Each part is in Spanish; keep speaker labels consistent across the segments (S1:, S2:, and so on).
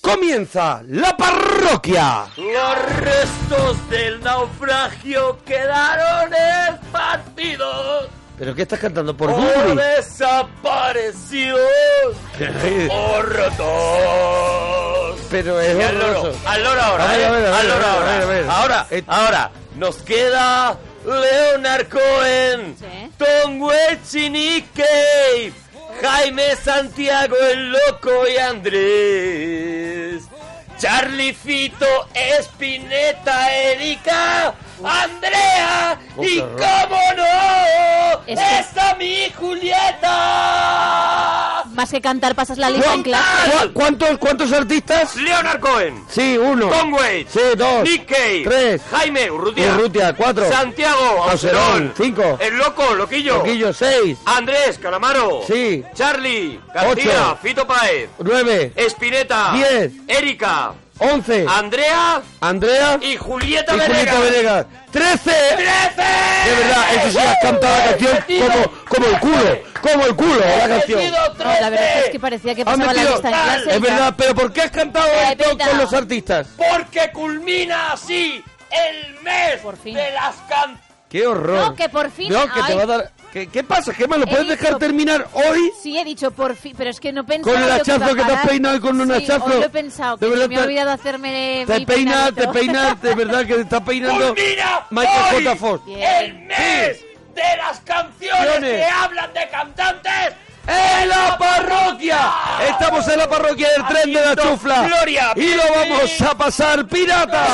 S1: comienza la parroquia.
S2: Los restos del naufragio quedaron esparcidos
S1: ¿Pero qué estás cantando por
S2: o
S1: Gumri?
S2: desaparecidos o rotos.
S1: Pero es
S2: Y al loro,
S1: horroroso.
S2: al loro
S1: A
S2: ahora,
S1: ver,
S2: eh,
S1: a ver, a
S2: al
S1: ver,
S2: loro
S1: a ver,
S2: ahora.
S1: a ver.
S2: Ahora,
S1: Eh,
S2: ahora, nos queda Leonard Cohen,
S3: Sí.
S2: Tongwe Chinique, Jaime Santiago el Loco y Andrés, Charlie Fito, Espineta, Erika, Andrea y
S1: Oh, horror.
S2: cómo no,
S3: Es que-
S2: está mi Julieta.
S3: Más que cantar, pasas la lista en clase.
S1: ¿Cu- ¿Cuántos, ¿Cuántos artistas?
S2: Leonard Cohen.
S1: Sí, uno.
S2: Conway,
S1: Sí, dos.
S2: Nick Cave,
S1: Tres.
S2: Jaime Urrutia,
S1: Urrutia, cuatro.
S2: Santiago
S1: Auserón,
S2: Auserón,
S1: cinco.
S2: El Loco, Loquillo,
S1: Loquillo, seis.
S2: Andrés Calamaro,
S1: Sí.
S2: Charlie, García,
S1: Ocho.
S2: Fito Paez,
S1: Nueve.
S2: Espineta,
S1: Diez.
S2: Erika,
S1: Once.
S2: Andrea
S1: Andrea.
S2: y Julieta
S1: y Julieta
S2: Venegas.
S1: Venegas. Trece.
S2: ¡Trece!
S1: De verdad, eso sí has cantado la canción como, como el culo. Como el culo la canción.
S3: No, la verdad es que parecía que
S1: Has
S3: pasaba la
S1: metido-
S3: lista en clase.
S1: Es verdad, pero ¿por qué has cantado esto
S3: Repita.
S1: con los artistas?
S2: Porque culmina así el mes
S3: Por fin.
S2: de las canciones.
S1: ¡Qué horror!
S3: No, que por fin-
S1: No, que te
S3: ay.
S1: va a dar... ¿Qué, qué pasa, Gemma? ¿Lo
S3: He
S1: puedes
S3: dicho-
S1: dejar terminar Oh, hoy?
S3: Sí, he dicho por fin, pero es que no
S1: Con
S3: pensaba
S1: el
S3: yo que iba
S1: hachazo
S3: a
S1: que te has
S3: parar.
S1: peinado y con un
S3: Sí,
S1: hachazo.
S3: hoy lo he pensado, que
S1: De verdad
S3: se me ha
S1: te-
S3: olvidado hacerme
S1: Te
S3: mi
S1: peinas, te
S3: peinadito.
S1: peinas, de verdad que te está peinando
S2: Culmina
S1: Michael
S2: hoy
S1: J. Fox.
S3: Bien.
S2: el mes de las canciones
S1: Canciones.
S2: que hablan de cantantes
S1: ¡En la parroquia! Estamos en la parroquia del tren de la
S2: Haciendo
S1: chufla.
S2: gloria.
S1: Y lo vamos a pasar pirata.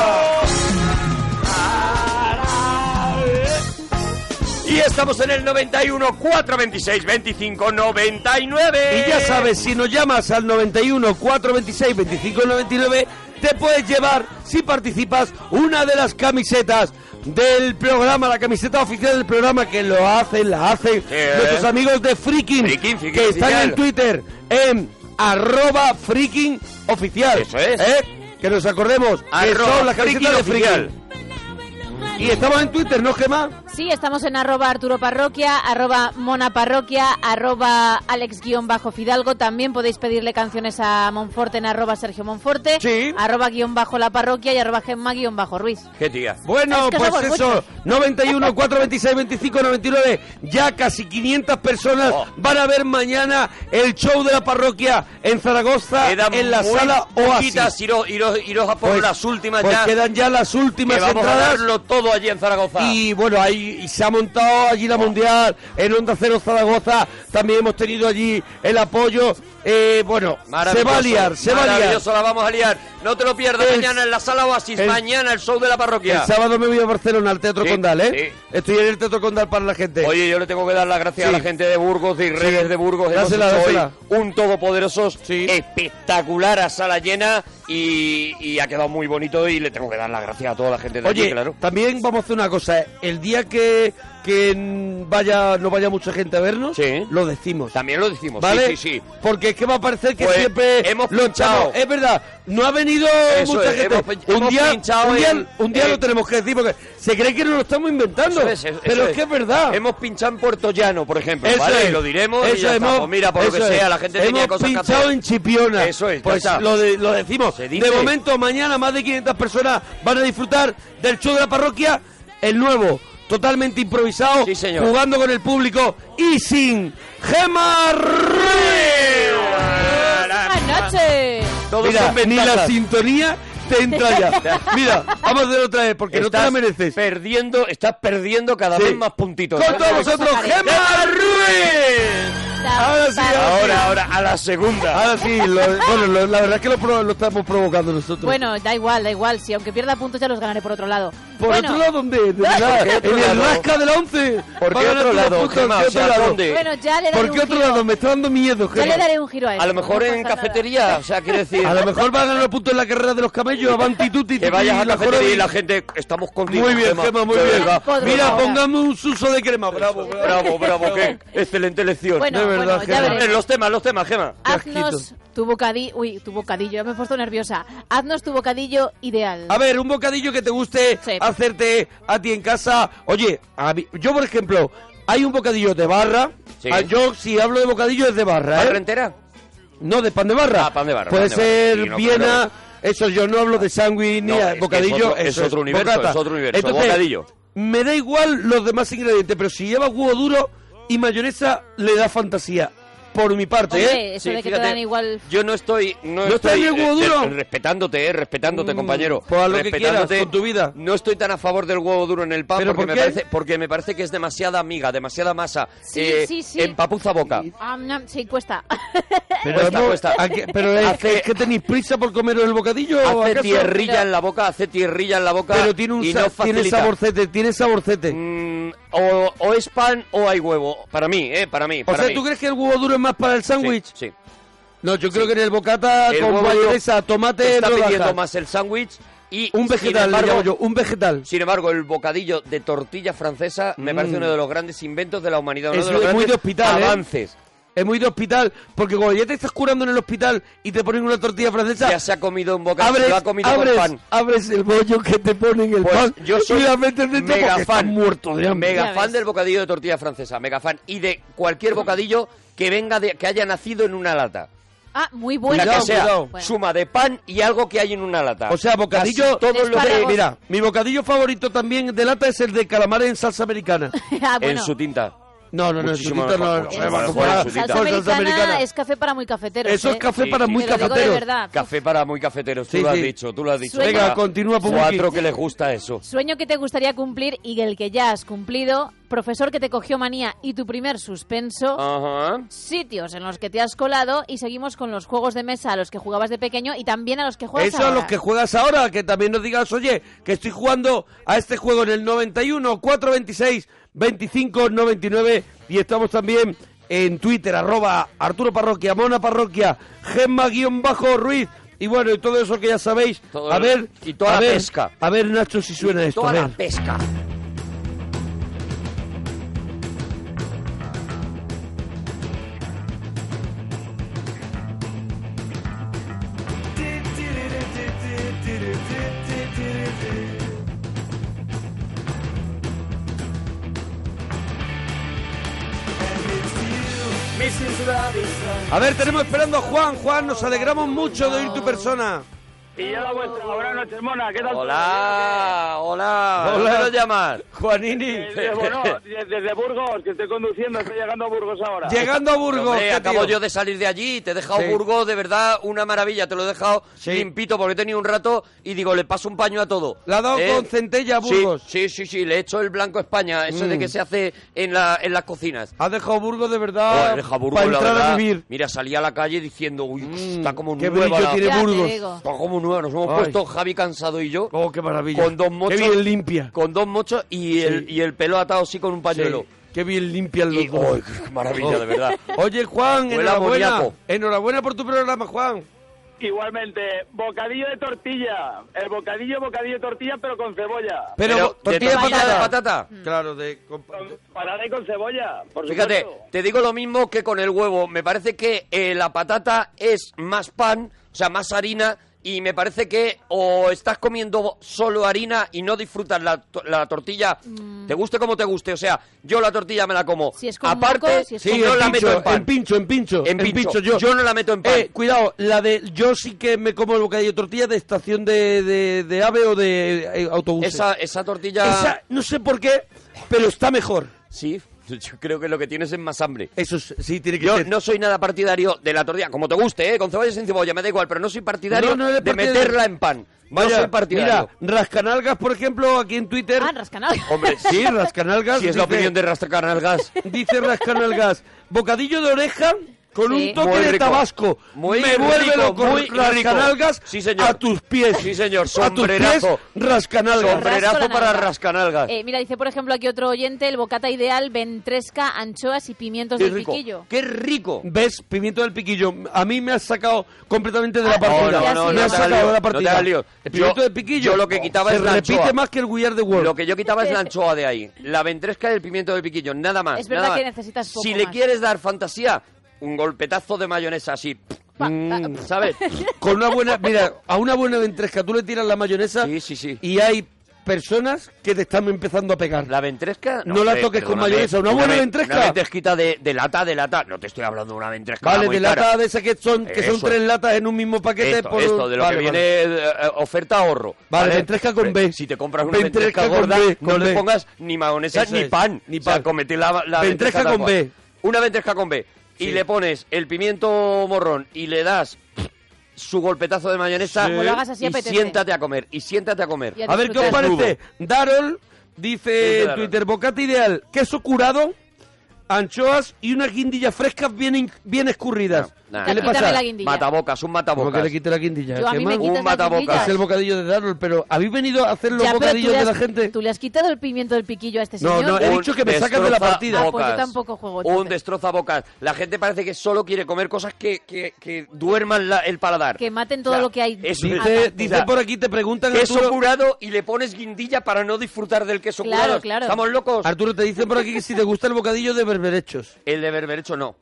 S2: y estamos en el 91 426 25 99
S1: Y ya sabes, si nos llamas al 91 426 2599, te puedes llevar, si participas, una de las camisetas del programa, la camiseta oficial del programa que lo hacen, la hacen
S2: ¿eh?
S1: nuestros amigos de Freaking,
S2: Freaking, Freaking
S1: que están
S2: Oficial.
S1: en Twitter en arroba Freaking Oficial.
S2: Eso es.
S1: ¿eh? Que nos acordemos que
S2: Arroba
S1: son las camisetas de
S2: Freaking Oficial.
S1: Freaking. Y estamos en Twitter, ¿no, Gemma?
S3: Sí, estamos en arroba Arturo Parroquia, arroba Mona Parroquia, arroba Alex-Fidalgo. También podéis pedirle canciones a Monforte en arroba Sergio Monforte,
S1: Sí.
S3: arroba guión bajo la parroquia y arroba Gemma-bajo Ruiz.
S2: qué tía
S1: Bueno,
S3: Es que
S1: pues
S3: somos
S1: eso,
S3: muchos.
S1: 91, 426, 25, 99, ya casi 500 personas
S2: Oh.
S1: van a ver mañana el show de la parroquia en Zaragoza,
S2: Quedan
S1: en la
S2: muy
S1: sala
S2: poquitas,
S1: Oasis.
S2: iros, iros, iros a por las últimas
S1: pues
S2: ya
S1: quedan ya las últimas
S2: que vamos a
S1: entradas.
S2: darlo todo allí en Zaragoza
S1: Y bueno, ahí y se ha montado allí la Mundial, en Onda Cero Zaragoza, también hemos tenido allí el apoyo. Eh, bueno, se
S2: Maravilloso,
S1: va a liar, se va a liar.
S2: Maravilloso, la vamos a liar. No te lo pierdas
S1: El-
S2: mañana en la sala Oasis,
S1: el-
S2: mañana el show de la parroquia.
S1: El sábado me voy a Barcelona al Teatro
S2: Sí,
S1: Condal, ¿eh?
S2: sí.
S1: Estoy en el Teatro Condal para la gente.
S2: Oye, yo le tengo que dar las gracias
S1: Sí.
S2: a la gente de Burgos, de Reyes de Burgos. Hemos
S1: Dásela,
S2: hecho hoy
S1: dásela.
S2: un todopoderoso
S1: Sí.
S2: espectacular a sala llena y, y ha quedado muy bonito y le tengo que dar las gracias a toda la gente de
S1: Oye,
S2: allí, claro.
S1: también vamos a hacer una cosa. ¿eh? El día que, que mm, vaya, no vaya mucha gente a vernos,
S2: Sí.
S1: lo decimos.
S2: También lo decimos,
S1: ¿Vale?
S2: sí, sí, sí.
S1: Porque es que va a parecer que
S2: Pues,
S1: siempre
S2: hemos
S1: lo
S2: pinchado.
S1: echamos. Es verdad, no ha venido
S2: Eso
S1: mucha
S2: es,
S1: gente.
S2: hemos pin-
S1: un
S2: hemos
S1: día,
S2: pinchado
S1: un día,
S2: en-
S1: un día
S2: en-
S1: lo tenemos que decir porque se cree que no lo estamos inventando.
S2: Eso es, eso
S1: pero es, que es verdad.
S2: Hemos pinchado en Puerto Llano, por ejemplo,
S1: Eso
S2: ¿vale?
S1: es.
S2: Y lo diremos y
S1: Eso
S2: ya está.
S1: hemos-
S2: Pues mira, por lo que
S1: eso es.
S2: sea, la gente tenía
S1: Hemos
S2: cosas que hacer.
S1: pinchado en Chipiona.
S2: Eso es, ya
S1: Pues
S2: está.
S1: lo, de- lo decimos.
S2: Se dice.
S1: De momento, mañana más de 500 personas van a disfrutar del show de la parroquia, el nuevo, totalmente improvisado,
S2: Sí, señor.
S1: jugando con el público y sin Gemma Ruiz.
S3: Buenas noches.
S2: Todos
S1: Mira,
S2: son
S1: ni la
S2: ventajas.
S1: sintonía te entra ya. Mira, vamos a hacer otra vez porque no te la
S2: Estás
S1: mereces.
S2: Perdiendo, estás perdiendo cada
S1: Sí.
S2: vez más puntitos. ¿eh?
S1: Con todos vosotros,
S3: Sacaré.
S1: Gemma Ruiz. Ahora sí, ahora sí.
S2: Ahora, ahora, a la segunda.
S1: Ahora sí, lo- bueno, lo- la verdad es que lo, pro- lo estamos provocando nosotros.
S3: Bueno, da igual, da igual. Si aunque pierda puntos ya los ganaré por otro lado.
S1: ¿Por
S3: bueno,
S1: otro lado dónde? De verdad,
S2: qué otro
S1: en el
S2: lado?
S1: rasca de la 11.
S2: ¿Por
S1: Va
S2: qué
S1: a ganar
S2: otro
S1: todos los
S2: lado,
S1: puntos,
S2: Gemma?
S1: ¿qué
S2: O sea,
S1: otro lado?
S2: ¿dónde?
S3: bueno, ya le daré
S1: ¿Por qué
S3: un
S1: otro
S3: giro.
S1: lado? Me está dando miedo,
S3: Ya
S1: Gemma.
S3: le daré un giro a esto.
S2: A lo mejor
S3: no
S2: en
S3: pasa nada.
S2: cafetería, o sea, quiero decir,
S1: A lo mejor va a ganar los puntos en la carrera de los camellos, avanti tutti,
S2: que vayas a
S1: tutti, la
S2: cafetería y la
S1: joroba.
S2: gente, estamos contigo.
S1: Muy bien, Gemma, muy
S2: de
S1: bien.
S2: verdad.
S3: Podro
S1: Mira,
S3: ahora.
S1: pongame un suso de crema, bravo, bravo.
S2: Bravo, bravo, qué excelente lección.
S3: Bueno,
S1: De verdad,
S3: bueno,
S1: Gemma.
S3: ya veré.
S2: Eh, Los temas, los temas, Gema.
S3: Haznos tu bocadillo. Uy, tu bocadillo, ya me he puesto nerviosa. Haznos tu bocadillo ideal.
S1: A ver, un bocadillo que te guste
S3: Sí.
S1: hacerte a ti en casa. Oye, a mí- yo por ejemplo, hay un bocadillo de barra.
S2: Sí.
S1: Ah, Yo si hablo de bocadillo es de barra. ¿eh?
S2: ¿Barra entera?
S1: No, de pan de barra.
S2: Ah, pan de barra,
S1: Puede
S2: pan de barra.
S1: ser
S2: Sí, no,
S1: Viena.
S2: claro.
S1: Eso yo no hablo de sándwich ni
S2: No,
S1: a-
S2: es que
S1: bocadillo.
S2: es otro- es
S1: eso
S2: otro universo,
S1: bocata.
S2: es otro universo,
S1: Entonces,
S2: bocadillo.
S1: Me da igual los demás ingredientes, pero si lleva huevo duro y mayonesa le da fantasía. Por mi parte,
S3: Hombre,
S1: ¿eh?
S3: eso
S2: Sí,
S3: de que
S2: fíjate,
S3: te dan igual...
S2: Yo no estoy. No,
S1: ¿No estás
S2: estoy
S1: en el huevo
S2: eh,
S1: duro?
S2: eh, respetándote, eh, respetándote,
S1: Mm,
S2: compañero.
S1: pues haz lo que
S2: Respetándote.
S1: quieras con tu vida.
S2: No estoy tan a favor del huevo duro en el pan
S1: ¿Pero
S2: porque,
S1: por
S2: me
S1: qué?
S2: parece, porque me parece que es demasiada miga, demasiada masa.
S3: Sí,
S2: eh,
S3: sí, sí.
S2: Empapuza boca.
S3: Ah, no, sí, cuesta.
S1: Pero,
S2: Cuesta,
S1: hemos-
S2: cuesta.
S1: ¿a qué- pero es,
S2: Hace-
S1: es que tenéis prisa por comer el bocadillo. o
S2: Hace
S1: acaso?
S2: tierrilla en la boca, hace tierrilla en la boca.
S1: Pero tiene un
S2: y
S1: sa-
S2: no
S1: tiene
S2: facilita.
S1: saborcete, tiene saborcete.
S2: Mm, o, o es pan o hay huevo. Para mí, eh, para mí.
S1: o
S2: para
S1: sea,
S2: mí.
S1: ¿tú crees que el huevo duro es más para el
S2: Sí,
S1: sándwich?
S2: sí.
S1: No, yo creo que en el bocata
S2: El
S1: con
S2: huevo duro
S1: mayonesa,
S2: te
S1: tomate,
S2: está
S1: rodajas.
S2: pidiendo más el sándwich y
S1: Un
S2: sin
S1: vegetal, le
S2: embargo,
S1: llamo yo, un vegetal.
S2: Sin embargo, el bocadillo de tortilla francesa me parece uno de los grandes inventos de la humanidad, uno
S1: Mm. Es
S2: de los
S1: muy
S2: grandes
S1: de hospital, ¿eh?
S2: avances.
S1: Es muy de hospital, porque cuando ya te estás curando en el hospital y te ponen una tortilla francesa,
S2: Ya se ha comido un bocadillo,
S1: abres,
S2: lo ha comido
S1: abres,
S2: con pan.
S1: abres el bollo que te ponen el
S2: Pues
S1: pan
S2: yo soy
S1: y la metes dentro
S2: mega
S1: porque estás
S2: fan.
S1: muerto de hambre.
S2: Mega
S3: Ya
S2: fan
S3: ves.
S2: del bocadillo de tortilla francesa, mega fan y de cualquier bocadillo que venga de, que haya nacido en una lata.
S3: Ah, muy
S2: La
S3: bueno.
S2: que sea
S1: cuidado.
S3: Bueno.
S2: suma de pan y algo que hay en una lata.
S1: O sea, bocadillo... Eh,
S2: Casi todo lo que
S3: Espárragos.
S1: Mira, mi bocadillo favorito también de lata es el de calamares en salsa americana.
S3: Ah,
S2: en
S3: bueno.
S2: su tinta.
S1: No, no, no, en su
S2: Muchísimo
S1: tinta no,
S2: mejor,
S1: no,
S2: muchísimo
S1: no,
S2: mejor,
S1: no,
S2: con
S1: no,
S2: su
S3: Salsa,
S2: tinta.
S1: no,
S3: salsa americana es café para muy cafeteros.
S1: Eso es
S3: ¿eh?
S1: café
S2: Sí,
S1: para
S2: sí,
S1: muy
S3: te lo digo de
S1: cafeteros.
S3: verdad.
S2: Café para muy cafeteros, tú
S1: Sí,
S2: lo has
S1: sí.
S2: dicho, tú lo has dicho.
S3: Sueño.
S2: Para
S1: Venga, continúa, Pumuki.
S2: Cuatro que les gusta eso.
S3: Sueño que te gustaría cumplir y el que ya has cumplido. Profesor que te cogió manía y tu primer suspenso.
S2: Ah. Ajá.
S3: Sitios en los que te has colado y seguimos con los juegos de mesa a los que jugabas de pequeño y también a los que juegas
S1: Eso a
S3: ahora.
S1: los que juegas ahora, que también nos digas, oye, que estoy jugando a este juego en el 91, 426, 25, 99. Y estamos también en Twitter, arroba Arturo Parroquia, Mona Parroquia, Gemma-Ruiz. Y bueno, y todo eso que ya sabéis.
S2: Todo
S1: a
S2: el-
S1: ver,
S2: y toda
S1: a
S2: la
S1: ver,
S2: pesca.
S1: A ver, Nacho, si suena esto.
S2: Toda
S1: a
S2: la
S1: ver.
S2: pesca.
S1: A ver, tenemos esperando a Juan. Juan, nos alegramos mucho de oír tu persona.
S4: Y yo la vuestra, buenas noches, mona, ¿qué tal?
S2: Hola, hola.
S1: Hola.
S2: ¿Dónde nos llamas? Eh,
S1: Juanini.
S4: Desde, bueno, desde, desde Burgos, que estoy conduciendo, estoy llegando a Burgos ahora.
S1: Llegando a Burgos.
S2: Hombre,
S1: ¿qué
S2: acabo
S1: tío?
S2: yo de salir de allí y te he dejado
S1: Sí.
S2: Burgos, de verdad, una maravilla. Te lo he dejado
S1: Sí.
S2: limpito porque he tenido un rato y digo, le paso un paño a todo. Eh,
S1: Le ha dado con centella a Burgos.
S2: Sí, sí, sí, sí, le he hecho el blanco a España, eso de que se hace en, la, en las cocinas.
S1: Has dejado Burgos de
S2: Joder,
S1: verdad
S2: deja Burgos,
S1: para
S2: la
S1: entrar a
S2: verdad.
S1: vivir. Mm,
S2: Mira, salí a la calle diciendo, uy, está como
S1: qué
S2: nueva
S1: brillo
S2: la-
S1: tiene
S3: Ya te
S1: Burgos.
S3: digo.
S2: Está como nueva, nos hemos
S1: Ay.
S2: puesto Javi Cansado y yo.
S1: Oh, qué maravilla.
S2: Con dos mochos.
S1: Qué bien limpia.
S2: Con dos mochos y el, y el pelo atado así con un
S1: Sí,
S2: pañuelo.
S1: Qué bien limpian los
S2: Y-
S1: dos.
S2: ¡ay, qué maravilla, de verdad!
S1: Oye, Juan,
S2: Huele a
S1: enhorabuena.
S2: amoníaco.
S1: Enhorabuena por tu programa, Juan.
S4: Igualmente, bocadillo de tortilla. El bocadillo, bocadillo de tortilla, pero con cebolla.
S1: Pero, tortilla de patata.
S2: patata.
S3: Mm.
S1: Claro, de... compa-
S4: Con parada y con cebolla, por
S2: Fíjate,
S4: supuesto.
S2: te digo lo mismo que con el huevo. Me parece que eh, la patata es más pan, o sea, más harina, y me parece que o estás comiendo solo harina y no disfrutas la, to- la tortilla, te guste como te guste. O sea, yo la tortilla me la como.
S3: Mm. Si es con
S2: Aparte,
S3: moco, si es
S1: Sí,
S2: yo
S1: en,
S2: no la
S1: pincho,
S2: meto en pan.
S1: en pincho, en pincho,
S2: En pincho.
S1: yo.
S2: Yo no la meto en pan.
S1: Eh, cuidado, la de yo sí que me como el bocadillo de tortilla de estación de, de, de ave o de eh, autobús.
S2: esa, esa tortilla...
S1: Esa, no sé por qué, pero está mejor.
S2: Sí, yo creo que lo que tienes es más hambre.
S1: Eso es- sí tiene que
S2: Yo
S1: ser.
S2: no soy nada partidario de la tortilla, como te guste, ¿eh? con cebolla y sin cebolla, me da igual, pero no soy partidario
S1: No, no eres
S2: de
S1: partidario.
S2: meterla en pan. no soy partidario.
S1: Mira, Rascanalgas, por ejemplo, aquí en Twitter.
S3: Ah, rascanal.
S2: Hombre,
S1: Sí, Rascanalgas.
S2: si es la
S1: dice-
S2: opinión de Rastracarnalgas.
S1: Dice Rascanalgas. Bocadillo de oreja con
S3: Sí.
S1: un toque
S2: Muy
S1: de
S2: rico.
S1: tabasco.
S2: Muy
S1: Me vuelve
S2: rico,
S1: loco.
S2: muy rico.
S1: Rascanalgas
S2: Sí, señor.
S1: a tus pies.
S2: Sí, señor.
S1: A tus pies,
S2: Sombrerazo.
S1: Rascanalgas.
S3: Sombre-
S2: Sombrerazo
S3: Rasco la
S2: para
S3: nalga.
S2: Rascanalgas.
S3: Eh, mira, dice por ejemplo aquí otro oyente, el bocata ideal, ventresca, anchoas y pimientos
S2: Qué
S3: del
S2: rico.
S3: piquillo.
S2: Qué rico.
S1: ¿Ves? Pimiento del piquillo. A mí me has sacado completamente de la
S3: Ah,
S1: partida.
S3: no, no, no,
S1: me
S3: no
S1: has
S3: te hagas
S1: sacado
S2: lío,
S1: de
S2: no
S1: la
S2: te
S1: partida.
S2: hagas lío.
S1: El pimiento
S2: Yo-
S1: del piquillo.
S2: yo lo que quitaba
S1: se
S2: es la
S1: repite
S2: anchoa.
S1: más que el We Are the World.
S2: Lo que yo quitaba es la anchoa de ahí. La ventresca del pimiento de piquillo, nada
S1: Ah,
S2: más.
S3: Es verdad
S2: nada
S3: que
S2: más.
S3: necesitas poco
S2: Si le
S3: más.
S2: quieres dar fantasía, un golpetazo de mayonesa así. Mm, ¿Sabes?
S1: Con una buena, mira, a una buena ventresca tú le tiras la mayonesa
S2: Sí, sí, sí.
S1: y hay personas que te están empezando a pegar.
S2: La ventresca.
S1: No la
S2: hombre,
S1: toques con
S2: perdóname,
S1: mayonesa, una buena
S2: ven-
S1: ventresca.
S2: Una ventresquita de, de lata, de lata. No te estoy hablando de una ventresca.
S1: Vale,
S2: muy
S1: de lata
S2: cara.
S1: de esas que son, que son
S2: Eso.
S1: tres latas en un mismo paquete.
S2: Esto,
S1: por-
S2: esto, de lo
S1: Vale,
S2: que
S1: vale.
S2: viene eh, eh, oferta ahorro.
S1: Vale, ventresca con
S2: Hombre,
S1: B.
S2: Si te compras una
S1: Ventresca
S2: ventresca,
S1: con
S2: gorda,
S1: B,
S2: no
S1: con B.
S2: le pongas ni mayonesa
S1: Eso
S2: ni
S1: es,
S2: pan.
S1: ni
S2: O
S1: pan.
S2: sea, comete la, la
S1: Ventresca
S2: tal
S1: con
S2: cual.
S1: B.
S2: Una ventresca con B. Y
S1: Sí.
S2: le pones el pimiento morrón y le das su golpetazo de mayonesa
S1: Sí. Como lo
S3: hagas así,
S2: y
S3: apetece.
S2: siéntate a comer. Y siéntate a comer.
S3: Y a
S1: A ver, ¿qué os
S3: disfrutar.
S1: parece? Darol
S2: Dice
S1: dice en
S2: Darol.
S1: Twitter, bocata ideal, queso curado, anchoas y unas guindillas frescas bien, in- bien escurridas.
S2: Nah,
S1: ¿Qué
S2: nah,
S1: le
S2: nah.
S1: pasa?
S3: Quítame la guindilla.
S2: Matabocas, un
S1: ¿Cómo que
S2: matabocas.
S1: le quite la guindilla?
S3: Yo a
S1: ¿Qué
S3: mí
S1: más?
S3: me
S2: Un
S3: quitas las
S2: matabocas.
S3: guindillas.
S1: Es el bocadillo de Darol, pero ¿habéis venido a hacer los
S3: Ya, pero tú
S1: bocadillos
S3: le
S1: de
S3: has-
S1: la gente?
S3: Tú le has quitado el pimiento del piquillo a este
S1: No, no,
S3: señor.
S1: he
S2: Un
S1: dicho que me sacan de la
S2: destroza
S1: partida.
S3: Ah, pues yo tampoco juego,
S2: Un
S3: entonces.
S2: destroza bocas. La gente parece que solo quiere comer cosas que, que, que duerman la- el paladar.
S3: Que maten todo
S2: O sea,
S3: lo que hay.
S2: eso es.
S1: Dice,
S3: Aparte.
S1: dice
S2: O sea,
S1: por aquí, te preguntan,
S2: queso
S1: Arturo,
S2: curado y le pones guindilla para no disfrutar del queso
S3: Claro,
S2: curado.
S3: claro.
S2: Estamos locos.
S1: Arturo, te dicen por aquí que si te gusta el bocadillo de berberechos.
S2: el de berberecho no.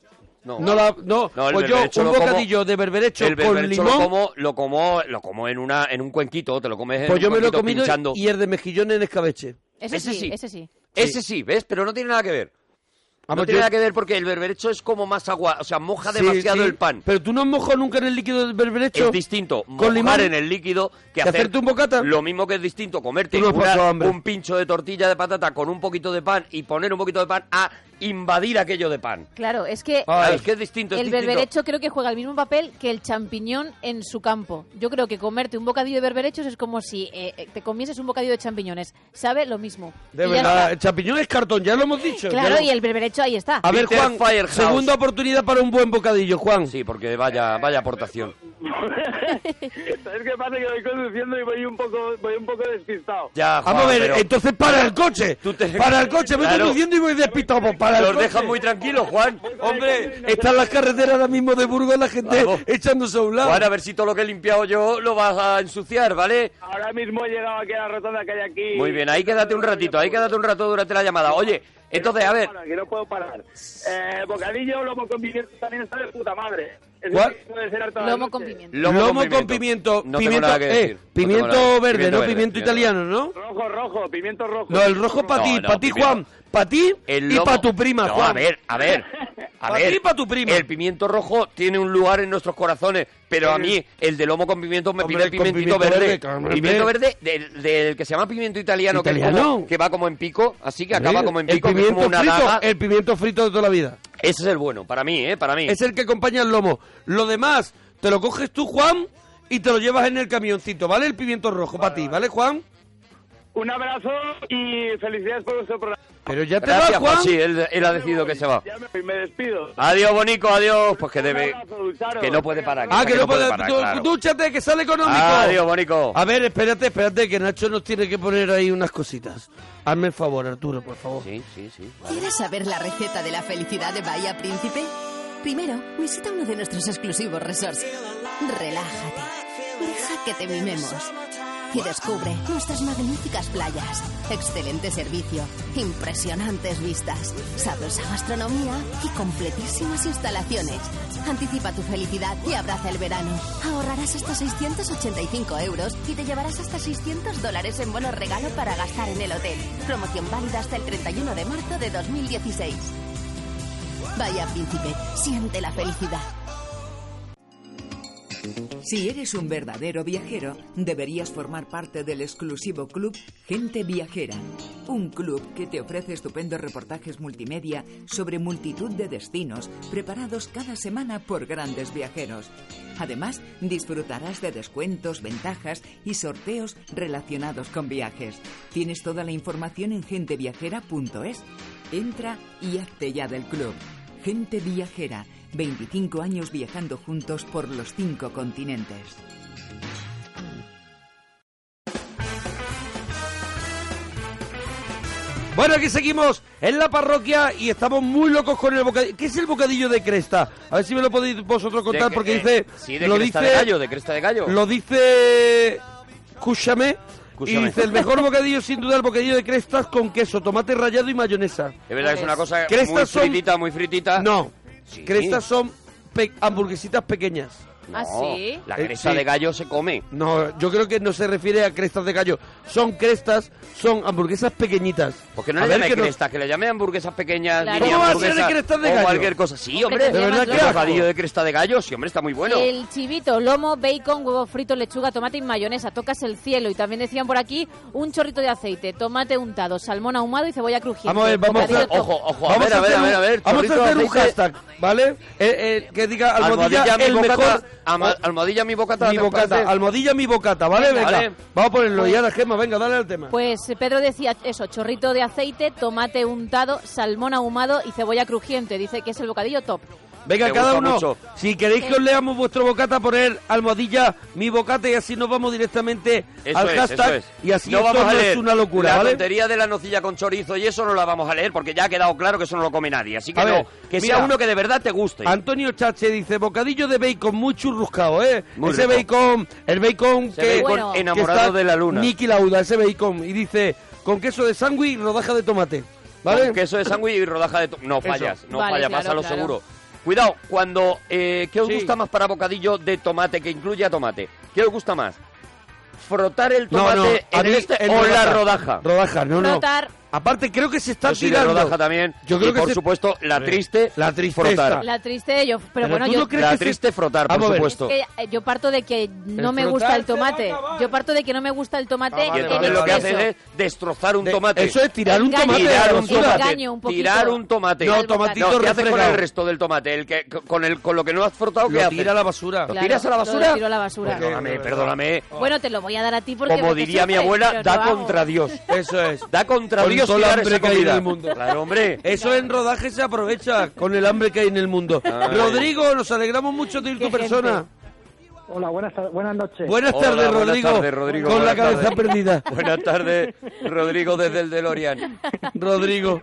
S2: No,
S1: No, la, no.
S2: No, el
S1: pues yo
S2: berberecho
S1: un
S2: lo como-
S1: bocadillo de berberecho
S2: el
S1: con
S2: berberecho lo
S1: limón,
S2: como, lo como, lo como en una, en un cuenquito, te lo comes en
S1: pues
S2: un
S1: yo me lo he
S2: cuenquito
S1: comido
S2: pinchando.
S1: y el de mejillón en escabeche.
S3: Ese,
S2: Ese
S3: sí,
S2: sí.
S3: ese sí.
S2: Ese sí, ¿ves? Pero no tiene nada que ver.
S1: Vamos, Ah,
S2: no tiene
S1: pues yo-
S2: nada que ver porque el berberecho es como más agua, o sea, moja
S1: Sí,
S2: demasiado
S1: sí.
S2: el pan.
S1: Pero tú no has mojado nunca en el líquido del berberecho.
S2: Es distinto
S1: Con
S2: mojar
S1: limón.
S2: en el líquido que
S1: ¿Que
S2: hacer
S1: hacerte un bocata?
S2: Lo mismo que es distinto comerte
S1: Tú no has
S2: una-
S1: pasado hambre.
S2: un pincho de tortilla de patata con un poquito de pan y poner un poquito de pan a invadir aquello de pan.
S3: Claro, es que
S1: Ay,
S2: Claro, es que es distinto. es
S3: el
S2: distinto.
S3: berberecho creo que juega el mismo papel que el champiñón en su campo. Yo creo que comerte un bocadillo de berberechos es como si eh, eh, te comieses un bocadillo de champiñones. Sabe lo mismo.
S1: De
S3: Y ya
S1: verdad, el
S3: está.
S1: champiñón es cartón, ya lo hemos dicho. ya
S3: Claro,
S1: lo-
S3: y el berberecho ahí está.
S1: A ver,
S2: Peter
S1: Juan,
S2: Firehouse.
S1: segunda oportunidad para un buen bocadillo, Juan.
S2: Sí, porque vaya, vaya aportación.
S4: ¿Sabes qué pasa? Que voy conduciendo y voy un poco, voy un poco despistado.
S2: Ya,
S1: Vamos a
S2: Juan,
S1: ver,
S2: pero
S1: entonces para el coche.
S2: Tú te-
S1: Para el coche, me estoy
S2: Claro.
S1: conduciendo y voy despistado. pues, para el
S2: los
S1: coche.
S2: dejan muy tranquilos, Juan.
S1: Hombre, están las carreteras ahora mismo de Burgos, la gente
S2: Vamos.
S1: echándose a un lado.
S2: Juan, a ver si todo lo que he limpiado yo lo vas a ensuciar, ¿vale?
S4: Ahora mismo he llegado aquí a la rotonda que hay aquí.
S2: Muy bien, ahí quédate un ratito, ahí quédate un rato durante la llamada. Oye, entonces, a ver,
S4: Para, que no puedo parar. Eh, bocadillo, lomo con pimiento también está de puta madre. Es
S1: ¿Cuál?
S4: que puede ser harta la
S3: Lomo
S4: noche.
S3: con pimiento.
S2: lomo,
S1: con pimiento.
S2: No tengo
S1: pimiento,
S2: nada que
S1: eh,
S2: decir. No tengo
S1: pimiento
S2: nada que-
S1: verde, ¿no?
S2: verde,
S1: Pimiento italiano, ¿no?
S4: Rojo, rojo, pimiento rojo.
S1: No, el rojo para ti,
S2: No, no,
S1: para ti,
S2: pimiento.
S1: Juan. Para ti
S2: El
S1: y
S2: lomo-
S1: para tu prima,
S2: No,
S1: Juan.
S2: A ver, a ver. A
S1: Pa'
S2: ver.
S1: ti, pa' tu prima.
S2: El pimiento rojo tiene un lugar en nuestros corazones, pero a mí el de lomo con pimiento me
S1: Hombre,
S2: pide el
S1: con
S2: pimentito
S1: pimiento
S2: verde.
S1: verde, hombre.
S2: Pimiento verde del, del que se llama pimiento italiano, que, es
S1: ¿Italiano?
S2: como- que va como en pico, así que acaba como en
S1: el
S2: pico, que es
S1: pimiento
S2: como una
S1: frito, eh.
S2: daga.
S1: el pimiento frito de toda la vida.
S2: Ese es el bueno, para mí, ¿eh? Para mí.
S1: Es el que acompaña el lomo. Lo demás, te lo coges tú, Juan, y te lo llevas en el camioncito, ¿vale? El pimiento rojo para ti, ¿vale, Juan?
S4: Un abrazo y felicidades por vuestro programa.
S1: Pero ya te
S2: Gracias,
S1: vas, Juan.
S2: Sí, él, él ha decidido que se va.
S4: Ya me voy, me despido.
S2: Adiós, Bonico, adiós. Pues que
S4: Un
S2: debe.
S4: abrazo, Lucharo.
S2: Que no puede parar.
S1: Ah, que, no puede.
S2: parar,
S1: tú-
S2: claro.
S1: Dúchate, que sale económico.
S2: Adiós, Bonico.
S1: A ver, espérate, espérate, que Nacho nos tiene que poner ahí unas cositas. Hazme el favor, Arturo, por favor.
S2: Sí, sí, sí.
S5: ¿Quieres saber la receta de la felicidad de Bahía Príncipe? Primero, visita uno de nuestros exclusivos resorts. Relájate. Deja que te mimemos. Y descubre nuestras magníficas playas, excelente servicio, impresionantes vistas, sabrosa gastronomía y completísimas instalaciones. Anticipa tu felicidad y abraza el verano. Ahorrarás hasta 685 euros y te llevarás hasta 600 dólares en bonos regalo para gastar en el hotel. Promoción válida hasta el 31 de marzo de 2016. Vaya príncipe, siente la felicidad.
S6: Si eres un verdadero viajero, deberías formar parte del exclusivo club Gente Viajera, un club que te ofrece estupendos reportajes multimedia sobre multitud de destinos preparados cada semana por grandes viajeros. Además, disfrutarás de descuentos, ventajas y sorteos relacionados con viajes. Tienes toda la información en genteviajera.es. Entra y hazte ya del club. Gente viajera, 25 años viajando juntos por los cinco continentes.
S1: Bueno, aquí seguimos en la parroquia y estamos muy locos con el bocadillo. ¿Qué es el bocadillo de cresta? A ver si me lo podéis vosotros contar,
S2: De-
S1: porque
S2: eh,
S1: dice.
S2: Sí, de
S1: lo
S2: cresta
S1: dice,
S2: de gallo, de cresta de gallo.
S1: Lo dice. Cúchame. Y
S2: Cúchame.
S1: dice: el mejor bocadillo, sin duda, el bocadillo de crestas con queso, tomate rallado y mayonesa.
S2: Es verdad que es una
S3: Pues,
S2: cosa
S1: Crestas
S2: muy
S1: son-
S2: fritita, muy fritita.
S1: No,
S2: Sí.
S1: crestas son pe- hamburguesitas pequeñas.
S3: ¿Ah, sí?
S2: La
S1: Eh,
S2: cresta
S1: sí.
S2: de gallo se come.
S1: No, yo creo que no se refiere a crestas de gallo. Son crestas, son hamburguesas pequeñitas.
S2: Porque Pues no
S1: A
S2: le
S1: ver
S2: llame
S1: que no-
S2: crestas, que le llame hamburguesas pequeñas,
S3: Claro.
S2: mini
S3: ¿Cómo
S1: va a ser de
S2: hamburguesas
S1: crestas de
S2: o
S1: gallo?
S2: cualquier cosa. Sí,
S3: Hombre,
S2: hombre,
S3: que
S1: De
S3: verdad
S1: verdad
S3: que
S1: que
S2: el
S3: asco.
S2: bocadillo de cresta de gallo, sí, hombre, está muy bueno.
S3: El chivito, lomo, bacon, huevo frito, lechuga, tomate y mayonesa. Tocas el cielo. Y también decían por aquí un chorrito de aceite, tomate untado, salmón ahumado y cebolla crujiente.
S1: Vamos a ver, vamos a
S3: Bocadillo
S1: hacer,
S3: top.
S2: ojo, ojo, a
S1: vamos
S2: ver, a ver,
S1: hacer
S2: a
S1: un-
S2: ver, a ver,
S1: Vamos a
S2: chorrito de
S1: hacer un
S2: aceite.
S1: hashtag, ¿vale? Eh, eh, que diga almohadilla,
S2: mi
S1: el
S2: bocata,
S1: mejor.
S2: ama- almohadilla mi bocata.
S1: mi
S2: ¿te
S1: bocata,
S2: parece?
S1: almohadilla mi bocata, ¿vale?
S2: Venga,
S1: Venga,
S2: vale.
S1: vamos a ponerlo y ahora Gemma, venga, dale al tema.
S3: Pues eh, Pedro decía eso, chorrito de aceite, tomate untado, salmón ahumado y cebolla crujiente. Dice que es el bocadillo top.
S1: venga,
S2: me
S1: cada
S2: gusta
S1: uno.
S2: mucho.
S1: Si queréis que os leamos vuestro bocata, poner almohadilla mi bocata y así nos vamos directamente
S2: Eso
S1: al
S2: es,
S1: hashtag
S2: eso es.
S1: y así
S2: no
S1: esto
S2: vamos a
S1: no
S2: leer
S1: es una locura,
S2: la
S1: ¿vale?
S2: tontería de la nocilla con chorizo y eso no la vamos a leer porque ya ha quedado claro que eso no lo come nadie. Así que
S1: A
S2: no,
S1: ver,
S2: que
S1: mira.
S2: sea uno que de verdad te guste.
S1: Antonio Chache dice, bocadillo de bacon muy churruscado, ¿eh?
S2: Muy
S1: ese
S2: rico.
S1: bacon, el bacon
S2: Ese
S1: que...
S2: bacon
S3: Bueno.
S1: que
S2: enamorado
S1: está
S2: de la luna.
S1: Niki Lauda, ese bacon. Y dice, con queso de sándwich y rodaja de tomate, ¿vale?
S2: Con queso de sándwich y rodaja de... to- No fallas, no
S3: Vale,
S2: fallas,
S3: claro,
S2: vas a lo
S3: claro.
S2: seguro. Cuidado, cuando... eh, ¿Qué os
S1: Sí.
S2: gusta más para bocadillo de tomate que incluya tomate? ¿Qué os gusta más?
S3: Eh,
S2: ¿Frotar el
S1: No,
S2: tomate
S1: no, a
S2: en
S1: mí
S2: el este
S1: el
S2: o la rodaja?
S1: Rodaja, no, no.
S3: Frotar.
S1: Aparte, creo que se está
S2: Yo sí, la
S1: tirando.
S2: rodaja también.
S1: Yo creo
S2: y
S1: que
S2: por
S1: se-
S2: supuesto, la triste,
S1: La tristeza.
S2: frotar.
S3: La triste, yo, pero,
S1: Pero
S3: bueno,
S1: tú
S3: yo...
S1: no crees
S2: La
S1: que se-
S2: triste frotar, por
S1: Vamos a ver.
S2: supuesto.
S3: que, eh, yo parto de que no
S1: El
S3: me gusta
S1: frotar
S3: el
S1: se va a
S3: tomate.
S1: acabar.
S3: Yo parto de que no me gusta el tomate. Eh,
S1: Ah,
S2: Y
S1: vale,
S3: en
S2: entonces
S3: el
S2: lo que
S3: queso.
S2: hacen es destrozar un
S1: De-
S2: tomate.
S1: Eso es tirar un
S3: Engaño.
S1: tomate. de la
S2: tirar un
S1: basura.
S2: tomate.
S3: Engaño un poquito.
S2: tirar un tomate.
S1: No,
S3: Al
S1: tomatito
S2: No, ¿qué haces con
S1: refregado.
S2: el resto del tomate? El que, con, el, con lo que no has frotado, ¿qué
S1: Lo
S2: haces?
S1: tira a la basura.
S2: ¿Lo
S3: Claro,
S2: tiras a la
S3: lo
S2: basura?
S3: tiro a la basura.
S2: Perdóname, perdóname.
S3: Bueno, te lo voy a dar a ti porque...
S2: Como
S3: porque
S2: diría mi
S3: sufres,
S2: abuela,
S3: pero
S2: da
S3: lo hago.
S2: contra Dios.
S1: Eso es.
S2: Da contra
S1: Con
S2: Dios
S1: todo el
S2: tirar
S1: hambre
S2: esa
S1: que hay en
S2: comida.
S1: el mundo.
S2: Claro, hombre.
S1: Eh, Eso en rodaje se aprovecha con el hambre que hay en el mundo.
S2: Ay.
S1: Rodrigo, nos alegramos mucho de ir
S3: Qué
S1: tu persona.
S3: gente.
S7: Hola, buenas, tar- buenas noches.
S1: Buenas
S2: Hola,
S1: tardes,
S2: buenas
S1: Rodrigo.
S2: tardes, Rodrigo,
S1: Con la
S2: buenas
S1: cabeza
S2: tardes.
S1: perdida.
S2: Buenas tardes, Rodrigo, desde el DeLorean.
S1: Rodrigo.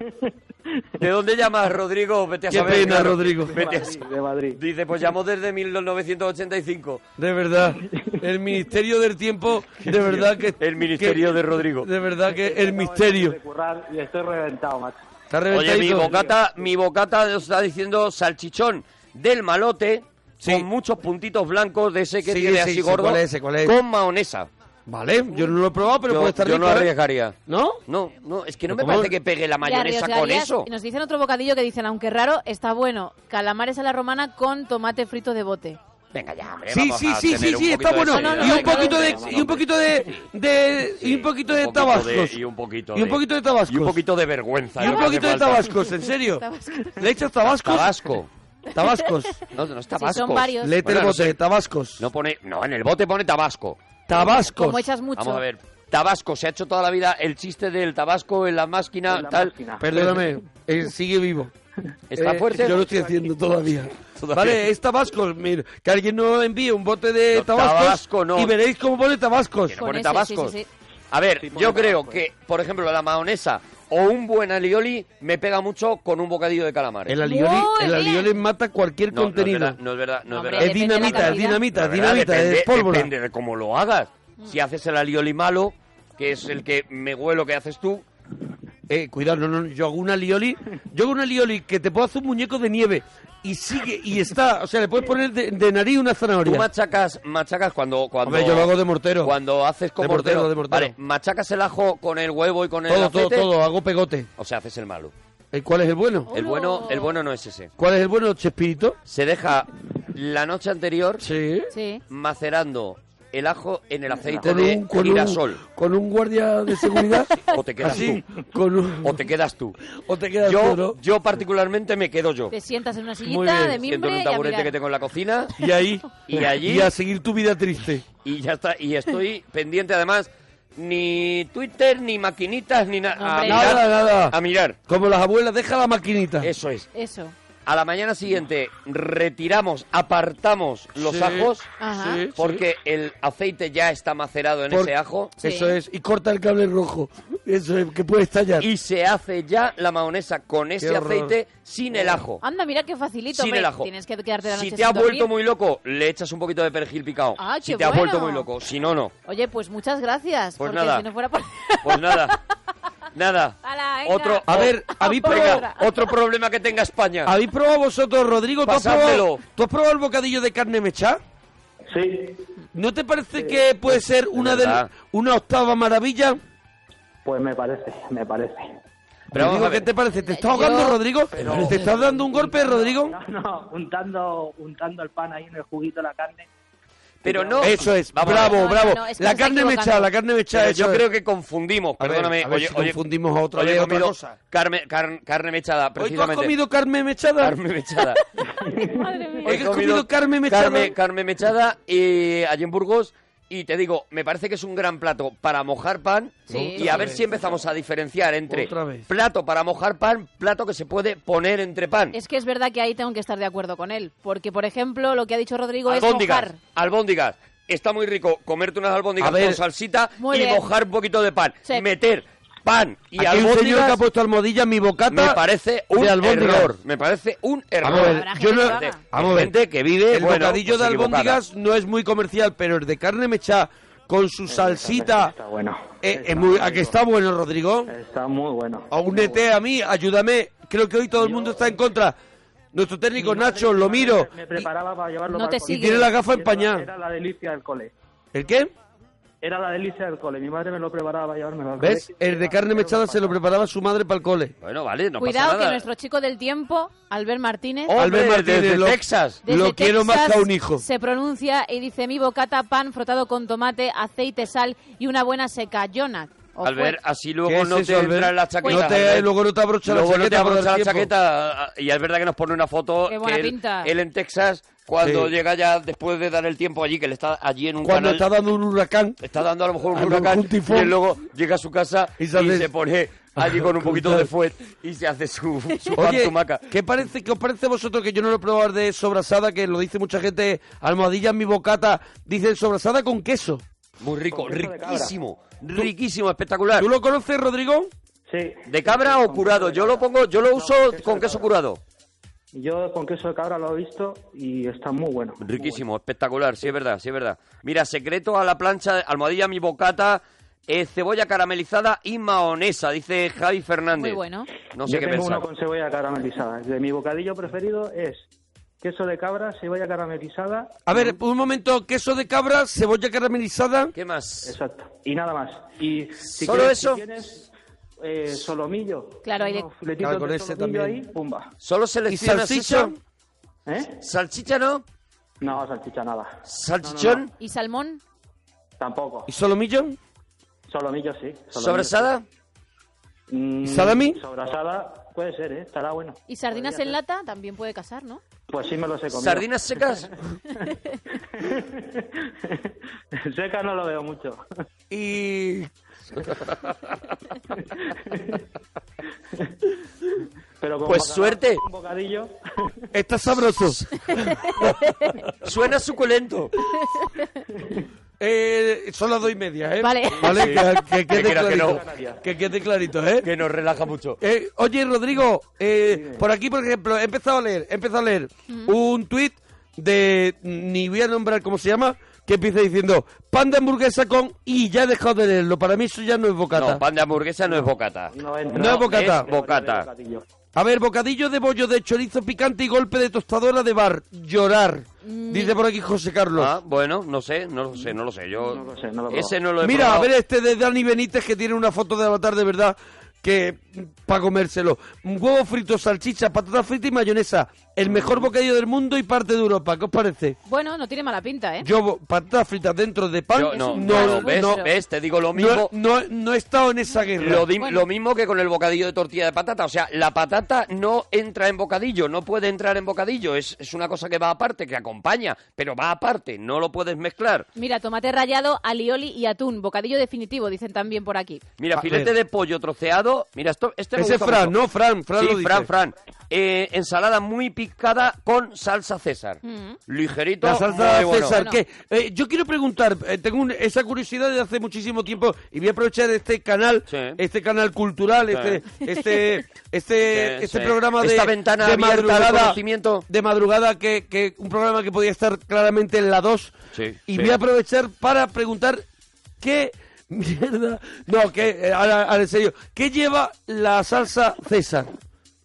S2: ¿De dónde llamas, Rodrigo? Vete a
S1: Qué
S2: saber.
S1: pena,
S2: claro.
S1: Rodrigo.
S7: de
S2: Vete a
S7: Madrid.
S2: saber.
S7: de Madrid.
S2: Dice, pues llamo desde 1985.
S1: De verdad, el Ministerio del Tiempo, de verdad que...
S2: El Ministerio
S1: que-
S2: de Rodrigo.
S1: De verdad que el
S7: Acabo de-
S1: misterio.
S7: de currar y estoy reventado, macho.
S1: Está
S2: Oye, mi
S1: reventadito.
S2: bocata, mi bocata os está diciendo salchichón del malote
S1: Sí.
S2: con muchos puntitos blancos de ese que
S1: Sí,
S2: tiene
S1: sí,
S2: así
S1: sé
S2: gordo
S1: cuál es, sé cuál es.
S2: con mahonesa.
S1: Vale, yo no lo he probado, pero
S2: yo
S1: puede estar
S2: yo
S1: rico.
S2: no
S1: ¿eh?
S2: arriesgaría.
S1: ¿No?
S2: No, no, es que no me
S1: ¿Cómo?
S2: parece que pegue la
S3: Y
S2: mayonesa con
S3: arriesgarías-
S2: eso.
S3: Y nos dicen otro bocadillo que dicen, aunque raro, está bueno. Calamares a la romana con tomate frito de bote.
S2: Venga ya, hombre,
S1: Sí,
S2: vamos
S1: sí,
S2: a
S1: sí,
S2: tener
S1: sí,
S2: un
S1: sí, está
S2: poquito de
S1: bueno.
S3: No, no,
S1: y
S2: seriedad.
S1: un poquito de
S3: no,
S1: y un poquito de de y un poquito de tabascos.
S2: y un poquito de
S1: Y un poquito de tabascos.
S2: Y un poquito de vergüenza.
S1: Y un
S2: no hace
S1: poquito de
S2: falta.
S1: tabascos, en serio. Le he hecho tabascos.
S2: Tabasco.
S1: Tabascos.
S2: No, no es tabasco.
S3: varios.
S1: Le he
S2: Bueno, no
S1: bote,
S2: sé.
S1: tabascos.
S2: No pone, no, en el bote pone tabasco.
S1: Tabascos.
S3: Como echas mucho.
S2: Vamos a ver. Tabasco, se ha hecho toda la vida el chiste del tabasco en la máquina,
S7: En la
S2: tal.
S7: máquina.
S1: Perdóname, eh, sigue vivo.
S2: ¿Está
S1: Eh,
S2: fuerte?
S1: Yo lo estoy haciendo todavía.
S2: Todavía.
S1: Vale, es tabascos. Mira, que alguien nos envíe un bote de
S2: No,
S1: tabascos
S2: Tabasco no.
S1: y veréis cómo pone tabascos.
S2: Que no
S3: Con
S2: pone
S3: ese,
S2: tabascos.
S3: sí, sí,
S2: A ver,
S7: Sí, pone
S2: yo
S7: tabasco,
S2: creo
S7: eh.
S2: que, por ejemplo, la mahonesa o un buen alioli me pega mucho con un bocadillo de calamares.
S1: El alioli,
S3: Muy
S1: el
S3: bien.
S1: alioli mata cualquier
S2: No,
S1: contenido.
S2: No es verdad, no es verdad. No es
S3: Hombre,
S2: verdad.
S1: Es
S3: Depende de la
S1: dinamita, es
S3: calidad. Mm.
S1: dinamita,
S2: La
S1: es
S2: verdad,
S1: dinamita,
S2: depende,
S1: es pólvora.
S2: Depende de cómo lo hagas. Si haces el alioli malo, que es el que me huelo que haces tú,
S1: Eh, cuidado, no, no, yo hago una lioli, yo hago una lioli que te puedo hacer un muñeco de nieve y sigue y está, o sea, le puedes poner de, de nariz una
S2: tú
S1: zanahoria.
S2: machacas, machacas cuando, cuando.
S1: Hombre, yo lo hago de mortero.
S2: Cuando haces con
S1: De mortero,
S2: mortero.
S1: de mortero.
S2: Vale, machacas el ajo con el huevo y con el
S1: Todo, todo,
S2: aceite,
S1: todo, hago pegote.
S2: O sea, haces el malo.
S1: ¿Eh, ¿Cuál es el bueno?
S2: El bueno, el bueno no es ese.
S1: ¿Cuál es el bueno, Chespirito?
S2: Se deja la noche anterior
S1: Sí.
S3: sí.
S2: macerando el ajo en el aceite
S1: Con un,
S2: de
S1: con, un,
S2: girasol.
S1: con un guardia de seguridad.
S2: O te quedas
S1: así,
S2: tú.
S1: con un-
S2: O te quedas tú.
S1: o te quedas
S2: yo,
S1: tú, ¿no?
S2: yo particularmente me quedo yo.
S3: Te sientas en una
S1: Muy
S3: sillita
S1: bien.
S3: de
S2: Siento
S3: mimbre
S2: en un
S3: y a
S2: taburete
S3: mirar.
S2: que tengo en la cocina
S1: Y ahí,
S2: Y allí-
S1: y a seguir tu vida triste.
S2: y ya está. Y estoy pendiente además ni Twitter, ni maquinitas, ni nada. A
S3: Hombre.
S2: mirar.
S1: Nada, nada.
S2: A mirar.
S1: Como las abuelas, deja la maquinita.
S2: Eso es.
S3: Eso.
S2: A la mañana siguiente retiramos, apartamos los
S1: Sí.
S2: ajos
S3: Ajá.
S1: Sí, sí.
S2: porque el aceite ya está macerado en
S1: Por-
S2: ese ajo
S3: Sí.
S1: Eso es, y corta el cable rojo. Eso es, que puede estallar.
S2: y se hace ya la mahonesa con ese
S1: horror.
S2: aceite sin el ajo.
S3: Anda, mira qué facilito.
S2: sin
S3: hombre.
S2: el ajo.
S3: Tienes que quedarte la noche
S2: si te
S3: sin
S2: has vuelto
S3: dormir.
S2: muy loco, le echas un poquito de perejil picado.
S3: Ah,
S2: si
S3: qué
S2: te has vuelto
S3: bueno.
S2: muy loco, si no, no.
S3: Oye, pues muchas gracias.
S2: Pues
S3: porque
S2: nada.
S3: si no fuera por...
S2: Pues nada, nada.
S3: Ala, venga.
S2: otro,
S1: A ver, a mí
S2: venga,
S3: prueba.
S2: otro problema que tenga España.
S1: ¿Habéis probado vosotros, Rodrigo? ¿Tú has
S2: Pasádmelo.
S1: probado, tú has probado el bocadillo de carne mechá?
S7: Sí,
S1: ¿No te parece que puede ser una de
S2: verdad.
S1: una octava maravilla?
S7: pues me parece, me parece.
S2: Pero vamos
S1: Rodrigo,
S2: a
S1: ¿qué
S2: ver.
S1: te parece? ¿Te estás
S3: Yo-
S1: ahogando, Rodrigo?
S7: Pero-
S1: ¿Te estás dando un golpe, Rodrigo?
S7: No, no, untando, untando el pan ahí en el juguito de la carne.
S2: Pero no.
S1: Eso es,
S2: Vamos a ver.
S1: bravo,
S3: No, no,
S1: bravo.
S3: no, es que
S1: la
S3: me está
S1: carne mechada,
S3: equivocando.
S1: la carne mechada.
S2: Pero
S1: eso
S2: yo
S1: es.
S2: creo que confundimos,
S1: A ver,
S2: perdóname.
S1: a ver
S2: oye,
S1: si
S2: oye,
S1: confundimos a otra
S2: oye,
S1: vez
S2: he
S1: otra
S2: comido
S1: cosa.
S2: Carne, car- carne mechada,
S1: ¿Hoy tú has
S2: precisamente.
S1: comido carne mechada?
S2: Carne mechada.
S3: Madre mía.
S1: Oye, ¿has comido carne mechada?
S2: Carne, carne mechada eh, allí en Burgos. Y te digo, me parece que es un gran plato para mojar pan.
S3: Sí.
S2: Y a ver si empezamos a diferenciar entre
S1: Otra vez.
S2: plato para mojar pan, plato que se puede poner entre pan.
S3: Es que es verdad que ahí tengo que estar de acuerdo con él. Porque, por ejemplo, lo que ha dicho Rodrigo es
S2: albóndigas,
S3: mojar.
S2: albóndigas. Está muy rico comerte unas albóndigas
S1: A ver.
S2: con salsita
S3: Muy
S2: y
S3: bien.
S2: mojar un poquito de pan.
S3: Sí.
S2: Meter pan y
S1: Aquí hay un señor que ha
S2: albóndigas
S1: puesto almohadilla en mi bocata.
S2: me parece un
S1: de albóndigas.
S2: error. Me parece un error.
S1: Vamos a ver,
S3: Habrá
S1: yo no-
S3: gente que lo haga.
S1: vamos a ver.
S2: Gente que vive,
S1: El
S2: bueno,
S1: bocadillo
S2: pues,
S1: de
S2: equivocada.
S1: albóndigas no es muy comercial, pero el de carne mechada con su salsita...
S7: Está bueno.
S1: eh,
S7: Está
S1: es muy- ¿A
S7: rico.
S1: que está bueno, Rodrigo?
S7: Está muy bueno.
S1: Únete a mí, ayúdame. Creo que hoy todo el mundo está en contra. Nuestro técnico Nacho, lo miro.
S7: Me preparaba para llevarlo
S3: No
S7: para
S3: te
S7: el colegio.
S3: sigue. Y tiene
S1: la gafa
S7: Era
S1: empañada.
S7: Era la delicia del cole.
S1: ¿El qué?
S7: Era la delicia del cole. Mi madre me lo preparaba para llevármelo al
S1: ¿Ves?
S7: colegio.
S1: El de carne
S7: Era una
S1: mechada se lo
S7: pasada.
S1: preparaba su madre para el cole.
S2: Bueno, vale, no
S3: Cuidado
S2: pasa
S3: que
S2: nada.
S3: nuestro chico del tiempo, Albert Martínez,
S2: Hombre,
S1: Albert Martínez,
S2: desde
S1: lo-
S2: Texas.
S3: desde
S1: lo quiero más
S3: Texas,
S1: que a un hijo.
S3: Se pronuncia y dice mi bocata, pan frotado con tomate, aceite, sal y una buena secayona. O
S2: Al ver,
S3: fue-
S2: así
S1: ¿Qué
S2: luego
S1: es
S2: no
S1: eso,
S2: te
S1: Albert?
S2: entra en la chaqueta.
S1: No te,
S2: Albert.
S1: luego no te abrocha la
S2: Luego no te
S1: chaqueta. para
S2: abrocha
S1: dar
S2: la
S1: tiempo.
S2: chaqueta. a- a- Y es verdad que nos pone una foto.
S3: Qué buena
S2: que él,
S3: pinta.
S2: él en Texas, cuando
S1: Sí.
S2: llega ya después de dar el tiempo allí, que le está allí en un
S1: Cuando
S2: canal.
S1: está dando un huracán.
S2: está dando a lo mejor
S1: A
S2: un
S1: lo
S2: huracán
S1: mejor un tifón.
S2: y él luego llega a su casa
S1: Y
S2: y,
S1: se hace-
S2: se pone allí con un poquito de fuet y se hace su, su
S1: Oye,
S2: pantumaca.
S1: ¿qué, parece, ¿qué os parece a vosotros que yo no lo he probado de sobrasada? Que lo dice mucha gente, almohadilla en mi bocata. Dice sobrasada con queso.
S2: Muy rico,
S7: Con queso de cabra.
S2: riquísimo, riquísimo, espectacular.
S1: ¿Tú lo conoces, Rodrigo?
S7: Sí.
S2: ¿De cabra o curado? Yo lo pongo, yo lo
S7: No,
S2: uso
S7: queso de
S2: con queso
S7: cabra.
S2: curado.
S7: Yo con queso de cabra lo he visto y está muy bueno. muy
S2: Riquísimo, espectacular, sí es verdad, sí es verdad. Mira, secreto a la plancha, almohadilla mi bocata, eh, cebolla caramelizada y maonesa, dice Javi Fernández.
S3: Muy bueno.
S2: No
S7: bueno.
S2: sé
S7: Yo
S2: qué
S7: tengo
S2: pensar.
S7: uno con cebolla caramelizada. De mi bocadillo preferido es queso de cabra, cebolla caramelizada.
S1: A ver, un momento, queso de cabra, cebolla caramelizada.
S2: Mm. ¿Qué más?
S7: Exacto. Y nada más. Y si
S2: ¿Solo
S7: quieres, si
S2: eso?
S7: tienes, eh, solomillo.
S3: Claro, hay de-
S7: Unos filetitos
S1: Claro, con
S7: de
S1: ese
S7: solomillo
S1: también.
S7: ahí, pumba.
S2: ¿Solo
S1: ¿Y
S2: seleccionas
S1: salchicha?
S2: eso?
S7: ¿Eh?
S2: ¿Salchicha no?
S7: No, salchicha nada.
S2: ¿Salchichón?
S7: No, no,
S3: ¿Y salmón?
S7: no. Tampoco.
S1: ¿Y solomillo?
S7: Solomillo sí. solomillo sí.
S2: ¿Sobresada?
S7: Mm,
S1: ¿Salami?
S7: Sobrasada puede ser, ¿eh? Estará bueno.
S3: ¿Y sardinas en
S7: Podría
S3: lata? También puede casar, ¿no?
S7: ser. Pues sí me los he comido.
S2: ¿Sardinas secas?
S7: Seca no lo veo mucho.
S1: Y...
S7: Pero con
S2: Pues
S7: bocadillo-
S2: suerte.
S7: Un bocadillo.
S1: Está sabroso.
S2: Suena suculento.
S1: Eh, son las dos y media, ¿eh?
S3: Vale.
S1: que, que quede
S2: Que creo que
S1: clarito.
S7: no.
S1: Que quede clarito, ¿eh?
S2: Que nos relaja mucho.
S1: Eh, oye, Rodrigo, eh, por aquí, por ejemplo, he empezado a leer, he empezado a leer un tuit de, ni voy a nombrar cómo se llama, que empieza diciendo, pan de hamburguesa con, y ya he dejado de leerlo, para mí eso ya no es bocata.
S2: No, pan de hamburguesa no es bocata.
S7: No, entra.
S1: No es bocata.
S2: es bocata.
S7: Bocadillo.
S1: A ver, bocadillo de bollo de chorizo picante y golpe de tostadora de bar, llorar, dice por aquí José Carlos.
S2: Ah, bueno, no sé, no lo sé, no lo sé. Yo
S7: No lo sé, no lo he
S2: ese no lo he
S1: Mira, a
S2: probado.
S1: ver este de Dani Benítez que tiene una foto de avatar de verdad que para comérselo. Un huevo frito, salchicha, patatas fritas y mayonesa. El mejor bocadillo del mundo y parte de Europa. ¿Qué os parece?
S3: Bueno, no tiene mala pinta, ¿eh?
S1: Yo bo- patatas fritas dentro de pan.
S2: Yo no,
S3: un
S2: no,
S3: no,
S2: ves,
S3: no.
S2: ves, te digo lo
S1: no,
S2: mismo.
S1: no- no he estado en esa guerra.
S2: Lo, di-
S3: Bueno.
S2: lo mismo que con el bocadillo de tortilla de patata. O sea, la patata no entra en bocadillo, no puede entrar en bocadillo. Es, es una cosa que va aparte, que acompaña, pero va aparte, no lo puedes mezclar.
S3: Mira, tomate rallado, alioli y atún. Bocadillo definitivo, dicen también por aquí.
S2: Mira,
S1: A
S2: filete
S1: ver.
S2: de pollo troceado. Mira, esto, este me
S1: Ah, eh. Ese es
S2: gusta
S1: Fran,
S2: mucho.
S1: no, Fran, Fran
S2: sí,
S1: lo dice.
S2: Fran, Fran. Eh, ensalada muy picada con salsa César. Ligerito.
S1: Mm. La salsa
S2: muy bueno.
S1: César,
S3: Bueno.
S1: que eh, yo quiero preguntar, eh, tengo un- esa curiosidad de hace muchísimo tiempo y voy a aprovechar este canal,
S2: Sí.
S1: este canal cultural,
S2: Sí.
S1: este este este,
S2: Sí,
S1: este
S2: sí.
S1: programa de,
S2: Esta ventana
S1: de
S2: abierta de
S1: madrugada,
S2: conocimiento.
S1: de madrugada que, que un programa que podía estar claramente en la 2
S2: Sí,
S1: y
S2: sí.
S1: voy a aprovechar para preguntar qué mierda, no, que eh, ahora, ahora en serio, ¿qué lleva la salsa César?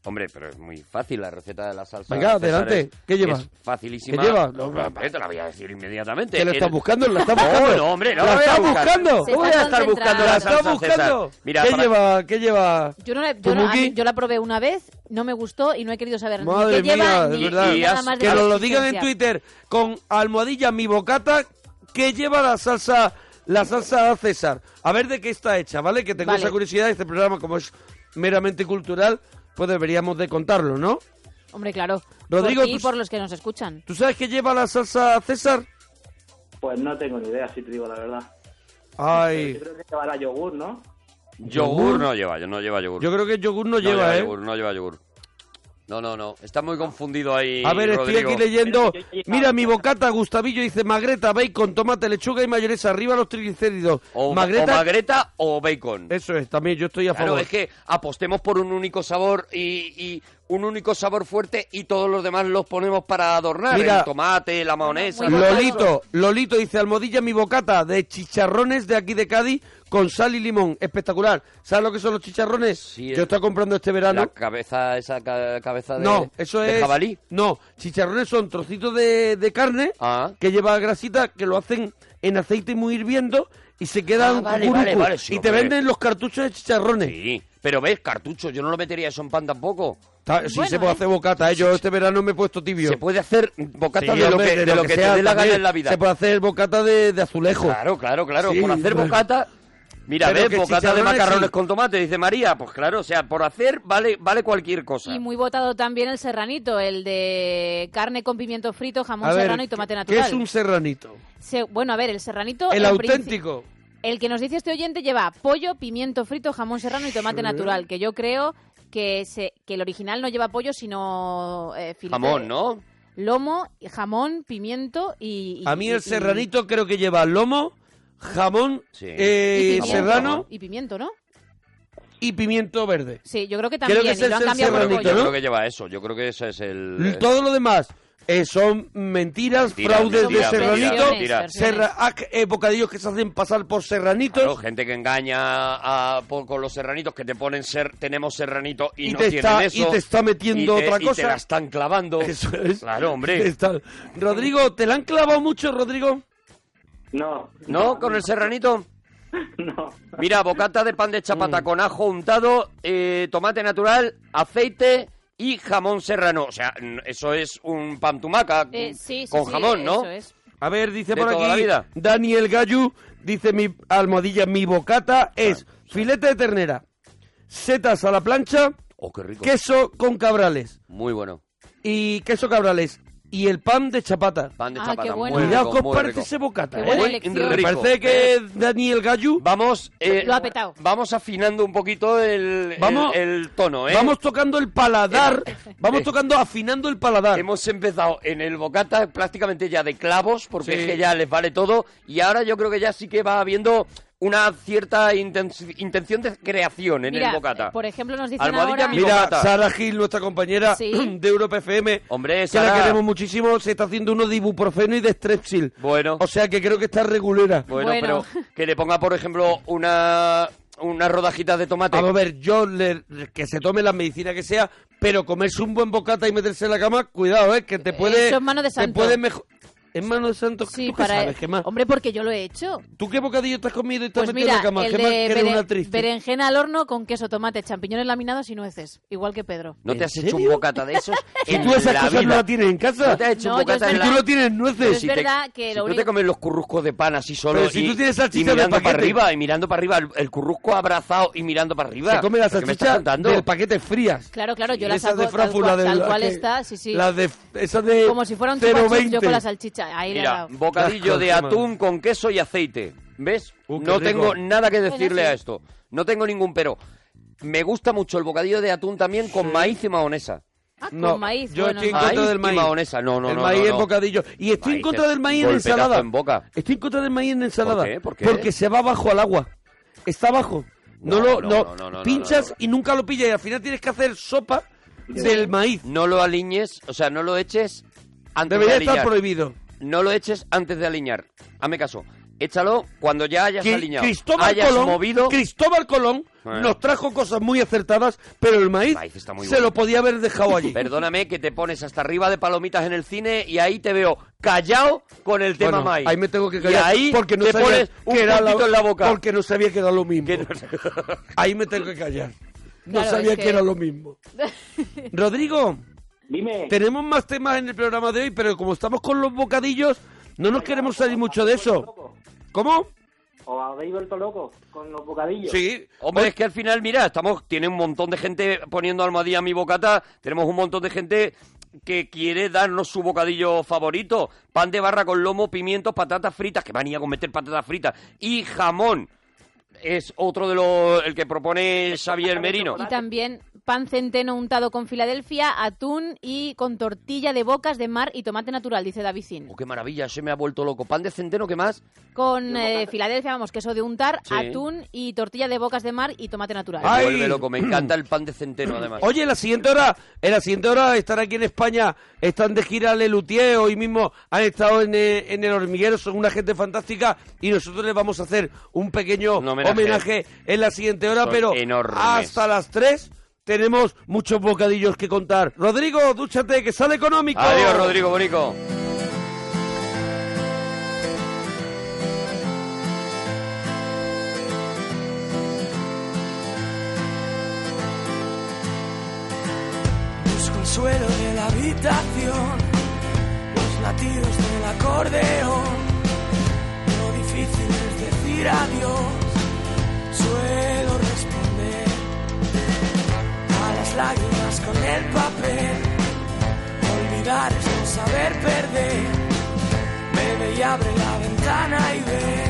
S2: Hombre, pero es muy fácil la receta de la salsa.
S1: Venga,
S2: César,
S1: adelante.
S2: es-
S1: ¿Qué lleva?
S2: Es facilísima.
S1: ¿Qué lleva?
S2: No, hombre, te la voy a decir inmediatamente.
S1: ¿Que lo
S2: El-
S1: estás buscando? ¿Lo estás buscando?
S2: No, no, hombre, no.
S1: ¿La
S2: lo voy a
S1: estás
S2: buscar.
S1: buscando?
S3: Se
S2: No voy a
S3: está
S2: estar buscando
S3: concentrando.
S2: la
S1: ¿La
S2: salsa,
S1: estás buscando?
S2: César. Mira,
S1: ¿Qué
S2: para-
S1: lleva? ¿Qué lleva?
S3: Yo, no la,
S1: ¿Tu
S3: yo, no- a
S1: Muki?
S3: mí- yo la probé una vez, no me gustó y no he querido saber
S1: Madre
S3: ni qué lleva
S1: mía, de
S3: ni,
S1: verdad.
S3: ni nada
S2: Y
S3: más de
S1: Que
S3: la
S1: nos lo digan en
S3: existencia.
S1: Twitter con almohadilla mi bocata que lleva la salsa la salsa a César. A ver de qué está hecha, ¿vale? Que tengo
S3: Vale.
S1: esa curiosidad. Este programa, como es meramente cultural, pues deberíamos de contarlo, ¿no?
S3: Hombre, claro.
S1: Rodrigo, pues-
S3: por ti y
S1: tú-
S3: por los que nos escuchan.
S1: ¿Tú sabes qué lleva la salsa a César?
S7: Pues no tengo ni idea, si te digo la verdad. Yo
S1: Ay,
S7: creo que llevará yogur, ¿no?
S2: Yogur no lleva, no lleva yogur.
S1: yo creo que el yogur no,
S2: no
S1: lleva, ¿eh?
S2: yogur, no lleva yogur. No, no, no. Está muy confundido ahí.
S1: A ver,
S2: Rodrigo.
S1: estoy aquí leyendo.
S7: Pero yo- yo-
S1: Mira, mi bocata, Gustavillo dice magreta, bacon, tomate, lechuga y mayonesa. Arriba los triglicéridos.
S2: O o
S1: magreta.
S2: magreta o, bacon.
S1: Eso es, también yo estoy a
S2: Claro,
S1: favor.
S2: es que apostemos por un único sabor y, y un único sabor fuerte y todos los demás los ponemos para adornar.
S1: Mira.
S2: el tomate, la mayonesa.
S3: Muy bueno.
S1: Lolito, Lolito dice almohadilla mi bocata de chicharrones de aquí de Cádiz con sal y limón. Espectacular. ¿Sabes lo que son los chicharrones?
S2: Sí,
S1: Yo
S2: el-
S1: estoy comprando este verano.
S2: La cabeza, esa ca- cabeza de,
S1: No, eso
S2: de
S1: es.
S2: jabalí.
S1: No, chicharrones son trocitos de, de carne
S2: Ah.
S1: que lleva grasita, que lo hacen en aceite muy hirviendo y se quedan
S2: Ah, vale,
S1: cucurucu.
S2: vale, vale, sí,
S1: y te
S2: hombre.
S1: venden los cartuchos de chicharrones.
S2: Sí, pero ves, cartucho, yo no lo metería eso en pan tampoco.
S1: Ta- sí,
S3: Bueno,
S1: se puede
S3: ¿eh?
S1: hacer bocata. ¿eh? Yo este verano me he puesto tibio.
S2: Se puede hacer
S1: Sí,
S2: bocatas de lo
S1: hombre,
S2: que, de lo que
S1: sea
S2: te dé la gana
S1: también.
S2: en la vida.
S1: Se puede hacer bocata de, de azulejo.
S2: Claro, claro, claro.
S1: Sí,
S2: por hacer
S1: bueno.
S2: bocata. Mira,
S1: Pero
S2: ves,
S1: que
S2: bocata de
S1: chicharrones
S2: macarrones
S1: sí.
S2: con tomate, dice María. Pues claro, o sea, por hacer vale, vale cualquier cosa.
S3: Y muy votado también el serranito, el de carne con pimiento frito, jamón
S1: A ver,
S3: serrano y tomate
S1: ¿qué
S3: natural.
S1: es un serranito?
S3: Se- bueno, a ver, el serranito...
S1: El
S3: en principio-
S1: auténtico.
S3: El que nos dice este oyente lleva pollo, pimiento frito, jamón serrano y tomate natural, que yo creo que, se, que el original no lleva pollo, sino eh, filete.
S2: Jamón, ¿no?
S3: Lomo, jamón, pimiento y... y-
S1: A mí
S3: y-
S1: el
S3: y-
S1: serranito creo que lleva lomo, jamón,
S2: Sí.
S1: eh,
S3: pimiento,
S1: serrano
S3: Y pimiento, ¿no?
S1: y pimiento verde.
S3: Sí, yo creo que
S1: Creo
S3: también.
S1: que es
S3: y lo
S1: el
S3: han cambiado por
S2: Yo creo que-
S1: serranito,
S2: yo
S3: pollo.
S1: ¿no?
S2: creo que lleva eso. Yo creo que ese es el. eh,
S1: Todo lo demás eh, son mentiras,
S2: Mentiras,
S1: fraudes
S2: mentiras,
S1: de serranito,
S2: mentiras, mentiras.
S1: serra- ac- eh, bocadillos que se hacen pasar por serranitos
S2: claro, gente que engaña a- por- con los serranitos que te ponen ser, tenemos serranito y,
S1: Y
S2: no
S1: te
S2: tienen
S1: está-
S2: eso.
S1: y te está metiendo
S2: Y te-
S1: otra
S2: y
S1: cosa.
S2: te la están clavando.
S1: Eso es.
S2: Claro, hombre.
S1: Está- Rodrigo, ¿te la han clavado mucho, Rodrigo?
S7: No,
S2: ¿No? ¿Con el serranito?
S7: no.
S2: Mira, bocata de pan de chapata con ajo untado, eh, tomate natural, aceite y jamón serrano. O sea, n- eso es un pan tumaca
S3: Eh, sí, sí,
S2: con
S3: sí,
S2: jamón, ¿no?
S3: eso es.
S1: A ver, dice
S2: De
S1: por
S2: toda la
S1: aquí
S2: vida.
S1: Daniel Gallu, dice mi almohadilla, mi bocata es filete de ternera, setas a la plancha,
S2: Oh, qué rico.
S1: queso con cabrales.
S2: Muy bueno.
S1: y queso cabrales y el pan de chapata.
S2: Pan de
S3: Ah,
S2: chapata.
S3: qué bueno.
S2: Muy
S1: Cuidado,
S2: rico,
S1: que os
S2: muy
S1: parece
S2: rico.
S1: ese bocata.
S3: Qué
S1: ¿eh?
S3: buena
S2: Muy
S3: elección.
S1: Me
S2: rico.
S1: parece que Daniel Gallu.
S2: Vamos, eh,
S3: Lo ha petado.
S2: Vamos afinando un poquito el, el-
S1: Vamos-
S2: el, tono, ¿eh?
S1: Vamos tocando el paladar. vamos tocando afinando el paladar.
S2: Hemos empezado en el bocata prácticamente ya de clavos, porque
S1: Sí.
S2: es que ya les vale todo. Y ahora yo creo que ya sí que va habiendo una cierta intensi- intención de creación en
S3: Mira,
S2: el bocata.
S3: eh, por ejemplo, nos dicen
S2: Almohadilla
S3: ahora...
S2: mi
S1: Mira,
S2: bocata.
S1: Sara Gil, nuestra compañera
S3: Sí.
S1: de Europa FM.
S2: Hombre,
S1: que la
S2: Sara.
S1: queremos muchísimo. Se está haciendo uno de ibuprofeno y de strepsil.
S2: Bueno.
S1: O sea que creo que está regulera.
S2: Bueno,
S3: Bueno.
S2: pero que le ponga, por ejemplo, una unas rodajitas de tomate.
S1: Vamos a ver, yo le- que se tome la medicina que sea, pero comerse un buen bocata y meterse en la cama, cuidado, ¿eh? que te puede.
S3: Eso es mano de
S1: Te
S3: santo.
S1: puede mejor. ¿En mano de santo?
S3: Sí,
S1: ¿Tú qué
S3: para...
S1: sabes, Gemma?
S3: Hombre, porque yo lo he hecho.
S1: ¿Tú qué bocadillo estás comido y estás
S3: Pues
S1: metido en
S3: mira,
S1: la cama?
S3: el
S1: Gemma, que
S3: de
S1: eres
S3: beren-
S1: una triste.
S3: berenjena al horno con queso, tomate, champiñones laminados y nueces. Igual que Pedro.
S2: ¿No
S1: ¿En
S2: te has hecho un
S1: serio?
S2: bocata de esos?
S1: ¿Y
S2: en
S1: tú esas
S2: la
S1: cosas
S2: vida?
S1: no las tienes en casa?
S2: ¿No te has hecho
S3: No,
S2: un
S3: yo
S2: bocata en
S3: es
S1: Si
S2: la-
S1: tú no tienes
S3: Pero es
S1: nueces.
S2: Si te-
S3: verdad que
S2: si
S3: lo
S2: tú
S3: único-
S2: te comes los curruscos de pan así solo
S1: Pero si
S2: y,
S1: tú tienes salchicha
S2: y
S1: del
S2: mirando para
S1: paquete.
S2: arriba y mirando para arriba el, el currusco abrazado y mirando para arriba.
S1: Se come la
S2: ¿Pero qué me estás
S1: salchicha
S2: contando?
S1: del paquete frías.
S3: Claro, claro, yo la
S1: Esas
S3: saco
S1: de Frankfurt,
S3: tal cual,
S1: la de-
S3: tal
S1: la
S3: cual
S1: que-
S3: está, sí, sí.
S1: Las de... Esas de...
S3: Como si fuera un chupa chups,
S1: 0,20.
S3: yo con la salchicha. Ahí le he
S2: Mira,
S3: dado.
S2: bocadillo de
S1: Qué asco,
S2: atún
S1: madre.
S2: con queso y aceite. ¿Ves?
S1: Uh, qué
S2: no
S1: rico.
S2: tengo nada que decirle
S3: sí.
S2: a esto. No tengo ningún pero. Me gusta mucho el bocadillo de atún también con maíz y mahonesa.
S3: Ah, con
S1: No,
S3: maíz,
S1: yo
S3: bueno,
S1: estoy en
S3: no.
S2: maíz
S1: contra del
S2: y
S1: maíz.
S2: mahonesa. No, no,
S1: el
S2: no,
S1: maíz
S2: no,
S1: en
S2: no.
S1: bocadillo. Y estoy en
S2: Maíz
S1: contra
S2: es
S1: del maíz en
S2: golpetazo
S1: ensalada.
S2: en boca.
S1: Estoy en contra del maíz en ensalada.
S2: qué? ¿Por qué?
S1: Porque se va bajo al agua. Está abajo. No,
S2: No,
S1: lo,
S2: no,
S1: no,
S2: no, no, no,
S1: pinchas
S2: no, no.
S1: y nunca lo pillas. Y al final tienes que hacer sopa del maíz.
S2: No lo aliñes, o sea, no lo eches antes
S1: Debería
S2: de aliñar.
S1: estar prohibido.
S2: No lo eches antes de aliñar. Hazme caso. échalo cuando ya hayas
S1: Que
S2: alineado.
S1: Cristóbal
S2: hayas
S1: Colón,
S2: movido.
S1: Cristóbal Colón
S2: Bueno.
S1: nos trajo cosas muy acertadas, pero el maíz,
S2: maíz está muy
S1: se
S2: bueno.
S1: lo podía haber dejado allí.
S2: Perdóname que te pones hasta arriba de palomitas en el cine y ahí te veo callado con el tema
S1: Bueno,
S2: maíz.
S1: Ahí me tengo que callar
S2: Y ahí
S1: porque no
S2: te
S1: sabía
S2: pones un
S1: que era la-
S2: puntito en la boca.
S1: Porque no sabía que era lo mismo.
S2: Que no-
S1: Ahí me tengo que callar. No
S3: Claro,
S1: sabía
S3: es
S1: que...
S3: que-
S1: era lo mismo. Rodrigo,
S7: Dime.
S1: tenemos más temas en el programa de hoy, pero como estamos con los bocadillos, no nos queremos salir mucho de eso. ¿Cómo?
S7: ¿O habéis vuelto loco con los bocadillos?
S1: Sí.
S2: Hombre, es que al final, mira, estamos, tiene un montón de gente poniendo almohadilla a mi bocata, tenemos un montón de gente que quiere darnos su bocadillo favorito, pan de barra con lomo, pimientos, patatas fritas, que manía con meter patatas fritas, y jamón, es otro de los, el que propone Xavier Merino.
S3: Y también pan centeno untado con Filadelfia, atún y con tortilla de bocas de mar y tomate natural, dice Davicín.
S2: Oh, qué maravilla, se me ha vuelto loco. Pan de centeno, ¿qué más?
S3: Con eh, Filadelfia, vamos, queso de untar,
S2: Sí.
S3: atún y tortilla de bocas de mar y tomate natural.
S2: Me
S1: Ay.
S2: vuelve loco, me encanta el pan de centeno además.
S1: Oye, en la siguiente hora, en la siguiente hora estará aquí en España, están de gira Lelutier, hoy mismo han estado en, eh, en el hormiguero, son una gente fantástica y nosotros les vamos a hacer un pequeño
S2: Un
S1: homenaje,
S2: homenaje.
S1: en la siguiente hora,
S2: Son
S1: pero
S2: enormes.
S1: hasta las 3 tenemos muchos bocadillos que contar. Rodrigo, dúchate, que sale económico.
S2: Adiós, Rodrigo Bonico.
S8: Busco el suelo de la habitación, los latidos del acordeón. Lo difícil es decir adiós, suelo responder a las lágrimas con el papel. Olvidar es no saber perder. Bebe y abre la ventana y ve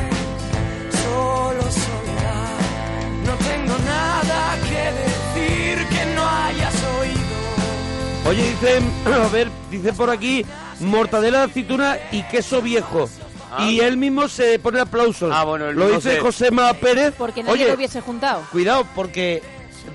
S8: solo soledad. No tengo nada que decir que no hayas oído.
S1: Oye, dicen, a ver, dice por aquí, mortadela de aceituna y queso viejo. Y él mismo se pone aplausos.
S2: Ah, bueno, él
S1: Lo
S2: mismo
S1: dice
S2: se-
S1: José Ma Pérez.
S3: Porque nadie
S1: Oye,
S3: lo hubiese juntado.
S1: Cuidado, porque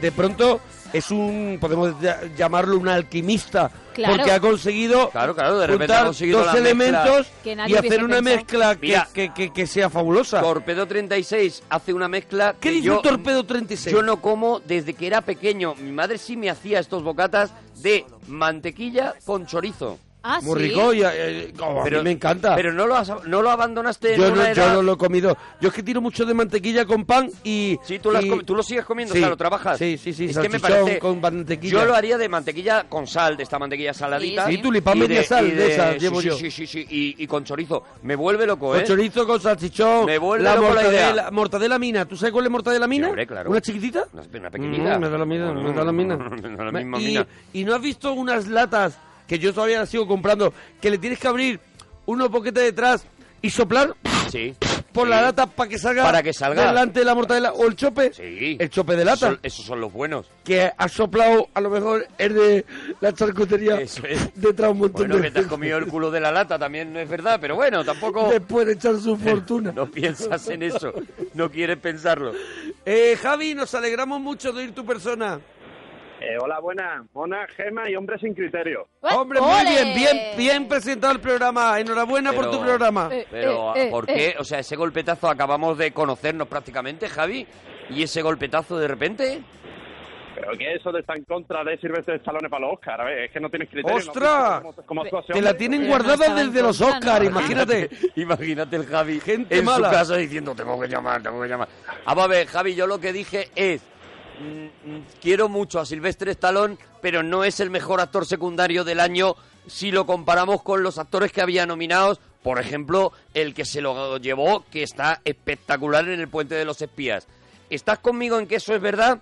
S1: de pronto es un, podemos ya- llamarlo un alquimista,
S3: Claro.
S1: porque ha conseguido
S2: Claro, claro, de repente
S1: juntar
S2: ha conseguido
S1: dos
S2: la mezcla.
S1: elementos
S3: Que nadie
S1: y hacer
S3: hubiese
S1: una
S3: pensado.
S1: mezcla que,
S2: Mira.
S1: que- que- que sea fabulosa.
S2: Torpedo 36 hace una mezcla.
S1: ¿Qué
S2: que
S1: dice
S2: yo-
S1: el Torpedo 36?
S2: Yo no como desde que era pequeño. Mi madre sí me hacía estos bocatas de mantequilla con chorizo.
S3: Ah,
S1: Muy
S3: sí.
S1: rico, y, eh, como a mí me encanta.
S2: Pero no lo, has- no lo abandonaste
S1: yo,
S2: en
S1: no,
S2: una
S1: yo
S2: edad-
S1: no lo he comido. Yo es que tiro mucho de mantequilla con pan y...
S2: Sí, tú, lo has
S1: y-
S2: comi- tú lo sigues comiendo,
S1: Sí.
S2: o sea, lo trabajas.
S1: Sí, sí, sí,
S2: Es que me
S1: salchichón
S2: parece...
S1: con mantequilla.
S2: Yo lo haría de mantequilla con sal, de esta mantequilla saladita.
S3: Sí,
S1: sí. Y tulipán media sal, de esas
S2: sí,
S1: llevo
S2: sí,
S1: yo.
S2: Sí, sí, sí, y, y con chorizo. Me vuelve loco,
S1: Con
S2: ¿eh?
S1: chorizo, con salchichón,
S2: Me vuelve
S1: la
S2: loco la idea.
S1: mortadela, mortadela mina. ¿Tú sabes cuál es mortadela mina?
S2: Sí, hombre, claro.
S1: ¿Una chiquitita?
S2: Una- una pequeñita.
S1: Mm, me da la mina, me da la mina.
S2: Me da la misma
S1: y,
S2: mina.
S1: y no has visto unas latas que yo todavía las sigo comprando, que le tienes que abrir unos boquetes detrás y soplar
S2: Sí.
S1: por
S2: sí.
S1: la lata para que salga
S2: Para que salga.
S1: delante de la mortadela o el chope.
S2: Sí.
S1: El chope de lata.
S2: Eso- esos son los buenos.
S1: Que ha soplado, a lo mejor es de la charcutería
S2: Eso es.
S1: detrás un montón
S2: Bueno,
S1: de
S2: que te has
S1: veces.
S2: comido el culo de la lata, también no es verdad, pero bueno, tampoco...
S1: Después de echar su fortuna.
S2: No piensas en eso, no quieres pensarlo.
S1: Eh, Javi, nos alegramos mucho de oír tu persona.
S4: Eh, hola, buena. Mona, Gema y hombre sin criterio.
S3: ¡Ah,
S1: Hombre, muy
S3: ole!
S1: bien, bien, bien presentado el programa. Enhorabuena por
S2: Pero-
S1: tu programa.
S3: Eh,
S2: Pero,
S3: eh,
S2: ¿por
S3: eh,
S2: qué?
S3: eh.
S2: O sea, ese golpetazo acabamos de conocernos prácticamente, Javi, y ese golpetazo de repente...
S4: Pero que eso de estar en contra de sirves de salones para los Oscar, a ver, es que no tienes criterio.
S1: ¡Ostras!
S4: No, como, como actuación.
S1: Te la tienen
S3: Pero
S1: guardada
S3: no estaba
S1: desde los
S3: en contra,
S1: Oscars,
S3: ¿no?
S1: imagínate.
S2: Imagínate el Javi
S1: Gente
S2: en
S1: mala.
S2: su casa diciendo, tengo que llamar, tengo que llamar. Vamos a ver, Javi, yo lo que dije es, mm, mm, quiero mucho a Silvestre Stallone, pero no es el mejor actor secundario del año si lo comparamos con los actores que había nominados. Por ejemplo, el que se lo llevó, que está espectacular en El Puente de los Espías. ¿Estás conmigo en que eso es verdad?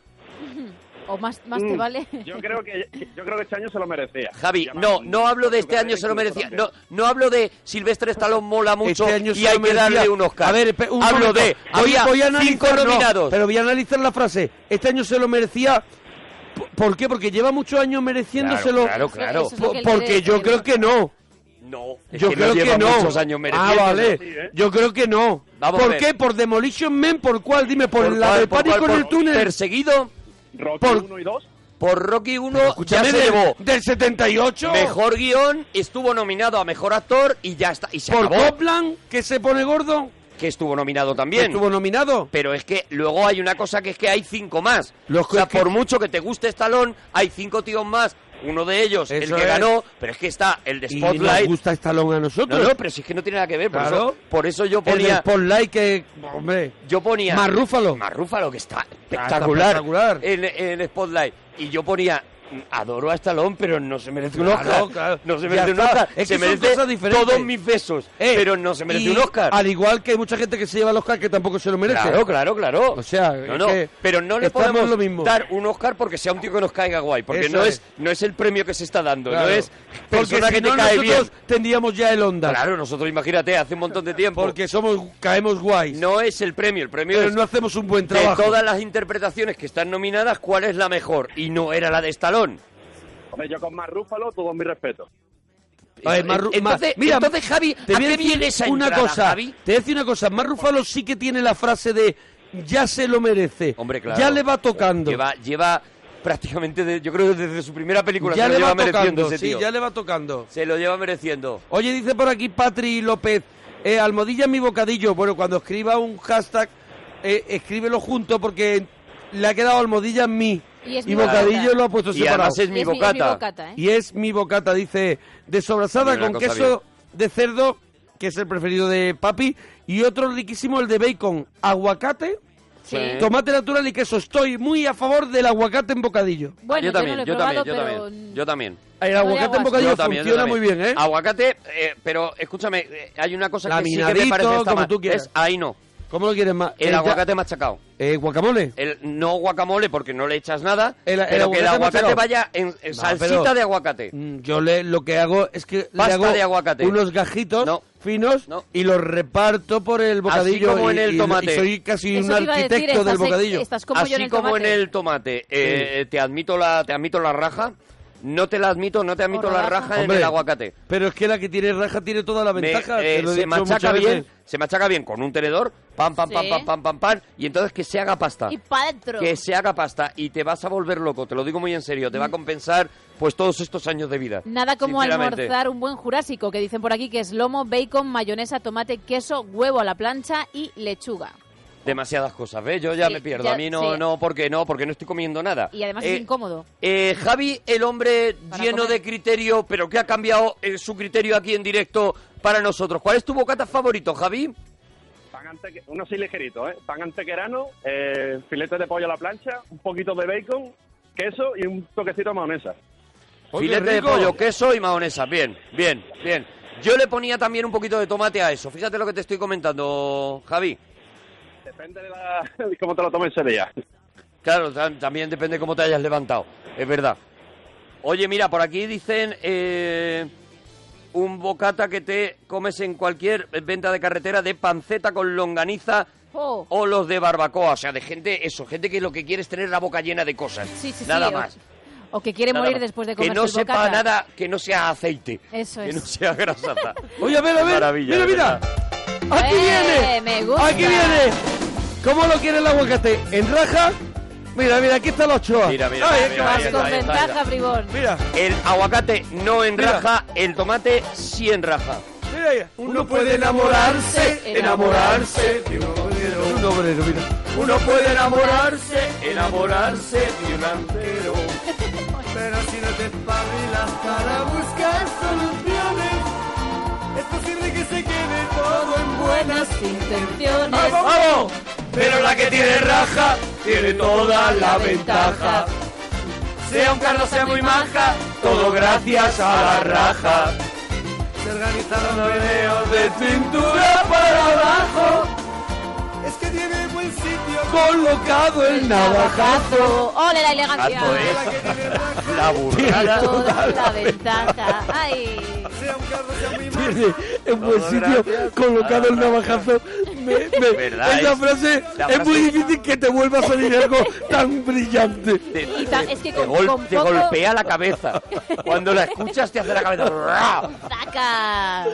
S3: O más, más
S2: Mm.
S3: te vale.
S4: Yo creo, que, yo creo que este año se lo merecía.
S2: Javi,
S4: Llamar
S2: no,
S4: a-
S2: no hablo de
S4: a
S2: este
S4: su
S2: año, se lo
S4: incluso
S2: merecía.
S4: también.
S2: No, no hablo de Silvestre Stallone mola mucho
S1: Este año
S2: y
S1: se
S2: hay
S1: lo
S2: que
S1: merecía.
S2: darle un Oscar.
S1: A ver, espe- un
S2: hablo
S1: momento.
S2: de,
S1: Voy-
S2: había
S1: voy a
S2: cinco
S1: analizar- no,
S2: nominados.
S1: pero voy a analizar la frase. Este año se lo merecía. P- ¿Por qué? Porque lleva muchos años mereciéndoselo.
S2: Claro, claro,
S3: Eso es
S2: claro.
S3: lo
S1: Po-
S3: que él
S1: Porque
S3: quiere
S1: yo
S3: decir.
S1: creo que no.
S2: No, es
S1: Yo
S2: que
S1: creo
S2: no lleva
S1: que no.
S2: muchos años
S1: ah,
S2: mereciendo.
S1: vale. Yo creo que no.
S2: Vamos a
S1: ¿Por
S2: ver.
S1: qué? ¿Por Demolition Man? ¿Por cuál? Dime, ¿por, la
S2: cuál-
S1: del
S2: por
S1: pánico
S2: cuál?
S1: en el
S2: Por
S1: túnel?
S2: Perseguido
S4: Rocky
S1: Por-
S4: 1 y 2.
S2: por Rocky 1 ya
S1: Escúchame,
S2: se
S1: del-
S2: llevó
S1: del 78.
S2: mejor guión, estuvo nominado a mejor actor y ya está. Y se
S1: por
S2: acabó.
S1: Copland, que se pone gordo.
S2: que estuvo nominado también.
S1: ¿Estuvo nominado?
S2: Pero es que luego hay una cosa que es que hay cinco más.
S1: Los
S2: o sea,
S1: que-
S2: por mucho que te guste Stallone, hay cinco tíos más. Uno de ellos, el
S1: Eso
S2: que
S1: es.
S2: ganó, pero es que está el de
S1: Y nos
S2: Spotlight.
S1: gusta Stallone a
S2: No,
S1: nosotros.
S2: no, pero si es que no tiene nada que ver. Por,
S1: Claro.
S2: eso, por eso yo
S1: el de
S2: ponía...
S1: Spotlight que, hombre,
S2: Yo ponía...
S1: más Rúfalo.
S2: Más Rúfalo, que está
S1: Ah,
S2: espectacular.
S1: está espectacular.
S2: En, en Spotlight. Y yo ponía, adoro a Stallone, pero no se merece un Oscar.
S1: Claro, claro.
S2: No se
S1: Ya
S2: merece un
S1: está.
S2: Oscar.
S1: Es
S2: se
S1: que son
S2: merece
S1: cosas diferentes.
S2: todos mis besos,
S1: Eh,
S2: pero no se merece
S1: y
S2: un Oscar.
S1: Al igual que hay mucha gente que se lleva el Oscar que tampoco se lo merece.
S2: Claro, claro, claro.
S1: O sea,
S2: No,
S1: es
S2: no,
S1: que
S2: pero no le
S1: estamos
S2: podemos
S1: lo mismo.
S2: dar un Oscar porque sea un tío que nos caiga guay, porque
S1: Eso
S2: no
S1: es.
S2: es no es el premio que se está dando,
S1: Claro.
S2: no es
S1: porque
S2: persona
S1: si
S2: que
S1: no,
S2: te cae
S1: nosotros
S2: bien.
S1: tendríamos ya el Honda.
S2: Claro, nosotros imagínate, hace un montón de tiempo.
S1: Porque somos caemos guays.
S2: no es el premio, el premio
S1: pero
S2: es
S1: no hacemos un buen
S2: de
S1: trabajo.
S2: todas las interpretaciones que están nominadas, ¿cuál es la mejor? Y no era la de Stallone.
S4: Hombre, yo con más Rúfalo, todo mi respeto.
S1: A ver, Mar-
S2: entonces,
S1: Mar- mira,
S2: entonces, Javi,
S1: Te
S2: ¿a
S1: voy a
S2: qué
S1: decir
S2: viene esa
S1: una
S2: entrada,
S1: cosa.
S2: Javi?
S1: Te voy a decir una cosa. Mar Rufalo sí que tiene la frase de ya se lo merece.
S2: Hombre, claro.
S1: Ya le va tocando.
S2: Lleva, lleva prácticamente, de- yo creo que desde su primera película
S1: ya
S2: se lo
S1: le
S2: lleva
S1: va
S2: mereciendo
S1: tocando.
S2: ese
S1: Sí,
S2: tío.
S1: ya le va tocando.
S2: Se lo lleva mereciendo.
S1: Oye, dice por aquí Patri López, eh, almohadilla en mi bocadillo. Bueno, cuando escriba un hashtag, eh, escríbelo junto porque le ha quedado almohadilla en mí.
S3: Y es
S1: Y,
S3: mi
S1: bocadillo
S3: bocata.
S1: lo ha puesto
S2: Y
S1: separado.
S2: además es
S3: Y
S2: mi bocata.
S3: ¿eh?
S1: Y es mi bocata, dice, de sobrasada
S2: Hombre, una
S1: con
S2: cosa
S1: queso de cerdo, que es el preferido de papi, y otro riquísimo, el de bacon, aguacate,
S3: Sí.
S2: Sí.
S1: tomate natural y queso. Estoy muy a favor del aguacate en bocadillo.
S3: Bueno,
S2: yo también,
S3: no lo he
S2: yo,
S3: probado,
S2: también, yo
S3: pero...
S2: también, yo también.
S1: El
S3: No hay
S1: aguacate en
S3: aguas.
S1: bocadillo
S2: Yo también, yo
S1: funciona muy
S2: también.
S1: bien, ¿eh?
S2: Aguacate, eh, pero escúchame, eh, hay una cosa que sí que me
S1: Laminadito,
S2: parece está
S1: como
S2: mal.
S1: tú quieras.
S2: Es ahí no,
S1: ¿Cómo lo quieres más?
S2: el
S1: Eh, ya-
S2: aguacate machacado.
S1: eh, guacamole.
S2: El, no guacamole porque no le echas nada,
S1: El- el
S2: pero que el
S1: aguacate
S2: aguacate
S1: machacado.
S2: vaya en, en
S1: No,
S2: salsita
S1: pero-
S2: de aguacate.
S1: Mm, Yo le, lo que hago es que le
S2: Pasta
S1: hago
S2: de aguacate.
S1: unos gajitos
S2: No.
S1: finos
S2: No.
S1: y los reparto por el bocadillo.
S2: como
S1: y-
S2: en el
S1: y-
S2: tomate.
S1: Y, soy casi
S3: Eso
S1: un
S3: te iba a decir,
S1: arquitecto del
S3: estás-
S1: bocadillo.
S3: estás como
S2: Así
S3: yo en el
S2: como
S3: tomate.
S2: en el tomate, eh, te admito la te admito la raja, no te la admito, no te admito
S3: Por
S2: la
S3: raja.
S2: raja en
S1: Hombre,
S2: el aguacate.
S1: Pero es que la que tiene raja tiene toda la
S2: Me-
S1: ventaja.
S2: eh,
S1: te lo he
S2: se
S1: dicho
S2: machaca
S1: muchas
S2: bien,
S1: veces.
S2: se machaca bien con un tenedor, pam pam pam
S3: Sí.
S2: pam pam pam pam y entonces que se haga pasta.
S3: Y para adentro.
S2: que se haga pasta y te vas a volver loco, te lo digo muy en serio, te va a compensar pues todos estos años de vida.
S3: Mm. Nada como
S2: sinceramente.
S3: almorzar un buen jurásico, que dicen por aquí que es lomo, bacon, mayonesa, tomate, queso, huevo a la plancha y lechuga.
S2: Demasiadas cosas, ¿ves? Yo ya
S3: Sí,
S2: me pierdo.
S3: ya-
S2: a mí no,
S3: sí.
S2: no, porque no, porque no estoy comiendo nada.
S3: Y además
S2: Eh,
S3: es incómodo.
S2: eh, Javi, el hombre
S3: Para
S2: lleno
S3: comer.
S2: de criterio, pero que ha cambiado eh, su criterio aquí en directo para nosotros. ¿Cuál es tu bocata favorito, Javi?
S4: Pan ante- uno así ligerito, ¿eh? Pan antequerano, eh, filete de pollo a la plancha, un poquito de bacon, queso y un toquecito de mayonesa.
S1: Oye,
S2: Filete de
S1: rico.
S2: pollo, queso y mahonesa. Bien, bien, bien. Yo le ponía también un poquito de tomate a eso. Fíjate lo que te estoy comentando, Javi.
S4: Depende de, la, de Ah, cómo te lo tomes ese día.
S2: Claro, tam- también depende cómo te hayas levantado, es verdad. Oye, mira, por aquí dicen eh, un bocata que te comes en cualquier venta de carretera de panceta con longaniza
S3: Oh.
S2: o los de barbacoa, o sea, de gente, eso, gente que lo que quiere es tener la boca llena de cosas,
S3: Sí, sí, sí,
S2: nada
S3: o-
S2: más.
S3: O que quiere
S2: nada
S3: morir
S2: más.
S3: después de
S2: que
S3: comer
S2: no sepa nada, que no sea aceite,
S3: Eso
S2: que
S3: es.
S2: no sea grasata.
S1: Oye, a ver, a ver.
S2: Maravilla,
S1: mira,
S2: de
S1: mira.
S2: verdad.
S1: Aquí
S3: Eh,
S1: viene.
S3: me gusta.
S1: Aquí viene. ¿Cómo lo quiere el aguacate? ¿En raja? Mira, mira, aquí está la ochoa.
S2: Mira, mira,
S1: Ay,
S2: mira,
S1: es que
S2: mira,
S1: va-
S3: Vas
S2: Ahí está,
S3: con
S2: ahí está, ahí
S3: ventaja,
S2: está.
S3: bribón.
S1: mira,
S2: El aguacate no en
S1: Mira.
S2: raja, el tomate sí en raja.
S1: mira, mira. Uno puede enamorarse, enamorarse de un obrero. Un obrero, mira.
S8: Uno puede enamorarse, enamorarse de un antero. Pero si no te espabilas para buscar soluciones, es posible que se quede todo en buenas.
S3: Intenciones.
S8: ¡Vamos! Pero la que tiene raja tiene toda la ventaja. Sea un carro, sea muy maja, todo gracias a la raja. Se organizaron los videos de cintura para abajo. Es que tiene buen sitio.
S1: Colocado el navajazo.
S3: ¡Ole la elegancia!
S2: Gato, ¿eh?
S8: La que tiene raja,
S2: La burrada.
S3: Toda la ventaja. ¡Ay!
S8: sea un carro, sea muy maja.
S1: Tiene en buen
S2: Todo
S1: sitio
S2: gracias.
S1: colocado el
S2: Nada,
S1: navajazo. Me- me-
S2: Verdad,
S1: esa
S2: es-
S1: frase
S2: la
S1: es muy
S2: frase-
S1: difícil que te vuelva a salir algo tan brillante.
S2: Te,
S3: Y ta- es que
S2: te
S3: con-
S2: gol-
S3: con
S2: te
S3: poco-
S2: golpea la cabeza. Cuando la escuchas te hace la cabeza. ¡ra!
S3: ¡Saca!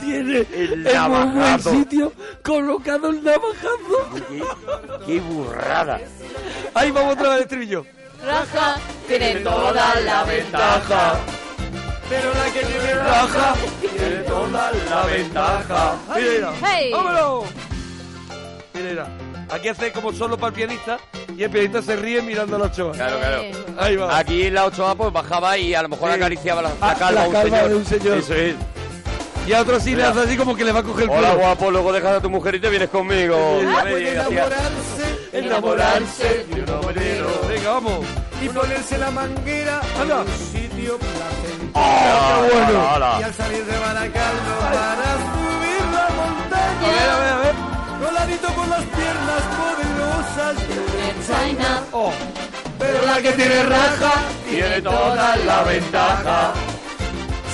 S1: Tiene
S2: El
S1: en muy buen
S2: navajazo.
S1: sitio colocado el navajazo.
S2: ¡Qué, qué burrada!
S1: Ahí vamos otra vez el estribillo.
S3: Raja tiene toda la ventaja.
S8: Pero la que tiene raja tiene toda la ventaja.
S1: Mira, mira.
S3: ¡Hey!
S1: ¡Vámonos! pastelera. Aquí hace como solo para el pianista y el pianista se ríe mirando a la ochoa.
S2: Claro, claro.
S1: Ahí va.
S2: Aquí en la ochoa pues bajaba y a lo mejor
S1: Sí.
S2: acariciaba la, la
S1: Ah,
S2: calva
S1: la
S2: a un
S1: calva
S2: señor.
S1: de un señor.
S2: Eso es.
S1: Y a otro sí le
S2: Mira.
S1: hace así como que le va a coger el
S2: Hola
S1: culo.
S2: guapo, luego dejas a tu mujer y te vienes conmigo.
S1: Ah,
S2: Vale,
S8: Puede
S2: gracias.
S8: enamorarse,
S2: enamorarse
S8: enamorarse de un obrero
S1: Venga, vamos.
S8: y ponerse la manguera en
S1: Anda.
S8: un sitio placentero.
S1: ¡Oh, qué bueno!
S2: Ala, ala.
S8: Y al salir de Baracaldo para subir la
S1: A ver, a
S8: montaña,
S1: ver, a ver.
S8: coladito con las piernas poderosas de un
S3: China.
S1: Oh.
S8: Pero la que tiene raja tiene toda la ventaja.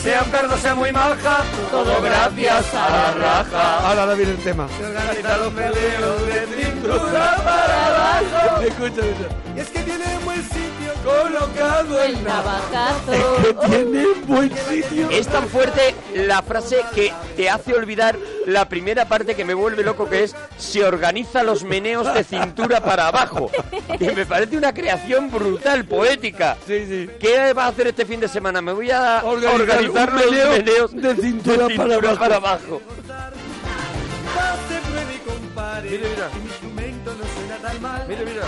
S8: Sea un perro, sea muy maja, todo gracias a la raja.
S1: Ahora, ahora viene el tema.
S8: Se organiza los peleos de cintura para abajo.
S1: Escucha, escucha.
S8: Y es que tiene buen sitio colocado en
S3: El
S8: la
S3: navajazo.
S1: Que tiene buen sitio.
S2: Es tan fuerte la frase que te hace olvidar la primera parte que me vuelve loco, que es se organiza los meneos de cintura para abajo. Que me parece una creación brutal, poética.
S1: Sí, sí.
S2: ¿Qué va a hacer este fin de semana? Me voy a
S1: Organizar
S2: organizar,
S1: un
S2: los
S1: meneo
S2: meneos
S1: de cintura para abajo.
S2: abajo.
S8: Pase, pruebe y compare.
S1: Mira, mira.
S8: Mi instrumento no suena tan mal.
S1: Mira, mira.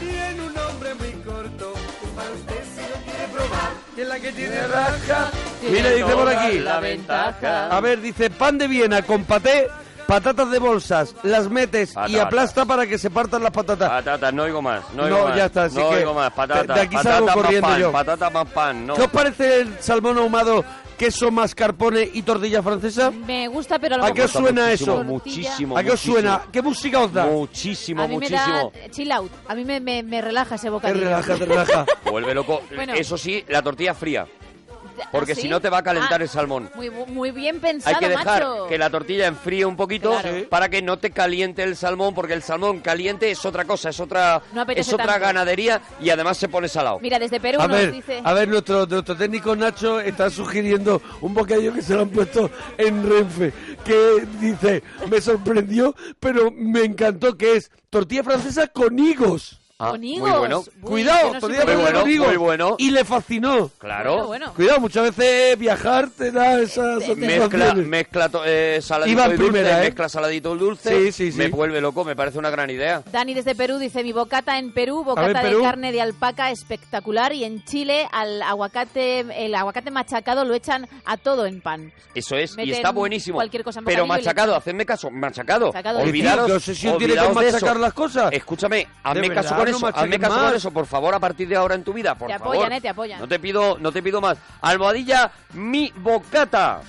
S8: Tiene un nombre muy corto. Es para usted si lo quiere probar. Y es la que tiene raja.
S1: Mira, dice por aquí.
S2: La ventaja.
S1: A ver, dice pan de Viena con paté, patatas de bolsas, las metes y
S2: Patatas.
S1: aplasta para que se partan las patatas.
S2: Patatas, no oigo más. No,
S1: No,
S2: oigo más.
S1: ya está, así
S2: no
S1: que
S2: oigo más.
S1: de-
S2: Patatas.
S1: de aquí salgo
S2: patatas más
S1: corriendo
S2: pan,
S1: yo.
S2: Patatas más pan, no.
S1: ¿Qué os parece el salmón ahumado, queso mascarpone y tortilla francesa?
S3: Me gusta, pero a lo
S1: ¿A qué os
S3: mejor...
S1: suena eso?
S2: Muchísimo.
S1: ¿A qué os
S2: muchísimo.
S1: suena? ¿Qué música os da?
S2: Muchísimo,
S3: A mí me da
S2: muchísimo.
S3: chill out. A mí me, me, me relaja ese
S1: Te
S3: bocadillo.
S1: relaja, te relaja.
S2: Vuelve loco.
S3: Bueno.
S2: Eso sí, la tortilla fría. Porque
S3: ¿Ah, ¿Sí?
S2: si no te va a calentar
S3: Ah,
S2: el salmón.
S3: Muy, bu- muy bien
S2: Hay
S3: pensado,
S2: que dejar
S3: macho.
S2: que la tortilla enfríe un poquito
S3: Claro. Sí.
S2: para que no te caliente el salmón, porque el salmón caliente es otra cosa, es otra,
S3: No apetece
S2: es otra
S3: tanto.
S2: ganadería y además se pone salado.
S3: Mira, desde Perú
S1: A
S3: nos
S1: ver,
S3: dice...
S1: a ver nuestro, nuestro técnico Nacho está sugiriendo un bocadillo que se lo han puesto en Renfe, que dice, me sorprendió, pero me encantó, que es tortilla francesa con higos.
S2: Ah,
S3: con
S2: muy
S3: higos.
S2: bueno.
S3: Uy,
S1: Cuidado,
S3: yo no soy
S1: tortilla
S2: muy
S1: francesa
S2: bueno,
S1: con higos.
S2: muy bueno.
S1: Y le fascinó.
S2: Claro.
S3: Bueno, bueno.
S1: Cuidado, muchas veces viajar te da esas
S2: Mezcla,
S1: satisfacciones.
S2: mezcla to- eh, saladito
S1: Iba en
S2: y dulce,
S1: primera, ¿eh?
S2: mezcla saladito y dulce.
S1: Sí, sí, sí.
S2: Me vuelve loco, me parece una gran idea.
S3: Dani desde Perú dice, mi bocata en Perú,
S1: A
S3: bocata
S1: ver, Perú.
S3: de carne de alpaca espectacular y en Chile al aguacate, el aguacate machacado lo echan a todo en pan.
S2: Eso es, y
S3: Meten
S2: está buenísimo.
S3: cualquier cosa en
S2: pero
S3: bocadillo y le-
S2: machacado, hacedme caso, machacado.
S3: Machacado.
S2: Olvidaros,
S1: ¿Qué obsesión tiene
S2: olvidaos
S1: con
S2: de eso.
S1: machacar las cosas?
S2: Escúchame, hazme
S1: De
S2: caso
S1: verdad, no
S2: con eso,
S1: machaques
S2: hazme caso con
S1: más.
S2: eso, por favor, a partir de ahora en tu vida, por
S3: Te
S2: favor.
S3: apoyan, eh, te apoyan.
S2: No te pido, no te pido más. Almohadilla, mi bocata.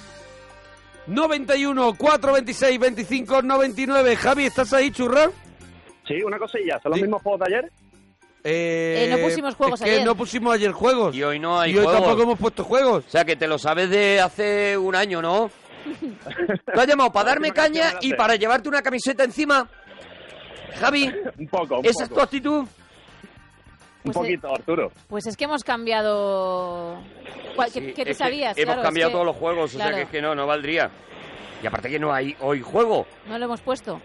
S1: 91, 426, 25, 99. Javi, ¿estás ahí, churra?
S4: Sí, una cosilla, son los
S1: Sí.
S4: mismos juegos de ayer.
S1: Eh,
S3: Eh, no pusimos juegos
S1: es que
S3: ayer.
S1: no pusimos ayer juegos.
S2: Y hoy no hay
S1: Y hoy
S2: juegos.
S1: tampoco hemos puesto juegos.
S2: O sea, que te lo sabes de hace un año, ¿no? Te has llamado para darme
S4: Última canción
S2: caña
S4: de la
S2: y
S4: fe.
S2: para llevarte una camiseta encima. Javi,
S4: Un poco, un
S2: ¿esa es tu
S4: poco.
S2: actitud?
S4: Un
S3: Pues, eh,
S4: poquito, Arturo.
S3: Pues es que hemos cambiado... ¿Cuál- ¿Qué,
S2: Sí,
S3: qué te
S2: es que
S3: sabías?
S2: Hemos
S3: Claro, es
S2: cambiado
S3: que
S2: todos los juegos, o sea
S3: claro.
S2: que es que no, no valdría. Y aparte que no hay hoy juego.
S3: no lo hemos puesto.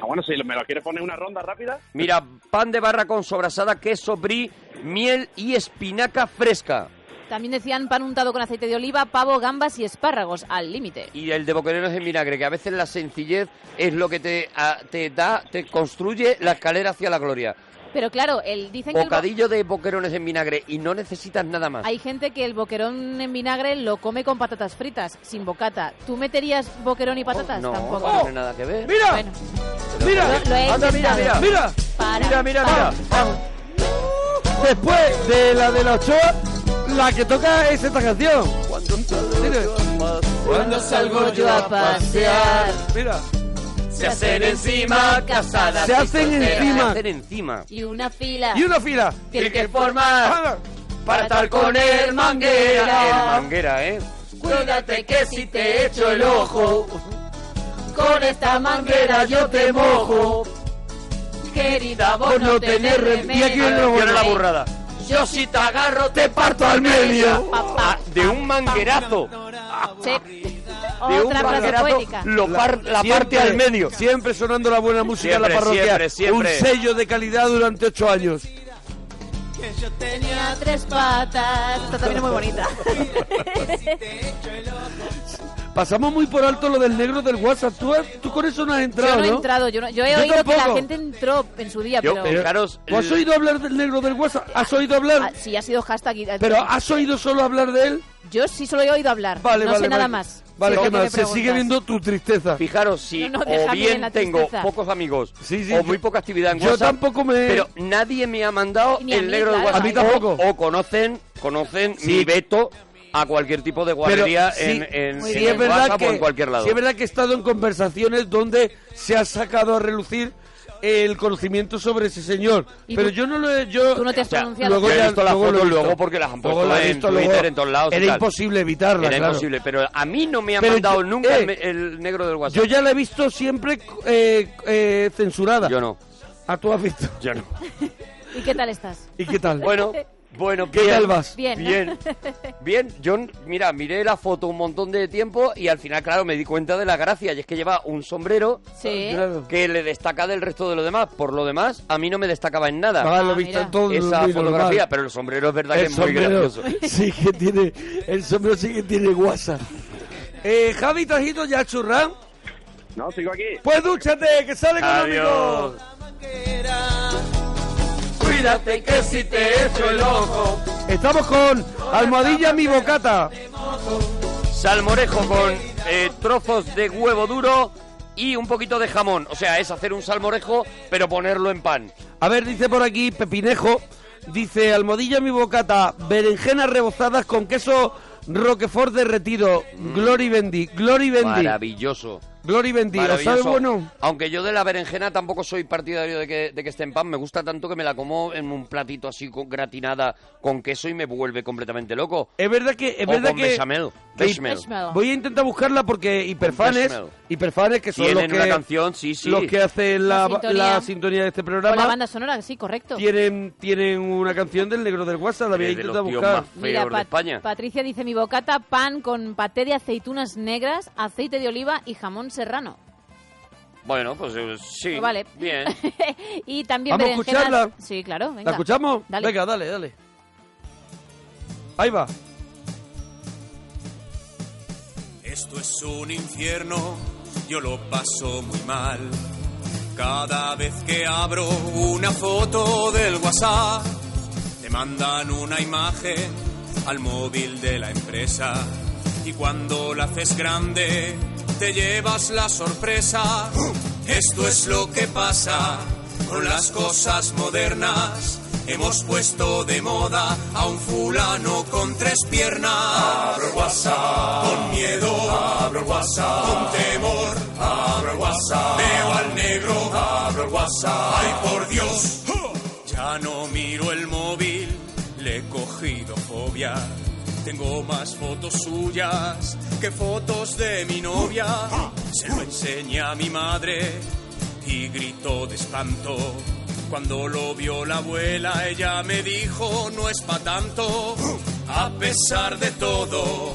S4: Ah, bueno, si me lo quieres poner una ronda rápida.
S2: Mira, pan de barra con sobrasada, queso brie, miel y espinaca fresca.
S3: También decían pan untado con aceite de oliva, pavo, gambas y espárragos al límite.
S2: Y el de boquerones en vinagre, que a veces la sencillez es lo que te, a- te da, te construye la escalera hacia la gloria.
S3: Pero claro, el, dicen que el bo-
S2: Bocadillo de boquerones en vinagre y no necesitas nada más.
S3: hay gente que el boquerón en vinagre lo come con patatas fritas, sin bocata. ¿Tú meterías boquerón y patatas?
S2: Oh, no,
S3: Tampoco.
S2: no tiene nada que ver.
S1: ¡Mira!
S3: Bueno,
S1: ¡Mira!
S3: Lo- lo he
S2: Anda, mira, mira.
S3: intentado.
S1: ¡Mira! Ah,
S3: para,
S2: Mira, mira, mira.
S3: para.
S1: Después de la de la Ochoa, la que toca es esta canción. Mira,
S3: Cuando salgo yo a pasear,
S1: mira.
S8: Se hacen encima casadas.
S1: Se hacen
S2: Te la
S1: encima.
S2: hacen encima.
S3: y una fila
S1: Y una fila.
S3: tiene que
S8: formar
S1: ¡Hala!
S8: para estar con el
S2: El
S8: manguera.
S2: manguera, ¿eh?
S8: Cuídate que si te echo el ojo, con esta manguera yo te mojo.
S3: querida
S8: por no tener
S1: rem- y aquí viene
S2: Ahora,
S1: lo bueno.
S2: viene la burrada.
S8: Yo si te agarro te parto al medio.
S3: Pa, pa,
S2: Ah, de un manguerazo.
S3: sí.
S2: de un
S3: Otra frase
S2: manguerazo,
S3: poética.
S2: Lo par- la parte al medio.
S1: Siempre sonando la buena música en la
S2: Siempre,
S1: parroquia.
S2: siempre, siempre.
S1: Un sello de calidad durante ocho años.
S3: Tenía tres patas. Esta también es muy bonita.
S1: Pasamos muy por alto lo del negro del WhatsApp. Tú, tú con eso no has entrado,
S3: Yo no he
S1: ¿no?
S3: entrado, yo, no- yo he
S1: Yo
S3: oído que la
S1: tampoco.
S3: gente entró en su día,
S1: Yo-
S3: pero...
S2: eh,
S1: pero- ¿Tú ¿Has oído hablar del negro del WhatsApp? ¿Has oído hablar?
S3: Ah, sí, ha sido hashtag... y-
S1: ¿Pero has oído solo hablar de él?
S3: Yo sí solo he oído hablar,
S1: Vale,
S3: no
S1: vale,
S3: sé nada
S1: vale.
S3: más.
S1: Vale,
S3: Sí,
S1: ¿qué
S3: que me
S1: más? Se sigue
S3: preguntas.
S1: viendo tu tristeza.
S2: Fijaros, si
S3: No, no,
S2: o
S3: déjame en
S2: bien
S3: la
S2: tengo
S3: tristeza.
S2: pocos amigos
S1: sí,
S2: o
S1: yo-
S2: muy poca actividad en
S1: yo
S2: WhatsApp,
S1: tampoco me-
S2: Pero nadie me ha mandado
S3: Ni a
S2: el
S3: mí,
S2: negro de
S3: claro.
S2: WhatsApp.
S1: A mí tampoco.
S2: O, o conocen, conocen
S1: Sí.
S2: mi veto a cualquier tipo de guardería
S1: sí,
S2: en, en,
S1: sí
S2: en
S1: es verdad
S2: WhatsApp
S1: que,
S2: o en cualquier lado.
S1: sí es verdad que he estado en conversaciones donde se ha sacado a relucir el conocimiento sobre ese señor.
S3: ¿Y
S1: Pero
S3: tú-
S1: yo no lo he... Yo,
S3: tú no te has
S1: o sea,
S3: pronunciado?
S1: Luego
S2: Yo he
S1: ya-
S2: visto las
S1: luego lo he
S2: fotos
S1: visto.
S2: luego porque las han
S1: Luego
S2: puesto
S1: la he
S2: en
S1: visto,
S2: Twitter,
S1: luego.
S2: en todos lados y
S1: Era
S2: tal.
S1: imposible evitarla,
S2: Era
S1: claro.
S2: imposible, pero a mí no me ha
S1: Pero
S2: mandado
S1: yo-
S2: nunca el
S1: eh,
S2: me- el negro del WhatsApp.
S1: Yo ya la he visto siempre eh, eh, censurada.
S2: Yo no,
S1: Ah, tú has visto.
S2: yo no.
S3: ¿Y qué tal estás?
S1: ¿Y qué tal?
S2: Bueno, bueno,
S1: ¿Qué
S2: bien,
S1: tal vas?
S3: Bien.
S2: Bien, bien. Yo, mira, miré la foto un montón de tiempo y al final, claro, me di cuenta de la gracia. Y es que lleva un sombrero
S3: Sí.
S1: Claro.
S2: que le destaca del resto de los demás. Por lo demás, a mí no me destacaba en nada.
S1: Ah, lo
S3: Ah,
S1: he visto
S3: mira.
S1: en todo
S2: esa
S1: lo
S2: fotografía,
S1: normal.
S2: pero el sombrero es verdad que
S1: el
S2: es muy
S1: sombrero
S2: gracioso.
S1: sí que tiene el sombrero sí que tiene guasa eh, Javi Tajito ya churrán
S4: No, sigo aquí.
S1: pues dúchate que sale
S2: Adiós.
S1: económico
S8: Cuídate que si te echo el ojo,
S1: estamos con almohadilla mi bocata
S2: Salmorejo con eh, trozos de huevo duro y un poquito de jamón. O sea, es hacer un salmorejo, pero ponerlo en pan.
S1: a ver dice por aquí Pepinejo dice almohadilla mi bocata berenjenas rebozadas con queso Roquefort derretido
S2: Mm.
S1: Glory Bendy Glory Bendy
S2: Maravilloso.
S1: Glory Bendy ¿os sabe
S2: Maravilloso.
S1: bueno?
S2: Aunque yo de la berenjena tampoco soy partidario de que, de que esté en pan. Me gusta tanto que me la como en un platito así con gratinada con queso y me vuelve completamente loco.
S1: es verdad que es
S2: o
S1: verdad
S2: con
S1: que
S2: bechamel.
S1: que-
S2: bechamel.
S3: Bechamel.
S1: Voy a intentar buscarla porque hiperfanes,
S2: Bechamel.
S1: hiperfanes que son
S2: Tienen
S1: los que
S2: una canción, sí, sí.
S1: los que hacen la,
S3: La sintonía.
S1: la sintonía de este
S3: Con la
S1: programa
S3: banda sonora, sí, correcto.
S1: tienen tienen una canción del negro del WhatsApp, la voy a
S2: Es de
S1: intentar
S2: los tíos
S1: buscar.
S2: más feos de
S3: Pat-
S2: España.
S3: Patricia dice mi bocata, pan con paté de aceitunas negras, aceite de oliva y jamón serrano.
S2: Bueno, pues eh, sí.
S3: Pues vale.
S2: Bien.
S3: y también
S1: Vamos a
S3: berenjenas.
S1: escucharla.
S3: Sí, claro, venga.
S1: ¿La escuchamos?
S3: Dale.
S1: Venga, dale, dale. Ahí va.
S9: Esto es un infierno, yo lo paso muy mal. Cada vez que abro una foto del WhatsApp, te mandan una imagen al móvil de la empresa. Y cuando la haces grande, te llevas la sorpresa. Esto es lo que pasa con las cosas modernas. Hemos puesto de moda a un fulano con tres piernas. Abro WhatsApp con miedo, abro WhatsApp con temor, abro WhatsApp. Veo al negro, abro WhatsApp. Ay, por Dios. Ya no miro el móvil, le he cogido fobia. Tengo más fotos suyas que fotos de mi novia. Se lo enseñé a mi madre y gritó de espanto. Cuando lo vio la abuela, ella me dijo, no es pa' tanto. A pesar de todo,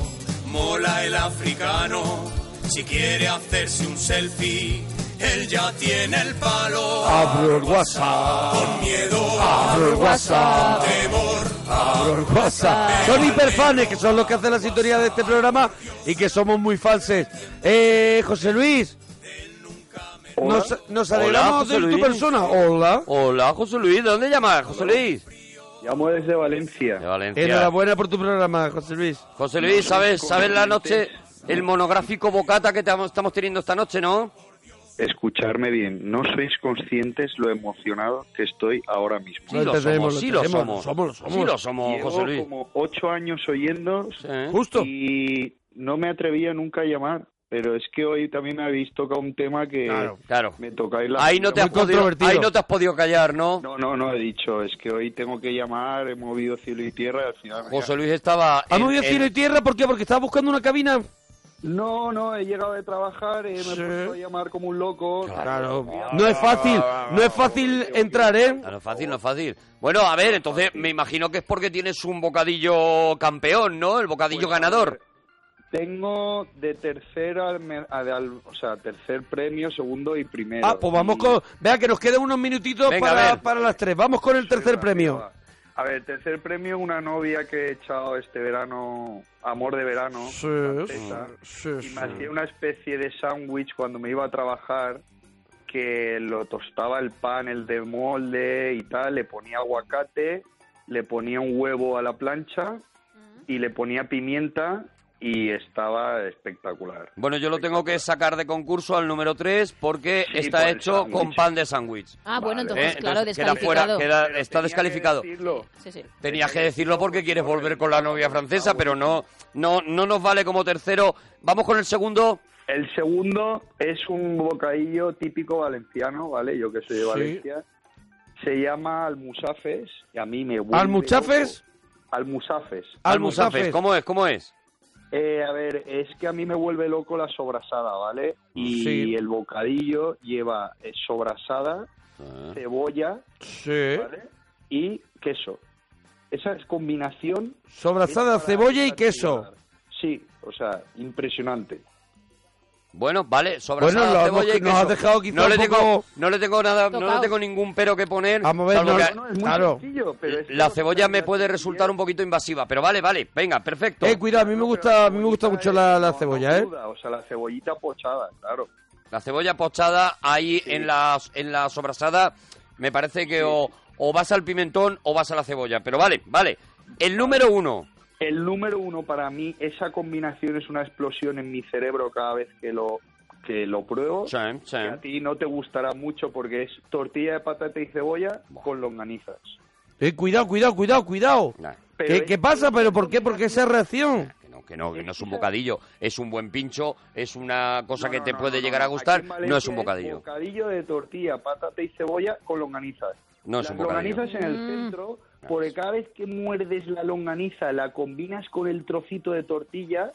S9: mola el africano. Si quiere hacerse un selfie, él ya tiene el palo.
S1: Abro el WhatsApp,
S9: Con miedo,
S1: abro el WhatsApp,
S9: temor.
S1: abro el WhatsApp. Son hiperfanes que son los que hacen la sintonía de este programa y que somos muy falses. Eh, José Luis, nos, nos
S2: Hola,
S1: alegramos
S2: José
S1: de tu
S2: Luis.
S1: persona. Hola.
S2: Hola, José Luis. ¿De dónde llamas, José Luis?
S4: Llamo desde Valencia.
S2: De Valencia.
S1: Enhorabuena por tu programa, José Luis.
S2: José Luis, ¿sabes, ¿sabes la noche, el monográfico bocata que tamo- estamos teniendo esta noche, no?
S10: Escucharme bien, no sois conscientes lo emocionado que estoy ahora mismo.
S2: Sí,
S1: Lo
S2: lo
S1: entendemos,
S2: somos,
S1: lo
S2: sí lo
S1: entendemos,
S2: somos.
S1: lo somos, lo
S2: Sí
S1: somos.
S2: lo somos,
S10: Llevo
S2: José Luis.
S10: como ocho años oyendo
S2: Sí.
S1: Justo.
S10: y no me atrevía nunca a llamar, pero es que hoy también habéis tocado un tema que
S1: Claro.
S2: Claro.
S10: me tocáis la...
S2: Ahí no, te
S1: Muy
S2: has podido,
S1: controvertido.
S2: ahí no te has podido callar, ¿no?
S10: No, no, no he dicho, es que hoy tengo que llamar, he movido cielo y tierra y al final...
S2: José Luis estaba...
S1: Ha
S2: en-
S1: movido
S2: en-
S1: cielo y tierra, ¿por qué? Porque estaba buscando una cabina.
S10: No, no, he llegado de trabajar, eh, me he
S1: Sí.
S10: puesto a llamar como un loco.
S1: Claro. No es fácil, no es fácil entrar, ¿eh?
S2: Ah, No es fácil, no es fácil. Bueno, a ver, entonces me imagino que es porque tienes un bocadillo campeón, ¿no? El bocadillo
S10: Pues, a
S2: ganador.
S10: Tengo de tercer al, me- al- al- o sea, tercer premio, segundo y primero.
S1: Ah, pues vamos
S10: Y-
S1: con... Vea que nos quedan unos minutitos
S2: Venga, a
S1: para,
S2: ver.
S1: para las tres. Vamos con el tercer
S10: Venga,
S1: premio.
S10: va.
S11: A ver, tercer premio, una novia que he echado este verano, amor de verano.
S8: Sí,
S11: francesa.
S8: sí,
S11: y
S8: sí.
S11: me hacía una especie de sándwich cuando me iba a trabajar que lo tostaba el pan, el de molde y tal, le ponía aguacate, le ponía un huevo a la plancha y le ponía pimienta y estaba espectacular.
S2: Bueno, yo lo tengo que sacar de concurso al número 3 porque
S11: Sí,
S2: está
S11: por el
S2: hecho con
S11: sándwich.
S2: pan de sándwich.
S3: Ah, bueno, entonces,
S2: ¿Eh?
S3: claro,
S2: queda fuera,
S3: descalificado.
S2: queda- está descalificado.
S3: Sí, sí.
S2: Tenías que decirlo porque quieres volver con la novia francesa, pero no, no, no nos vale como tercero. Vamos con el segundo.
S11: El segundo es un bocadillo típico valenciano, ¿vale? Yo que soy de
S2: Sí.
S11: Valencia. Se llama almusafes y a mí me gusta.
S1: ¿Almuchafes?
S11: Almusafes.
S2: Almusafes, ¿cómo es? ¿Cómo es?
S11: Eh, a ver, es que a mí me vuelve loco la sobrasada, ¿vale? Y
S8: Sí.
S11: el bocadillo lleva eh, sobrasada, cebolla
S1: Sí.
S11: y queso. Esa es combinación,
S1: Sobrazada, cebolla y queso.
S11: sí, o sea, impresionante.
S2: Bueno, vale, sobrasada,
S1: Bueno, lo
S2: cebolla
S1: hemos-
S2: y
S1: nos
S2: queso.
S1: has dejado quizá
S2: no le
S1: un
S2: tengo,
S1: poco-
S2: No le tengo nada, no
S1: Tocado.
S2: le tengo ningún pero que poner.
S1: Vamos a ver,
S2: salvo
S1: no-
S2: que-
S1: no, es muy claro.
S2: la cebolla me puede resultar un poquito invasiva, pero vale, vale, venga, perfecto.
S1: Eh, cuidado, a mí me gusta, a mí me gusta mucho la, la cebolla, ¿eh?
S11: O sea, la cebollita pochada, claro.
S2: La cebolla pochada ahí en la en la sobrasada, me parece que o, o vas al pimentón o vas a la cebolla, pero vale, vale. El número uno.
S11: El número uno para mí, esa combinación es una explosión en mi cerebro cada vez que lo que lo pruebo.
S2: Sí, sí.
S11: Que a ti no te gustará mucho porque es tortilla de patata y cebolla con longanizas.
S1: Eh, cuidado, cuidado, cuidado, cuidado.
S11: Pero
S1: ¿Qué,
S11: es-
S1: qué pasa? ¿Pero por qué? ¿Por qué esa reacción?
S2: Que no, que no es un bocadillo, es un buen pincho, es una cosa que
S11: No,
S2: te
S11: no,
S2: puede
S11: no, no,
S2: llegar a
S11: no.
S2: gustar,
S11: Aquí en
S2: no es
S11: Valencia
S2: un bocadillo.
S11: Bocadillo de tortilla, patata y cebolla con longanizas.
S2: No es
S11: Las
S2: un bocadillo.
S11: longanizas en el
S1: Mm.
S11: centro, porque cada vez que muerdes la longaniza, la combinas con el trocito de tortilla,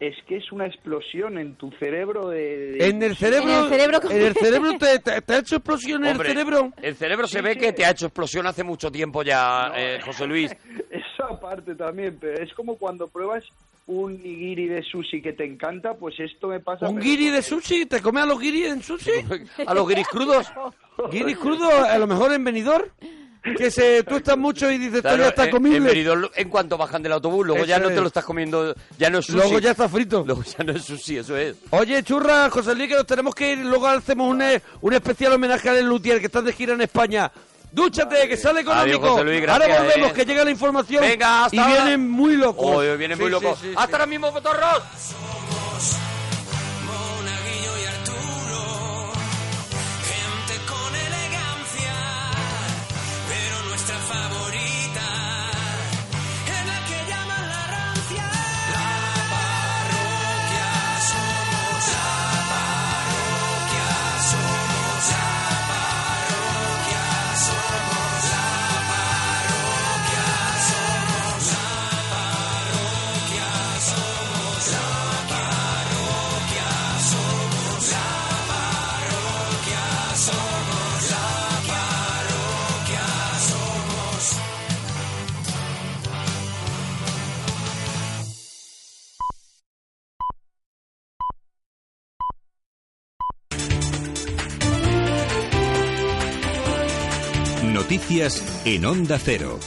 S11: es que es una explosión en tu cerebro de... de-
S1: En el cerebro, en el cerebro, te, te- te ha hecho explosión en
S2: Hombre,
S1: el cerebro.
S2: El cerebro se ve que te ha hecho explosión hace mucho tiempo ya, eh, José Luis.
S11: Esa parte también, pero es como cuando pruebas un nigiri de sushi que te encanta, pues esto me pasa...
S1: ¿Un
S11: pero-
S1: guiri de sushi? ¿Te comes a los guiris en sushi?
S11: ¿A los guiris
S1: crudos? ¿Guiris crudos? A lo mejor en venidor. Que se tú estás mucho y dices, esto
S2: Claro,
S1: ya está
S2: eh,
S1: comible.
S2: En, Benidorm, en cuanto bajan del autobús, luego ya
S1: Eso
S2: no te
S1: es.
S2: lo estás comiendo, ya no es sushi.
S1: Luego ya está frito.
S2: Luego ya no es sushi, eso es.
S1: Oye, churra, José Luis, que nos tenemos que ir. Luego hacemos un, eh, un especial homenaje a Les Lutier, que están de gira en España. Dúchate, que sale económico.
S2: Adiós, José Luis, gracias,
S1: ahora volvemos,
S2: eh.
S1: que llega la información.
S2: Venga, hasta
S1: Y
S2: ahora.
S1: vienen muy locos.
S2: Oye, viene
S1: Sí,
S2: muy
S1: sí,
S2: loco.
S1: sí, sí.
S2: ¡Hasta ahora mismo, Potorros!
S8: Monaguillo y Arturo, gente con elegancia, pero nuestra favorita es la que llaman la rancia. La parroquia somos, la parroquia somos, la parroquia somos, la parroquia somos, la parroquia somos, la parroquia somos, la parroquia somos, la parroquia somos.
S12: Noticias en Onda Cero.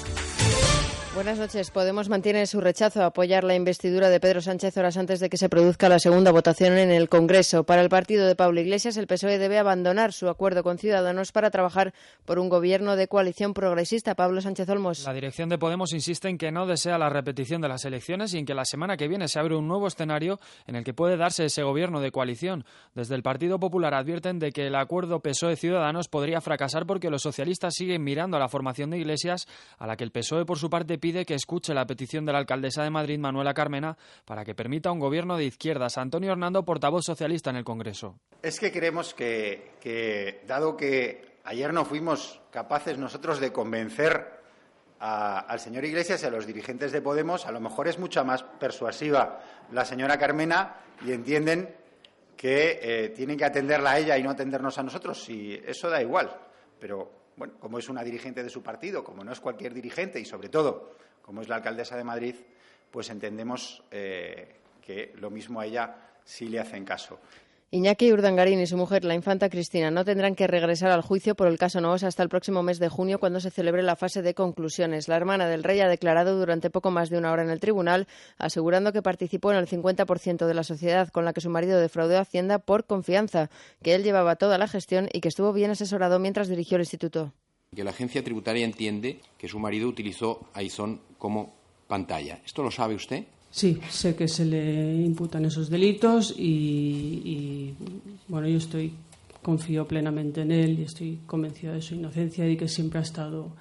S13: Buenas noches. Podemos mantiene su rechazo a apoyar la investidura de Pedro Sánchez horas antes de que se produzca la segunda votación en el Congreso. Para el partido de Pablo Iglesias, el PSOE E debe abandonar su acuerdo con Ciudadanos para trabajar por un gobierno de coalición progresista. Pablo Sánchez Olmos.
S14: La dirección de Podemos insiste en que no desea la repetición de las elecciones y en que la semana que viene se abre un nuevo escenario en el que puede darse ese gobierno de coalición. Desde el Partido Popular advierten de que el acuerdo PSOE-Ciudadanos podría fracasar porque los socialistas siguen mirando a la formación de iglesias, a la que el PSOE E, por su parte pide que escuche la petición de la alcaldesa de Madrid, Manuela Carmena, para que permita un gobierno de izquierdas. Antonio Hernando, portavoz socialista en el Congreso.
S15: Es que creemos que, que, dado que ayer no fuimos capaces nosotros de convencer a- al señor Iglesias y a los dirigentes de Podemos, a lo mejor es mucho más persuasiva la señora Carmena y entienden que eh, tienen que atenderla a ella y no atendernos a nosotros. Y eso da igual. Pero, bueno, como es una dirigente de su partido, como no es cualquier dirigente y, sobre todo, como es la alcaldesa de Madrid, pues entendemos eh, que lo mismo a ella sí le hacen caso.
S13: Iñaki Urdangarín y su mujer, la infanta Cristina, no tendrán que regresar al juicio por el caso Novosa hasta el próximo mes de junio, cuando se celebre la fase de conclusiones. La hermana del rey ha declarado durante poco más de una hora en el tribunal, asegurando que participó en el 50% de la sociedad con la que su marido defraudó a Hacienda por confianza, que él llevaba toda la gestión y que estuvo bien asesorado mientras dirigió el instituto.
S16: que la agencia tributaria entiende que su marido utilizó a Izón como pantalla. ¿Esto lo sabe usted?
S17: Sí, sé que se le imputan esos delitos y, y, bueno, yo estoy confío plenamente en él y estoy convencida de su inocencia y que siempre ha estado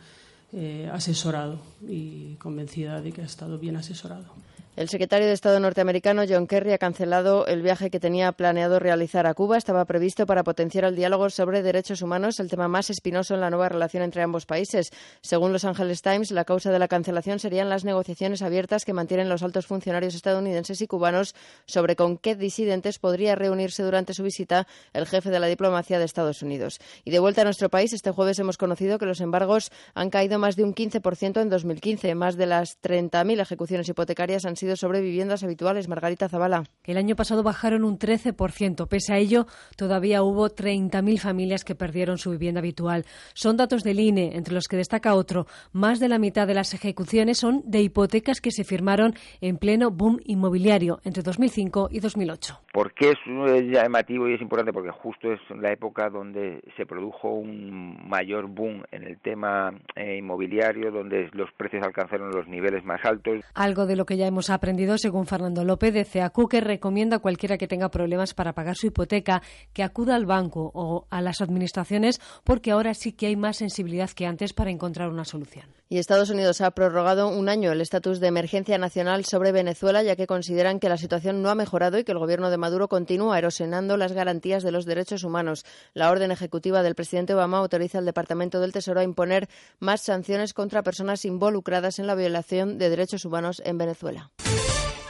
S17: eh, asesorado y convencida de que ha estado bien asesorado.
S13: El secretario de Estado norteamericano John Kerry ha cancelado el viaje que tenía planeado realizar a Cuba. Estaba previsto para potenciar el diálogo sobre derechos humanos, el tema más espinoso en la nueva relación entre ambos países. Según Los Angeles Times, la causa de la cancelación serían las negociaciones abiertas que mantienen los altos funcionarios estadounidenses y cubanos sobre con qué disidentes podría reunirse durante su visita el jefe de la diplomacia de Estados Unidos. Y de vuelta a nuestro país, este jueves hemos conocido que los embargos han caído más de un 15% en 2015. Más de las 30.000 ejecuciones hipotecarias han sido sobre viviendas habituales. Margarita Zavala.
S18: El año pasado bajaron un 13%. Pese a ello, todavía hubo 30.000 familias que perdieron su vivienda habitual. Son datos del INE, entre los que destaca otro. Más de la mitad de las ejecuciones son de hipotecas que se firmaron en pleno boom inmobiliario entre 2005 y 2008.
S15: ¿Por qué es eh, llamativo y es importante? Porque justo es la época donde se produjo un mayor boom en el tema eh, inmobiliario, donde los precios alcanzaron los niveles más altos.
S18: Algo de lo que ya hemos aprendido según Fernando López de CEACU, que recomienda a cualquiera que tenga problemas para pagar su hipoteca que acuda al banco o a las administraciones porque ahora sí que hay más sensibilidad que antes para encontrar una solución.
S13: Y Estados Unidos ha prorrogado un año el estatus de emergencia nacional sobre Venezuela, ya que consideran que la situación no ha mejorado y que el gobierno de Maduro continúa erosionando las garantías de los derechos humanos. La orden ejecutiva del presidente Obama autoriza al Departamento del Tesoro a imponer más sanciones contra personas involucradas en la violación de derechos humanos en Venezuela.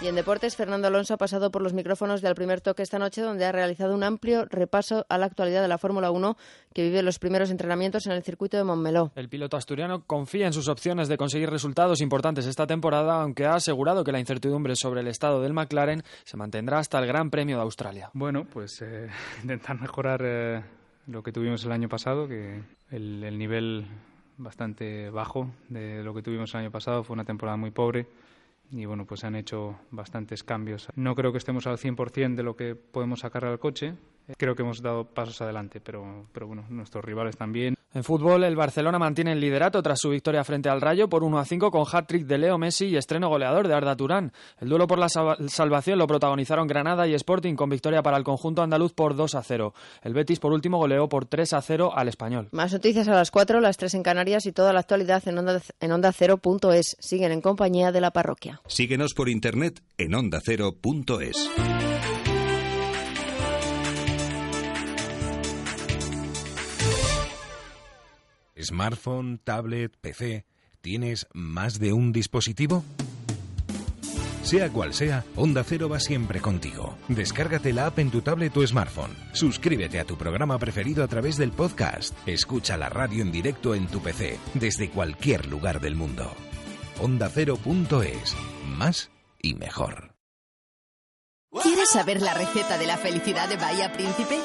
S13: Y en deportes, Fernando Alonso ha pasado por los micrófonos del primer toque esta noche, donde ha realizado un amplio repaso a la actualidad de la Fórmula 1, que vive los primeros entrenamientos en el circuito de Montmeló.
S14: El piloto asturiano confía en sus opciones de conseguir resultados importantes esta temporada, aunque ha asegurado que la incertidumbre sobre el estado del McLaren se mantendrá hasta el Gran Premio de Australia.
S19: Bueno, pues eh, intentar mejorar eh, lo que tuvimos el año pasado, que el, el nivel bastante bajo de lo que tuvimos el año pasado fue una temporada muy pobre y bueno, pues se han hecho bastantes cambios. No creo que estemos al 100% de lo que podemos sacar al coche. Creo que hemos dado pasos adelante, pero, pero bueno, nuestros rivales también.
S14: En fútbol, el Barcelona mantiene el liderato tras su victoria frente al Rayo por 1 a 5 con hat-trick de Leo Messi y estreno goleador de Arda Turán. El duelo por la salvación lo protagonizaron Granada y Sporting con victoria para el conjunto andaluz por 2 a 0. El Betis por último goleó por 3 a 0 al Español.
S13: Más noticias a las 4, las 3 en Canarias y toda la actualidad en onda, en onda 0.es. Siguen en compañía de la parroquia.
S20: Síguenos por internet en onda 0.es.
S21: smartphone, tablet, PC, ¿tienes más de un dispositivo? Sea cual sea, Onda Cero va siempre contigo. Descárgate la app en tu tablet o smartphone. Suscríbete a tu programa preferido a través del podcast. Escucha la radio en directo en tu PC, desde cualquier lugar del mundo. Onda Cero.es. Más y mejor.
S5: ¿Quieres saber la receta de la felicidad de Bahía Príncipe?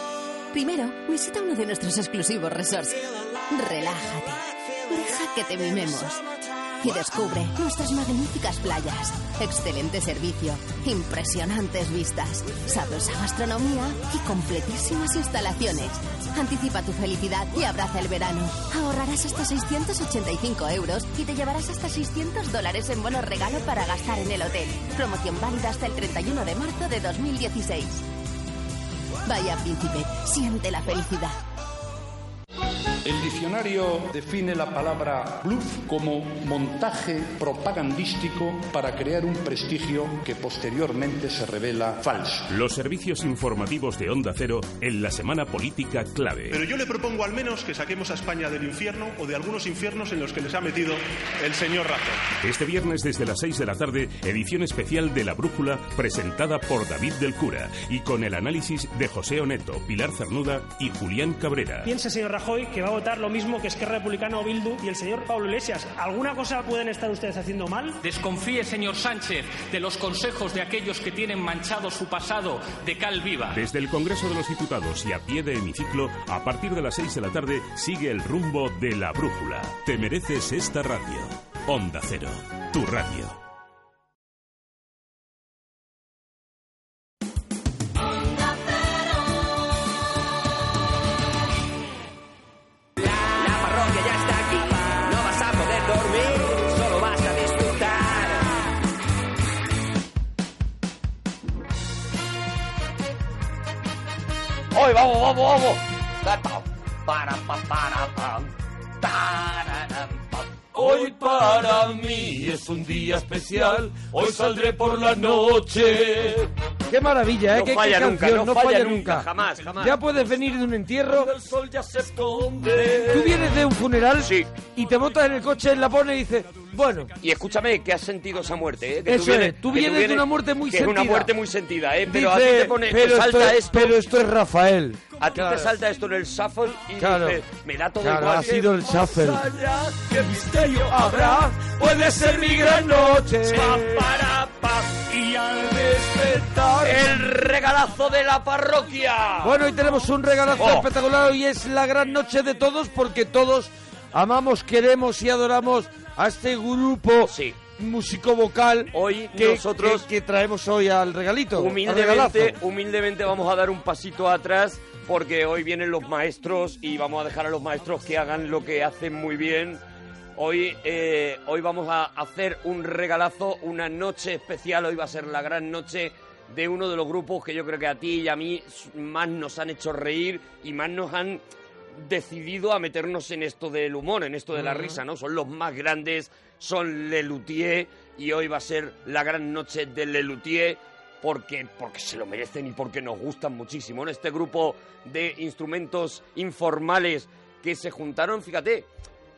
S5: Primero, visita uno de nuestros exclusivos resorts. Relájate. Deja que te mimemos. Y descubre nuestras magníficas playas, excelente servicio, impresionantes vistas, sabrosa gastronomía y completísimas instalaciones. Anticipa tu felicidad y abraza el verano. Ahorrarás hasta 685 euros y te llevarás hasta 600 dólares en bono regalo para gastar en el hotel. Promoción válida hasta el 31 de marzo de 2016. Vaya príncipe, siente la felicidad.
S11: El diccionario define la palabra bluff como montaje propagandístico para crear un prestigio que posteriormente se revela falso.
S22: Los servicios informativos de Onda Cero en la semana política clave.
S23: Pero yo le propongo al menos que saquemos a España del infierno o de algunos infiernos en los que les ha metido el señor Rajoy.
S22: Este viernes desde las 6 de la tarde, edición especial de La Brújula presentada por David del Cura y con el análisis de José Oneto, Pilar Cernuda y Julián Cabrera.
S7: Piensa, señor Rajoy, que va a
S6: votar lo mismo que Esquerra Republicana o Bildu y el señor Pablo Iglesias. ¿Alguna cosa pueden estar ustedes haciendo mal?
S7: Desconfíe, señor Sánchez, de los consejos de aquellos que tienen manchado su pasado de cal viva.
S22: Desde el Congreso de los Diputados y a pie de hemiciclo, a partir de las 6 de la tarde sigue el rumbo de la brújula. Te mereces esta radio. Onda Cero, tu radio.
S9: La parroquia ya está aquí, no vas a poder dormir, solo vas a disfrutar.
S2: ¡Hoy vamos, vamos, vamos! Ta, ta, para, pa, para, pam, tararán, pam.
S8: Hoy para mí es un día especial, hoy saldré por la noche.
S1: Qué maravilla, ¿eh?
S8: No
S1: qué, qué
S8: falla nunca,
S1: canción,
S8: no falla nunca, jamás, jamás.
S1: Ya puedes venir de un entierro.
S8: El sol ya se esconde.
S1: Tú vienes de un funeral y te botas en el coche, la pones y dices, bueno,
S2: Y escúchame, que has sentido esa muerte, ¿eh? Que
S1: Eso es, tú
S2: que
S1: vienes de una muerte muy
S2: que es una
S1: sentida.
S2: muerte muy sentida, ¿eh? Pero a ti
S1: dice,
S2: te pone, te
S1: pero, esto,
S2: salta
S1: es-
S2: esto,
S1: pero esto es Rafael.
S2: a ti
S1: Claro.
S2: te salta esto en el shuffle y
S1: Claro.
S2: dices, me da todo
S1: Claro,
S2: igual.
S1: ha sido el shuffle.
S8: ¿Qué misterio habrá? Puede ser mi gran noche.
S2: Pa,
S8: para, pa, y al despertar.
S2: El regalazo de la parroquia.
S1: Bueno, hoy tenemos un regalazo
S2: Oh.
S1: espectacular. Hoy es la gran noche de todos porque todos amamos, queremos y adoramos a este grupo músico vocal
S2: hoy
S1: que,
S2: nosotros-
S1: que, que traemos hoy al regalito. al
S2: Humildemente,
S1: regalazo.
S2: humildemente vamos a dar un pasito atrás porque hoy vienen los maestros y vamos a dejar a los maestros que hagan lo que hacen muy bien. Hoy, eh, hoy vamos a hacer un regalazo, una noche especial. Hoy va a ser la gran noche de uno de los grupos que yo creo que a ti y a mí más nos han hecho reír y más nos han decidido a meternos en esto del humor, en esto de la
S1: Ujú.
S2: risa, ¿no? Son los más grandes, son Lelutier y hoy va a ser la gran noche de Lelutier porque, porque se lo merecen y porque nos gustan muchísimo. ¿no? Este grupo de instrumentos informales que se juntaron, fíjate,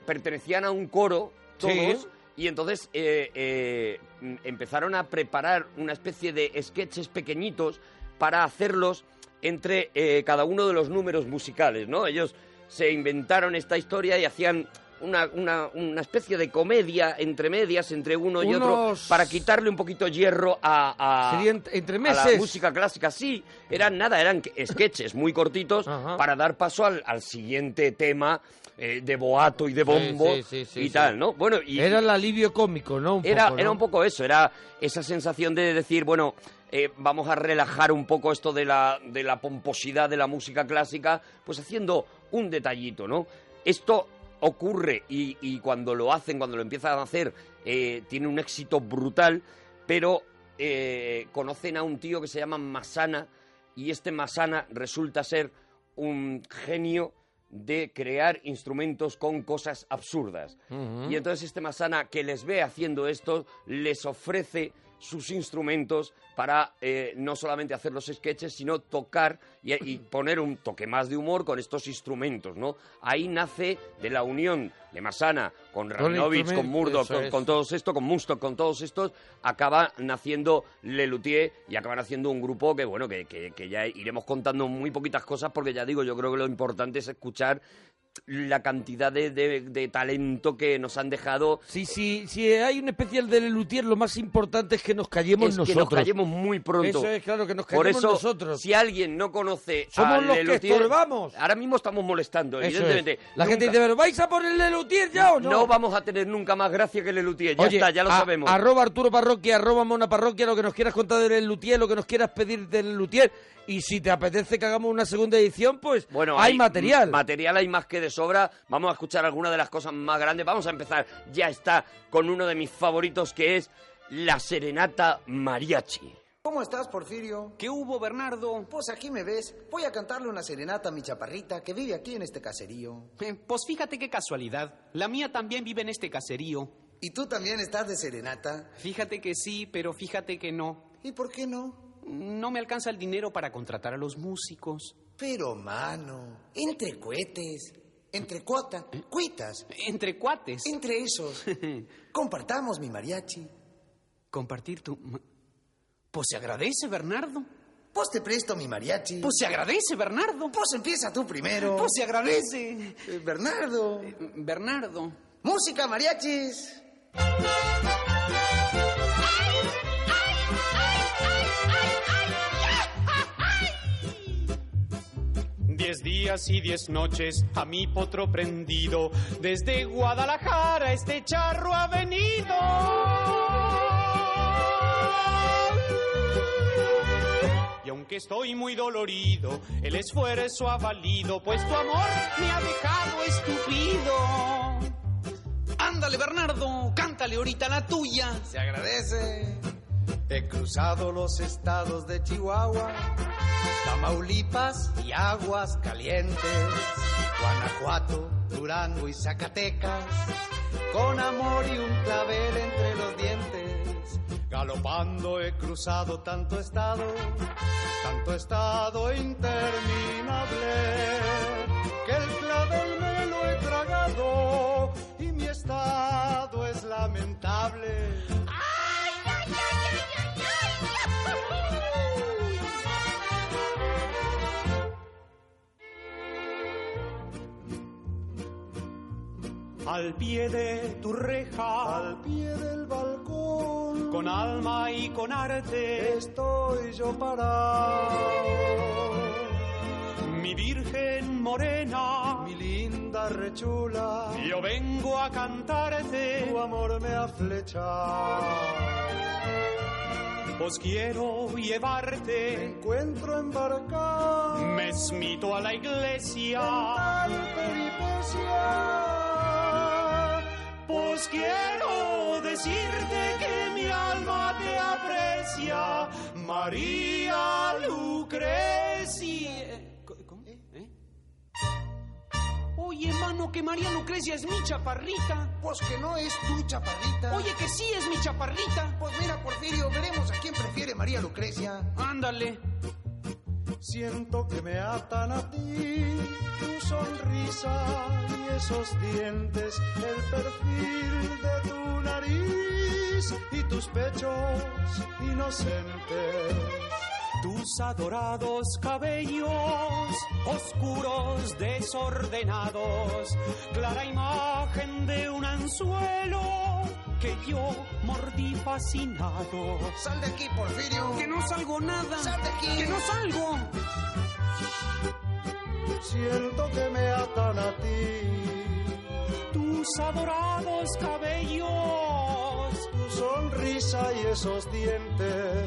S2: pertenecían a un coro todos
S1: Sí.
S2: y entonces eh, eh, mm, empezaron a preparar una especie de sketches pequeñitos para hacerlos entre eh, cada uno de los números musicales, ¿no? Ellos se inventaron esta historia y hacían una, una- una especie de comedia entre medias, entre uno y otro,
S1: Unos-
S2: para quitarle un poquito hierro a... a-
S1: Sería ent- entre
S2: a la
S1: meses.
S2: música clásica, sí. Eran nada, eran que- sketches muy cortitos para dar paso al, al siguiente tema eh, de boato y de
S1: Sí,
S2: bombo
S1: sí, sí, sí,
S2: y
S1: sí.
S2: tal, ¿no? Bueno, y,
S1: Era el alivio cómico, ¿no? Un
S2: era,
S1: poco, ¿no?
S2: era un poco eso, era esa sensación de decir, bueno, eh, vamos a relajar un poco esto de la, de la pomposidad de la música clásica, pues haciendo un detallito, ¿no? Esto ocurre y, y cuando lo hacen, cuando lo empiezan a hacer, eh, tiene un éxito brutal, pero eh, conocen a un tío que se llama Masana y este Masana resulta ser un genio de crear instrumentos con cosas absurdas.
S1: Ujú.
S2: Y entonces este Masana que les ve haciendo esto, les ofrece sus instrumentos para eh, no solamente hacer los sketches, sino tocar y, y poner un toque más de humor con estos instrumentos, ¿no? Ahí nace de la unión de Masana con
S1: Con el
S2: Rabinovich, con
S1: instrumento,
S2: Murdoch,
S1: eso
S2: con,
S1: es.
S2: con todos estos, con Mustok, con todos estos, acaba naciendo Lelutier y acaban haciendo un grupo que, bueno, que, que- que ya iremos contando muy poquitas cosas porque ya digo, yo creo que lo importante es escuchar la cantidad de, de- de talento que nos han dejado.
S1: Sí, sí, si hay un especial de Lelutier, lo más importante es que nos callemos
S2: Es que nos
S1: nosotros.
S2: callemos muy pronto.
S1: Eso es, claro, que nos
S2: Por
S1: callemos
S2: eso,
S1: nosotros.
S2: si alguien no conoce a
S1: Somos los que
S2: Lelutier,
S1: estorbamos.
S2: Ahora mismo estamos molestando,
S1: Eso
S2: evidentemente.
S1: es. La gente
S2: Nunca-
S1: dice, ¿pero vais a poner Lelutier ya o no?
S2: No vamos a tener nunca más gracia que Lelutier. Ya
S1: Oye,
S2: está, ya lo
S1: a-
S2: sabemos.
S1: Arroba Arturo Parroquia, arroba Mona Parroquia, lo que nos quieras contar de Lelutier, lo que nos quieras pedir de Lelutier. Y si te apetece que hagamos una segunda edición, pues
S2: Bueno,
S1: hay, material.
S2: Material hay más que de sobra. Vamos a escuchar alguna de las cosas más grandes. Vamos a empezar, ya está, con uno de mis favoritos que es la Serenata Mariachi.
S24: ¿Cómo estás, Porfirio? ¿Qué hubo, Bernardo? Pues aquí me ves. Voy a cantarle una serenata a mi chaparrita que vive aquí en este caserío.
S7: Pues fíjate qué casualidad. La mía también vive en este caserío.
S24: ¿Y tú también estás de serenata?
S7: Fíjate que sí, pero fíjate que no.
S24: ¿Y por qué no?
S7: No me alcanza el dinero para contratar a los músicos.
S24: Pero, mano, entre cohetes, entre cuota, cuitas.
S7: Entre cuates.
S24: Entre esos. Compartamos mi mariachi.
S7: Compartir tu... ma- Pues se agradece, Bernardo.
S24: Pues te presto mi mariachi. Pues se agradece, Bernardo. Pues empieza tú primero. Pues se agradece. Eh, Bernardo. Bernardo. Música, mariachis.
S25: Diez días y diez noches a mi potro prendido. Desde Guadalajara este charro ha venido. Y aunque estoy muy dolorido, el esfuerzo ha valido, pues tu amor me ha dejado estúpido. Ándale, Bernardo, cántale ahorita la tuya.
S24: Se agradece.
S25: He cruzado los estados de Chihuahua, Tamaulipas y Aguas Calientes, Guanajuato, Durango y Zacatecas, con amor y un clavel entre los dientes. Galopando he cruzado tanto estado, tanto estado interminable, que el clavel me lo he tragado y mi estado es lamentable. Al pie de tu reja, al pie del balcón, con alma y con arte, estoy yo parado. Mi virgen morena, mi linda rechula, yo vengo a cantarte, tu amor me ha flechado. Os quiero llevarte, me encuentro embarcado, me smito a la iglesia, en tal peripecia. Pues quiero decirte que mi alma te aprecia, María Lucrecia.
S24: ¿Eh?
S25: Oye, mano, que María Lucrecia es mi chaparrita.
S24: Pues que no es tu chaparrita.
S25: Oye, que sí es mi chaparrita.
S24: Pues mira, Porfirio, veremos a quién prefiere María Lucrecia.
S25: Ándale. Siento que me atan a ti tu sonrisa y esos dientes, el perfil de tu nariz y tus pechos inocentes. Tus adorados cabellos oscuros, desordenados, clara imagen de un anzuelo que yo mordí fascinado.
S24: Sal de aquí, Porfirio.
S25: Que no salgo nada.
S24: Sal de aquí.
S25: Que no salgo. Siento que me atan a ti. Tus adorados cabellos, tu sonrisa y esos dientes,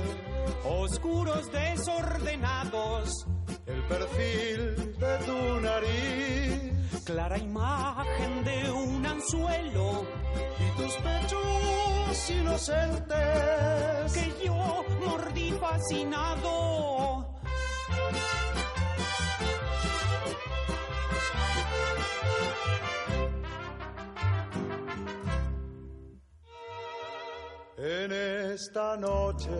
S25: oscuros desordenados, el perfil de tu nariz, clara imagen de un anzuelo y tus pechos inocentes que yo mordí fascinado. En esta noche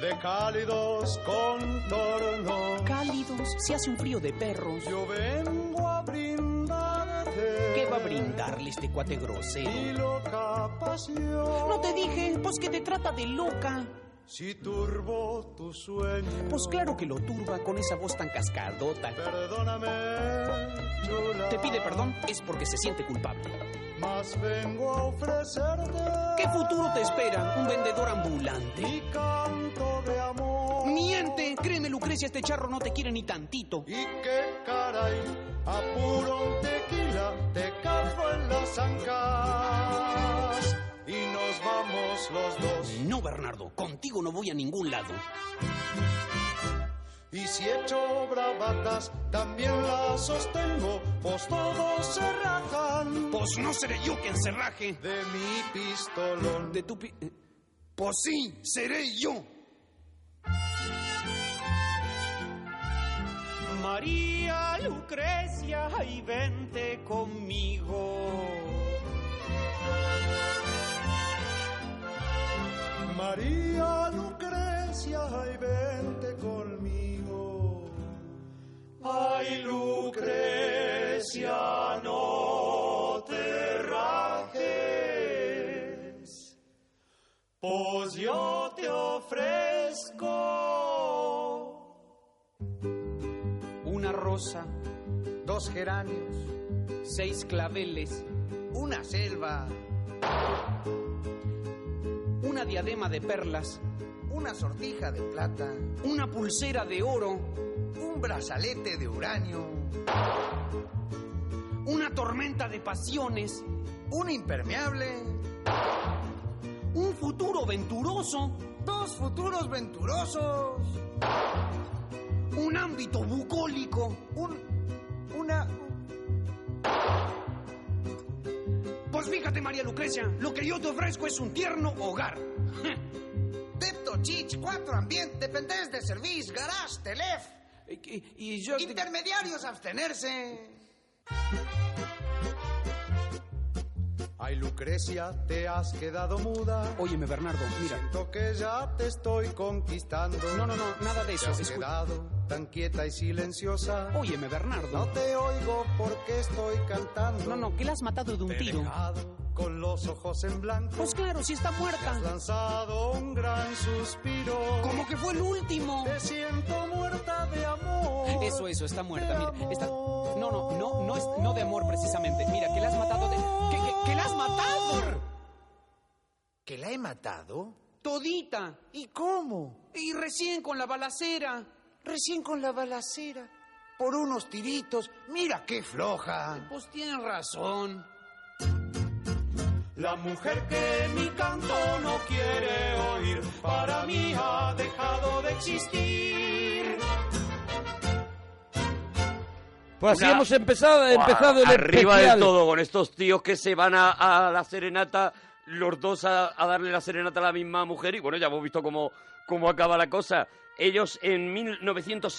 S25: de cálidos contornos, Cálidos, se hace un frío de perros. yo vengo a brindarte. ¿Qué va a brindarle este cuate Mi grosero? loca pasión. No te dije, pues que te trata de loca. Si turbo tu sueño. Pues claro que lo turba con esa voz tan cascadota. Perdóname, chula. Te pide perdón, es porque se siente culpable. Mas vengo a ofrecerte. ¿Qué futuro te espera? Un vendedor ambulante. Mi canto de amor. Miente, créeme Lucrecia, este charro no te quiere ni tantito. Y qué caray, a puro tequila te cazo en las ancas. Y nos vamos los dos. No, Bernardo, contigo no voy a ningún lado. Y si echo bravatas, también las sostengo, pues todos se rajan. Pues no seré yo quien se raje. De mi pistolón. De tu pi... Pues sí, seré yo. María Lucrecia, y vente conmigo. María Lucrecia, y vente conmigo. Ay, Lucrecia, no te rajes.
S3: Pues yo te ofrezco
S24: una rosa, dos geranios, seis claveles, una selva, una diadema de perlas, una sortija de plata, una pulsera de oro, un brazalete de uranio, una tormenta de pasiones, un impermeable, un futuro venturoso, dos futuros venturosos, un ámbito bucólico, un una Pues fíjate, María Lucrecia, lo que yo te ofrezco es un tierno hogar. Depto, chich, cuatro ambiente, dependés de service, garage, telef. Y, yo Intermediarios, abstenerse.
S3: Ay, Lucrecia, te has quedado muda.
S24: Óyeme, Bernardo, mira.
S3: Siento que ya te estoy conquistando.
S24: No, no, no, nada de
S3: Te
S24: eso,
S3: has
S24: escucha.
S3: quedado tan quieta y silenciosa.
S24: Óyeme, Bernardo.
S3: No te oigo porque estoy cantando.
S24: No, no, que la has matado de un
S3: Te he
S24: tiro.
S3: dejado Con los ojos en blanco.
S24: Pues claro, si está
S3: Te has
S24: muerta.
S3: lanzado un gran suspiro.
S24: Como que fue el último.
S3: Te siento muerta de amor.
S24: Eso, eso, está muerta. Mira, está. No, no, no, no es no de amor precisamente. Mira, que la has matado de. ¡Que, que, que la has matado!
S3: ¿Que la he matado?
S24: Todita.
S3: ¿Y cómo?
S24: Y recién con la balacera.
S3: Recién con la balacera. Por unos tiritos. Mira qué floja.
S24: Pues tienes razón.
S3: La mujer que mi canto no quiere oír, para mí ha dejado de existir.
S1: Pues así
S2: Una-
S1: hemos empezado, empezado el
S2: Arriba
S1: especial.
S2: del todo con estos tíos que se van a, a la serenata, los dos a, a darle la serenata a la misma mujer. Y bueno, ya hemos visto cómo, cómo acaba la cosa. Ellos en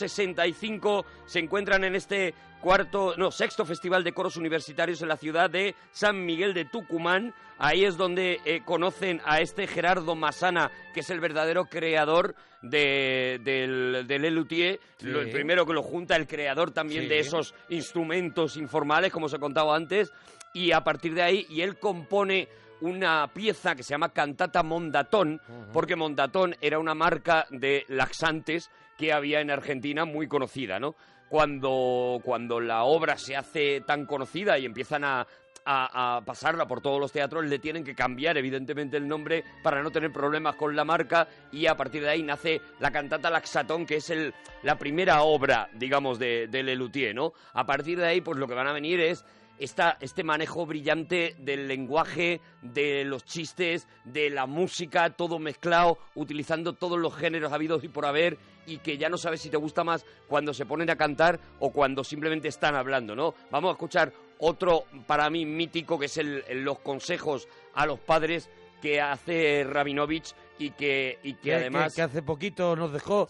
S2: 1965 se encuentran en este cuarto, no, sexto Festival de Coros Universitarios en la ciudad de San Miguel de Tucumán. Ahí es donde eh, conocen a este Gerardo Masana, que es el verdadero creador de, del, del Elutier.
S1: Sí.
S2: E. Lo- el primero que lo junta, el creador también
S1: Sí.
S2: de esos esos instrumentos informales, como os he contado antes, y a partir de ahí, y él compone una pieza que se llama Cantata Mondatón, porque Mondatón era una marca de laxantes que había en Argentina muy conocida, ¿no? Cuando, cuando la obra se hace tan conocida y empiezan a, a, a pasarla por todos los teatros, le tienen que cambiar evidentemente el nombre para no tener problemas con la marca y a partir de ahí nace la cantata Laxatón, que es el, la primera obra, digamos, de, de Lelutier, ¿no? A partir de ahí, pues lo que van a venir es esta, este manejo brillante del lenguaje, de los chistes, de la música, todo mezclado, utilizando todos los géneros habidos y por haber, y que ya no sabes si te gusta más cuando se ponen a cantar o cuando simplemente están hablando, ¿no? Vamos a escuchar otro, para mí, mítico, que es el, el- los consejos a los padres que hace Rabinovich y que, y que
S1: Que,
S2: además...
S1: que- que hace poquito nos dejó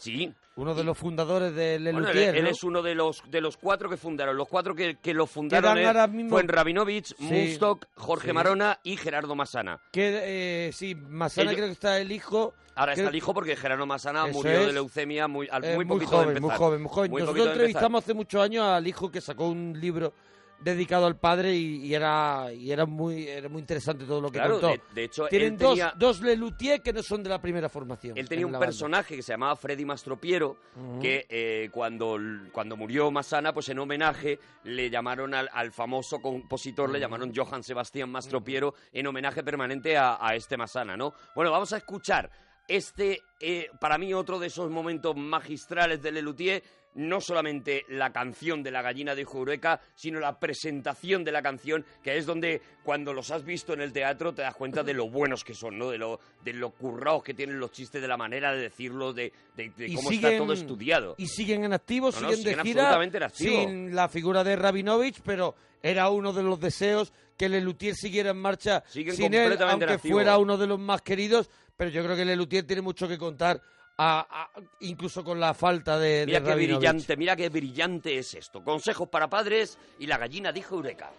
S1: uno de los fundadores del
S2: Bueno, él,
S1: Lelutier,
S2: él
S1: ¿no?
S2: es uno de los de los cuatro que fundaron. Los cuatro que, que lo fundaron
S1: Quedan
S2: eh,
S1: ahora mismo-
S2: fueron Rabinovich, Munstock, Jorge
S1: Sí.
S2: Marona y Gerardo Masana.
S1: Que, eh, sí, Masana
S2: Ellos-
S1: creo que está el hijo.
S2: Ahora
S1: creo-
S2: está el hijo porque Gerardo Masana
S1: Eso
S2: murió de
S1: es.
S2: leucemia muy, al-
S1: Eh,
S2: muy poquito
S1: joven,
S2: de empezar.
S1: muy joven, muy joven.
S2: poquito
S1: Nosotros
S2: de empezar.
S1: entrevistamos hace muchos años al hijo que sacó un libro dedicado al padre y, y era y era muy era muy interesante todo lo que
S2: Claro,
S1: contó.
S2: de- de hecho, él
S1: tienen dos,
S2: tenía-
S1: dos Lelutier que no son de la primera formación.
S2: Él tenía
S1: en
S2: un
S1: la banda.
S2: personaje que se llamaba Freddy Mastropiero,
S1: Ujú.
S2: que eh, cuando, cuando murió Masana, pues en homenaje le llamaron al, al famoso compositor, le llamaron Johann Sebastián Mastropiero, en homenaje permanente a, a este Masana, ¿no? Bueno, vamos a escuchar este, eh, para mí, otro de esos momentos magistrales de Lelutier, no solamente la canción de la gallina de Jureca, sino la presentación de la canción, que es donde cuando los has visto en el teatro te das cuenta de lo buenos que son, ¿no? De lo, de lo currados que tienen los chistes, de la manera de decirlos, de, de- de
S1: Y
S2: cómo
S1: siguen-
S2: está todo estudiado.
S1: Y siguen en activo,
S2: No, no,
S1: siguen de
S2: siguen
S1: gira.
S2: absolutamente en activo.
S1: Sin la figura de Rabinovich, pero era uno de los deseos que Lelutier siguiera en marcha
S2: Siguen
S1: sin él,
S2: completamente en
S1: aunque
S2: activo.
S1: fuera uno de los más queridos. Pero yo creo que Lelutier tiene mucho que contar, a- a- incluso con la falta de, de
S2: Mira qué
S1: Rabinovich.
S2: brillante, mira qué brillante es esto. Consejos para padres y la gallina dijo Eureka.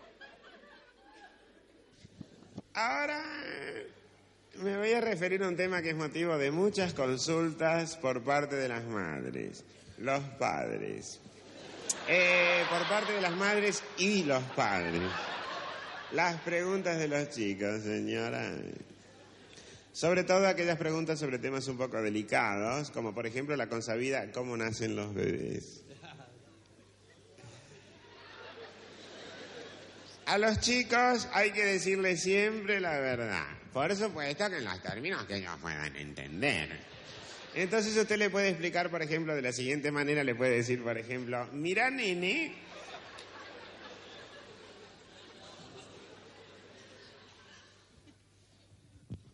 S4: Ahora me voy a referir a un tema que es motivo de muchas consultas por parte de las madres, los padres. Eh, por parte de las madres y los padres. Las preguntas de los chicos, señora. Sobre todo aquellas preguntas sobre temas un poco delicados, como por ejemplo la consabida cómo nacen los bebés. A los chicos hay que decirles siempre la verdad. Por supuesto que en los términos que ellos puedan entender. Entonces usted le puede explicar, por ejemplo, de la siguiente manera, le puede decir, por ejemplo, mira nene,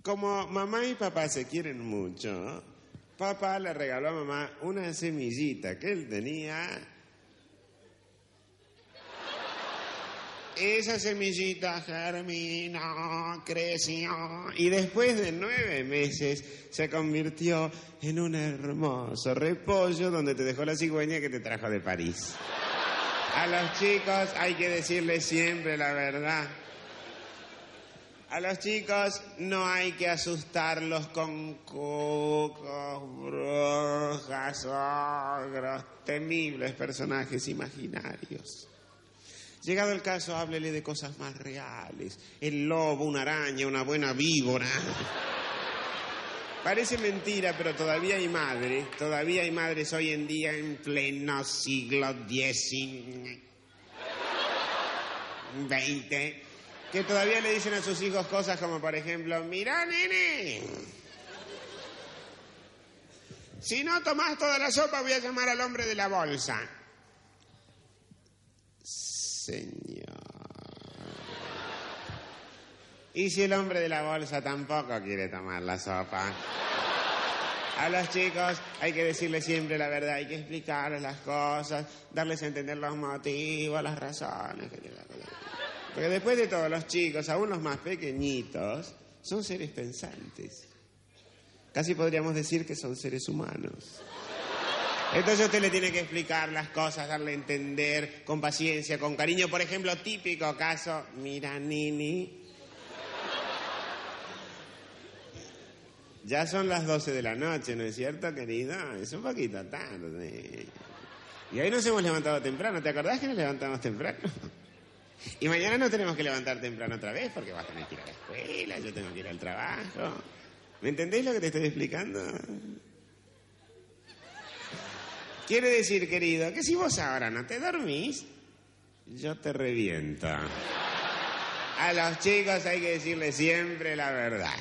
S4: como mamá y papá se quieren mucho, papá le regaló a mamá una semillita que él tenía. Esa semillita germinó, creció y después de nueve meses se convirtió en un hermoso repollo donde te dejó la cigüeña que te trajo de París. A los chicos hay que decirles siempre la verdad. A los chicos no hay que asustarlos con cucos, brujas, ogros, temibles personajes imaginarios. Llegado el caso, háblele de cosas más reales. El lobo, una araña, una buena víbora. Parece mentira, pero todavía hay madres, todavía hay madres hoy en día en pleno siglo XIX, XX, que todavía le dicen a sus hijos cosas como, por ejemplo, mira, nene, si no tomás toda la sopa voy a llamar al hombre de la bolsa. Señor. Y si el hombre de la bolsa tampoco quiere tomar la sopa. A los chicos hay que decirles siempre la verdad, hay que explicarles las cosas, darles a entender los motivos, las razones. Porque después de todo, los chicos, aún los más pequeñitos, son seres pensantes. Casi podríamos decir que son seres humanos. Entonces usted le tiene que explicar las cosas, darle a entender con paciencia, con cariño. Por ejemplo, típico caso, mira Nini. Ya son las 12 de la noche, ¿no es cierto, querida? Es un poquito tarde. Y hoy nos hemos levantado temprano. ¿Te acordás que nos levantamos temprano? Y mañana nos tenemos que levantar temprano otra vez porque vas a tener que ir a la escuela, yo tengo que ir al trabajo. ¿Me entendéis lo que te estoy explicando? Quiere decir, querido, que si vos ahora no te dormís, yo te reviento. A los chicos hay que decirles siempre la verdad.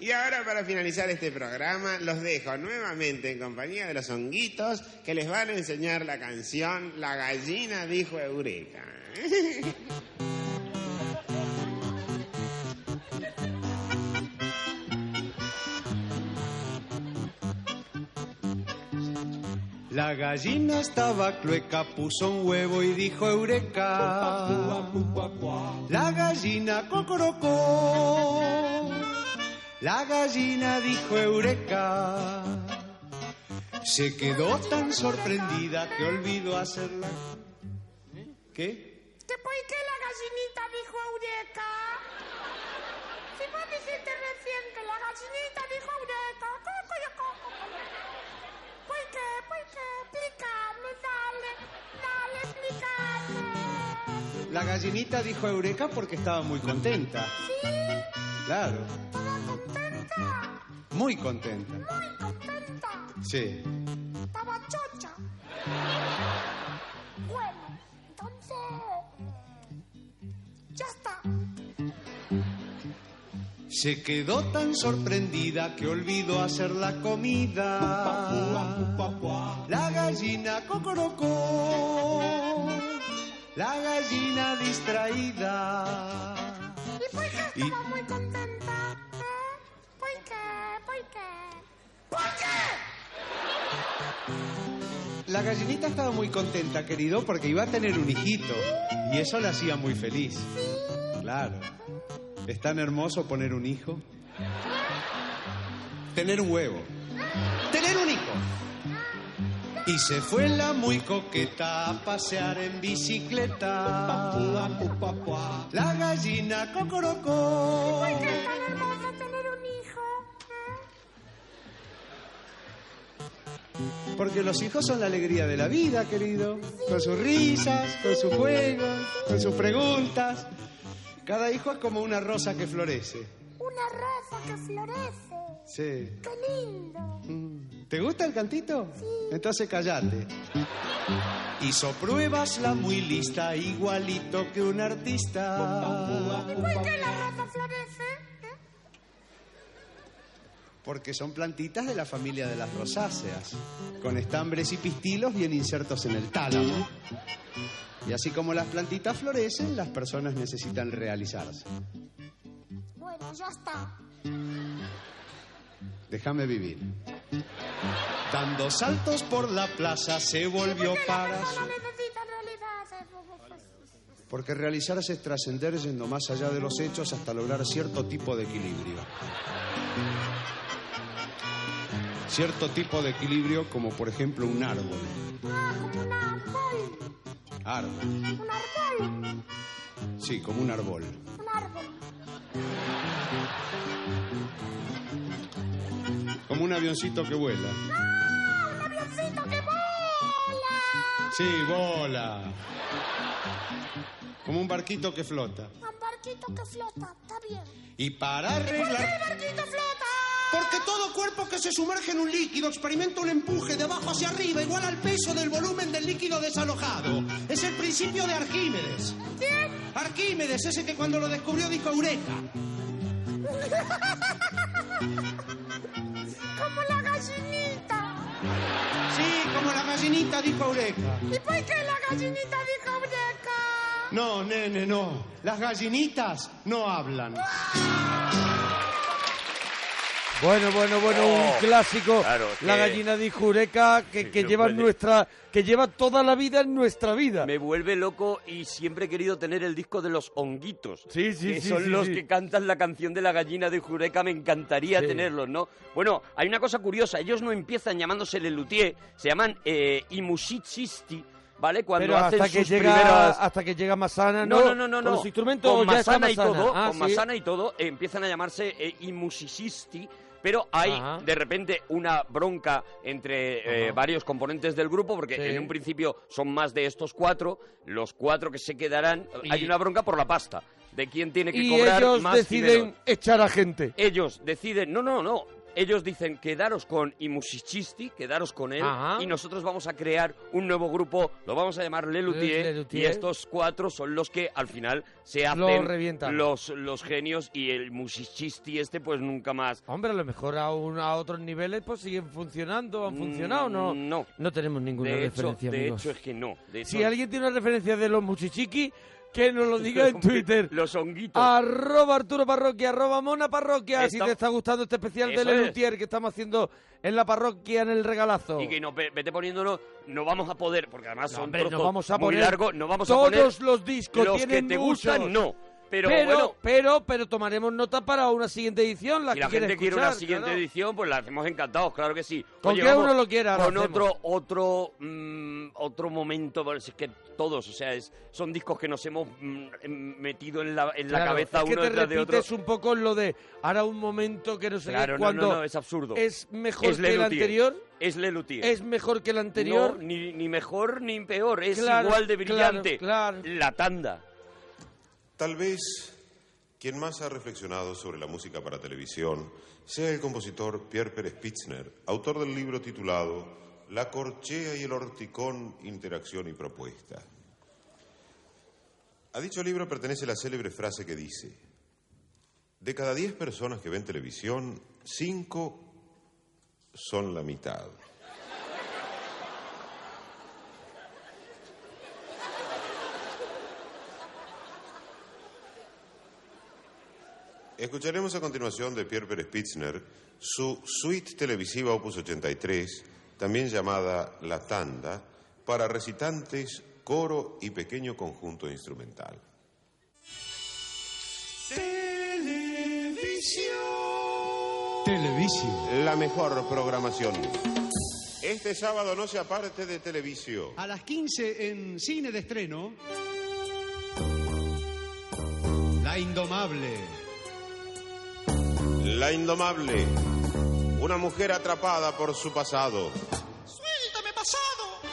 S4: Y ahora para finalizar este programa los dejo nuevamente en compañía de los honguitos que les van a enseñar la canción La gallina dijo Eureka.
S10: La gallina estaba clueca, puso un huevo y dijo eureka. La gallina cocorocó. La gallina dijo eureka. Se quedó tan sorprendida que olvidó hacerla. ¿Qué?
S26: ¿Qué por qué la gallinita dijo eureka? Si vos dijiste recién que la gallinita dijo eureka, ¿cómo, cómo, cómo, cómo? ¿por qué? ¿Por qué? Explícame, dale, dale, explícame.
S10: La gallinita dijo eureka porque estaba muy contenta.
S26: ¿Sí?
S10: Claro,
S26: ¿Estaba contenta?
S10: muy contenta.
S26: Muy contenta.
S10: Sí.
S26: Estaba chocha. Bueno, entonces... Ya está.
S10: Se quedó tan sorprendida que olvidó hacer la comida. La gallina cocorocó. La gallina distraída.
S26: ¿Y por qué estaba muy contenta? ¿Eh? ¿Por qué? ¿Por qué? ¿Por qué?
S10: La gallinita estaba muy contenta, querido, porque iba a tener un hijito. Y eso la hacía muy feliz. Claro. Es tan hermoso poner un hijo. Tener un huevo. Tener un hijo. Y se fue la muy coqueta a pasear en bicicleta. La gallina cocorocó.
S26: ¿Por qué es tan hermoso tener un hijo?
S10: Porque los hijos son la alegría de la vida, querido. Con sus risas, con sus juegos, con sus preguntas. Cada hijo es como una rosa que florece.
S26: Una rosa que florece.
S10: Sí. Mm.
S26: ¡Qué lindo!
S10: ¿Te gusta el cantito? Entonces callate. Hizo pruebas la muy lista, igualito que un artista.
S26: ¿Y por qué la rosa florece?
S10: Porque son plantitas de la familia de las rosáceas, con estambres y pistilos bien insertos en el tálamo. Y así como las plantitas florecen, las personas necesitan realizarse.
S26: Bueno, ya está.
S10: Déjame vivir. Dando saltos por la plaza se volvió para
S26: No
S10: su...
S26: necesita en realidad.
S10: Porque realizarse es trascender yendo más allá de los hechos hasta lograr cierto tipo de equilibrio. Cierto tipo de equilibrio como por ejemplo un árbol.
S26: Ah, como un árbol.
S10: Árbol.
S26: Un árbol.
S10: Sí, como un árbol.
S26: Un árbol.
S10: Como un avioncito que vuela.
S26: ¡Ah, un avioncito que mola!
S10: Sí, bola. Como un barquito que flota.
S26: Un barquito que flota, está bien.
S10: Y para
S26: ¿Por qué
S10: arreglar...
S26: el barquito flota?
S10: Porque todo cuerpo que se sumerge en un líquido experimenta un empuje de abajo hacia arriba igual al peso del volumen del líquido desalojado. Es el principio de Arquímedes. Arquímedes, ese que cuando lo descubrió dijo Eureka.
S26: Como la gallinita.
S10: Sí, como la gallinita dijo Eureka.
S26: ¿Y por qué la gallinita dijo breca?
S10: No, nene, no. Las gallinitas no hablan.
S1: Bueno, bueno, bueno, un
S10: Oh,
S1: clásico.
S10: claro,
S1: la
S10: que-
S1: gallina de Jureca que, que
S2: no
S1: lleva
S2: puede.
S1: nuestra, que lleva toda la vida en nuestra vida.
S2: Me vuelve loco y siempre he querido tener el disco de los honguitos.
S1: Sí, sí,
S2: que
S1: sí,
S2: Son
S1: sí,
S2: los
S1: sí.
S2: que cantan la canción de la gallina de Jureca, me encantaría
S1: Sí.
S2: tenerlos, ¿no? Bueno, hay una cosa curiosa, ellos no empiezan llamándose Lelutier, se llaman eh, Imusicisti, ¿vale? Cuando
S1: Pero
S2: hacen
S1: hasta que
S2: sus
S1: llega,
S2: primeras...
S1: hasta que llega Masana, ¿no?
S2: No, no, no, no.
S1: Con
S2: no.
S1: los instrumentos
S2: Con
S1: ya está
S2: Masana y todo,
S1: Ah,
S2: con
S1: sí.
S2: Masana y todo, eh, empiezan a llamarse eh, Imusicisti, pero hay
S1: Ajá.
S2: de repente una bronca entre eh,
S1: Ajá.
S2: varios componentes del grupo, porque
S1: Sí.
S2: en un principio son más de estos cuatro, los cuatro que se quedarán,
S1: Y-
S2: hay una bronca por la pasta, de quién tiene que
S1: Y
S2: cobrar
S1: ellos
S2: más y
S1: deciden
S2: menos.
S1: echar a gente.
S2: Ellos deciden, no, no, no. Ellos dicen quedaros con Imusicisti, quedaros con él,
S1: Ajá.
S2: y nosotros vamos a crear un nuevo grupo, lo vamos a llamar Lelutier,
S1: Le- Lelutier.
S2: y estos cuatro son los que al final se hacen
S1: Lo revientan.
S2: los, los genios y el musicisti este pues nunca más.
S1: Hombre, a lo mejor a, un- a otros niveles pues siguen funcionando, han
S2: Mm,
S1: funcionado, ¿no?
S2: no.
S1: No tenemos ninguna
S2: de hecho,
S1: referencia,
S2: de
S1: amigos.
S2: hecho es que no. de hecho
S1: Si alguien tiene una referencia de los muchichiquis, que nos lo diga en
S2: Hombre,
S1: Twitter.
S2: Los honguitos.
S1: Arroba Arturo Parroquia, arroba Mona Parroquia. Si
S2: Estamos-
S1: te está gustando este especial de
S2: Eso
S1: Le
S2: es.
S1: Luthier que estamos haciendo en la parroquia, en el regalazo.
S2: Y que no, ve- vete poniéndonos, no vamos a poder, porque además
S1: No,
S2: son
S1: hombre, no
S2: trozos
S1: vamos a
S2: muy
S1: poner
S2: largos, no vamos
S1: todos
S2: a poner...
S1: los discos,
S2: los
S1: tienen
S2: que te
S1: muchos.
S2: gustan, no. Pero,
S1: pero,
S2: bueno,
S1: pero, pero tomaremos nota para una siguiente edición. La
S2: si la
S1: que quiere
S2: gente quiere una
S1: escuchar,
S2: siguiente
S1: claro.
S2: edición, pues la hacemos encantados, claro que sí.
S1: Con
S2: Oye,
S1: que
S2: vamos
S1: uno lo quiera, lo
S2: Con
S1: hacemos.
S2: otro, otro, mm, otro momento, bueno, si es que todos, o sea, es- son discos que nos hemos mm, em, metido en la, en la
S1: Claro,
S2: cabeza
S1: es que
S2: uno
S1: te
S2: detrás de otro.
S1: repites un poco lo de ahora un momento que no sé
S2: Claro,
S1: qué,
S2: no,
S1: cuando
S2: no, no, es absurdo.
S1: es mejor
S2: Es
S1: que
S2: Le
S1: el
S2: Luthier.
S1: anterior
S2: Es Lelutier.
S1: es mejor que el anterior
S2: No, ni, ni mejor ni peor, es
S1: Claro,
S2: igual de
S1: claro,
S2: brillante. La tanda.
S23: Tal vez quien más ha reflexionado sobre la música para televisión sea el compositor Pierre Pérez Pitzner, autor del libro titulado La corchea y el horticón, interacción y propuesta. A dicho libro pertenece la célebre frase que dice, de cada diez personas que ven televisión, cinco son la mitad. Escucharemos a continuación de Pierre Pérez Pitzner su suite televisiva Opus 83, también llamada La Tanda, para recitantes, coro y pequeño conjunto instrumental.
S10: Televisión. Televisión.
S23: La mejor programación. Este sábado no se aparte de Televisión.
S10: A las 15 en cine de estreno. La indomable.
S23: La Indomable. Una mujer atrapada por su pasado.
S24: ¡Suéltame, pasado!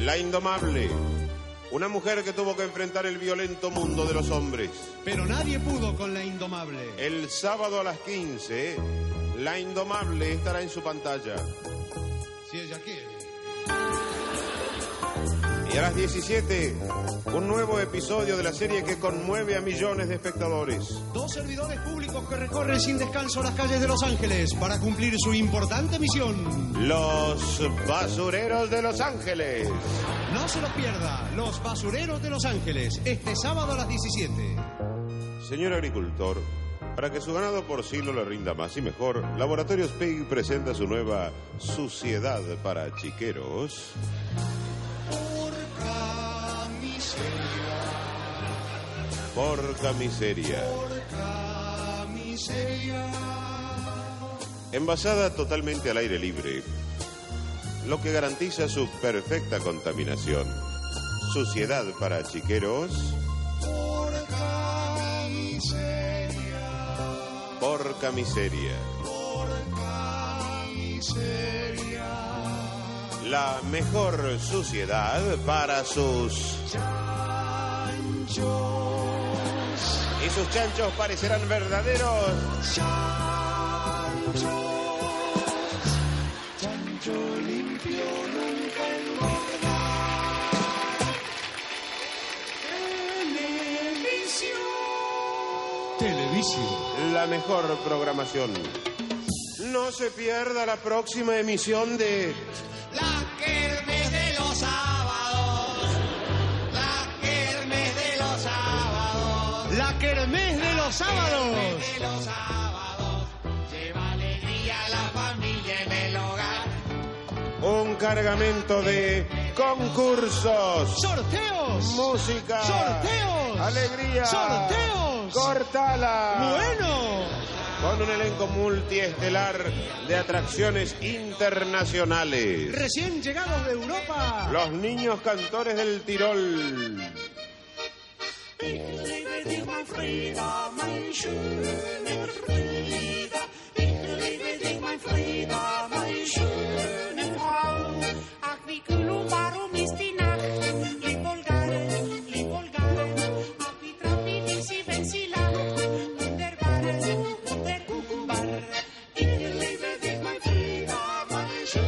S23: La Indomable. Una mujer que tuvo que enfrentar el violento mundo de los hombres.
S10: Pero nadie pudo con la indomable.
S23: El sábado a las 15, La Indomable estará en su pantalla.
S10: Si ella quiere.
S23: Y a las 17, un nuevo episodio de la serie que conmueve a millones de espectadores.
S10: Dos servidores públicos que recorren sin descanso las calles de Los Ángeles para cumplir su importante misión.
S23: Los basureros de Los Ángeles.
S10: No se los pierda, Los Basureros de Los Ángeles, este sábado a las 17.
S23: Señor agricultor, para que su ganado porcino le rinda más y mejor, Laboratorios Pig presenta su nueva Suciedad para Chiqueros. Porca miseria. Envasada totalmente al aire libre, lo que garantiza su perfecta contaminación. Suciedad para chiqueros. Porca miseria. La mejor suciedad para sus. Y sus chanchos parecerán verdaderos. Televisión. La mejor programación. No se pierda la próxima emisión de
S9: La Kermes de los sábados. La Kermes de los sábados.
S10: La Kermés de los Sábados.
S9: Kermes de los sábados. Lleva alegría a la familia en el hogar.
S23: un cargamento de concursos,
S10: sorteos,
S23: música,
S10: sorteos,
S23: alegría,
S10: sorteos.
S23: cortala.
S10: Bueno.
S23: Con un elenco multiestelar de atracciones internacionales.
S10: Recién llegados de Europa.
S23: Los niños cantores del Tirol.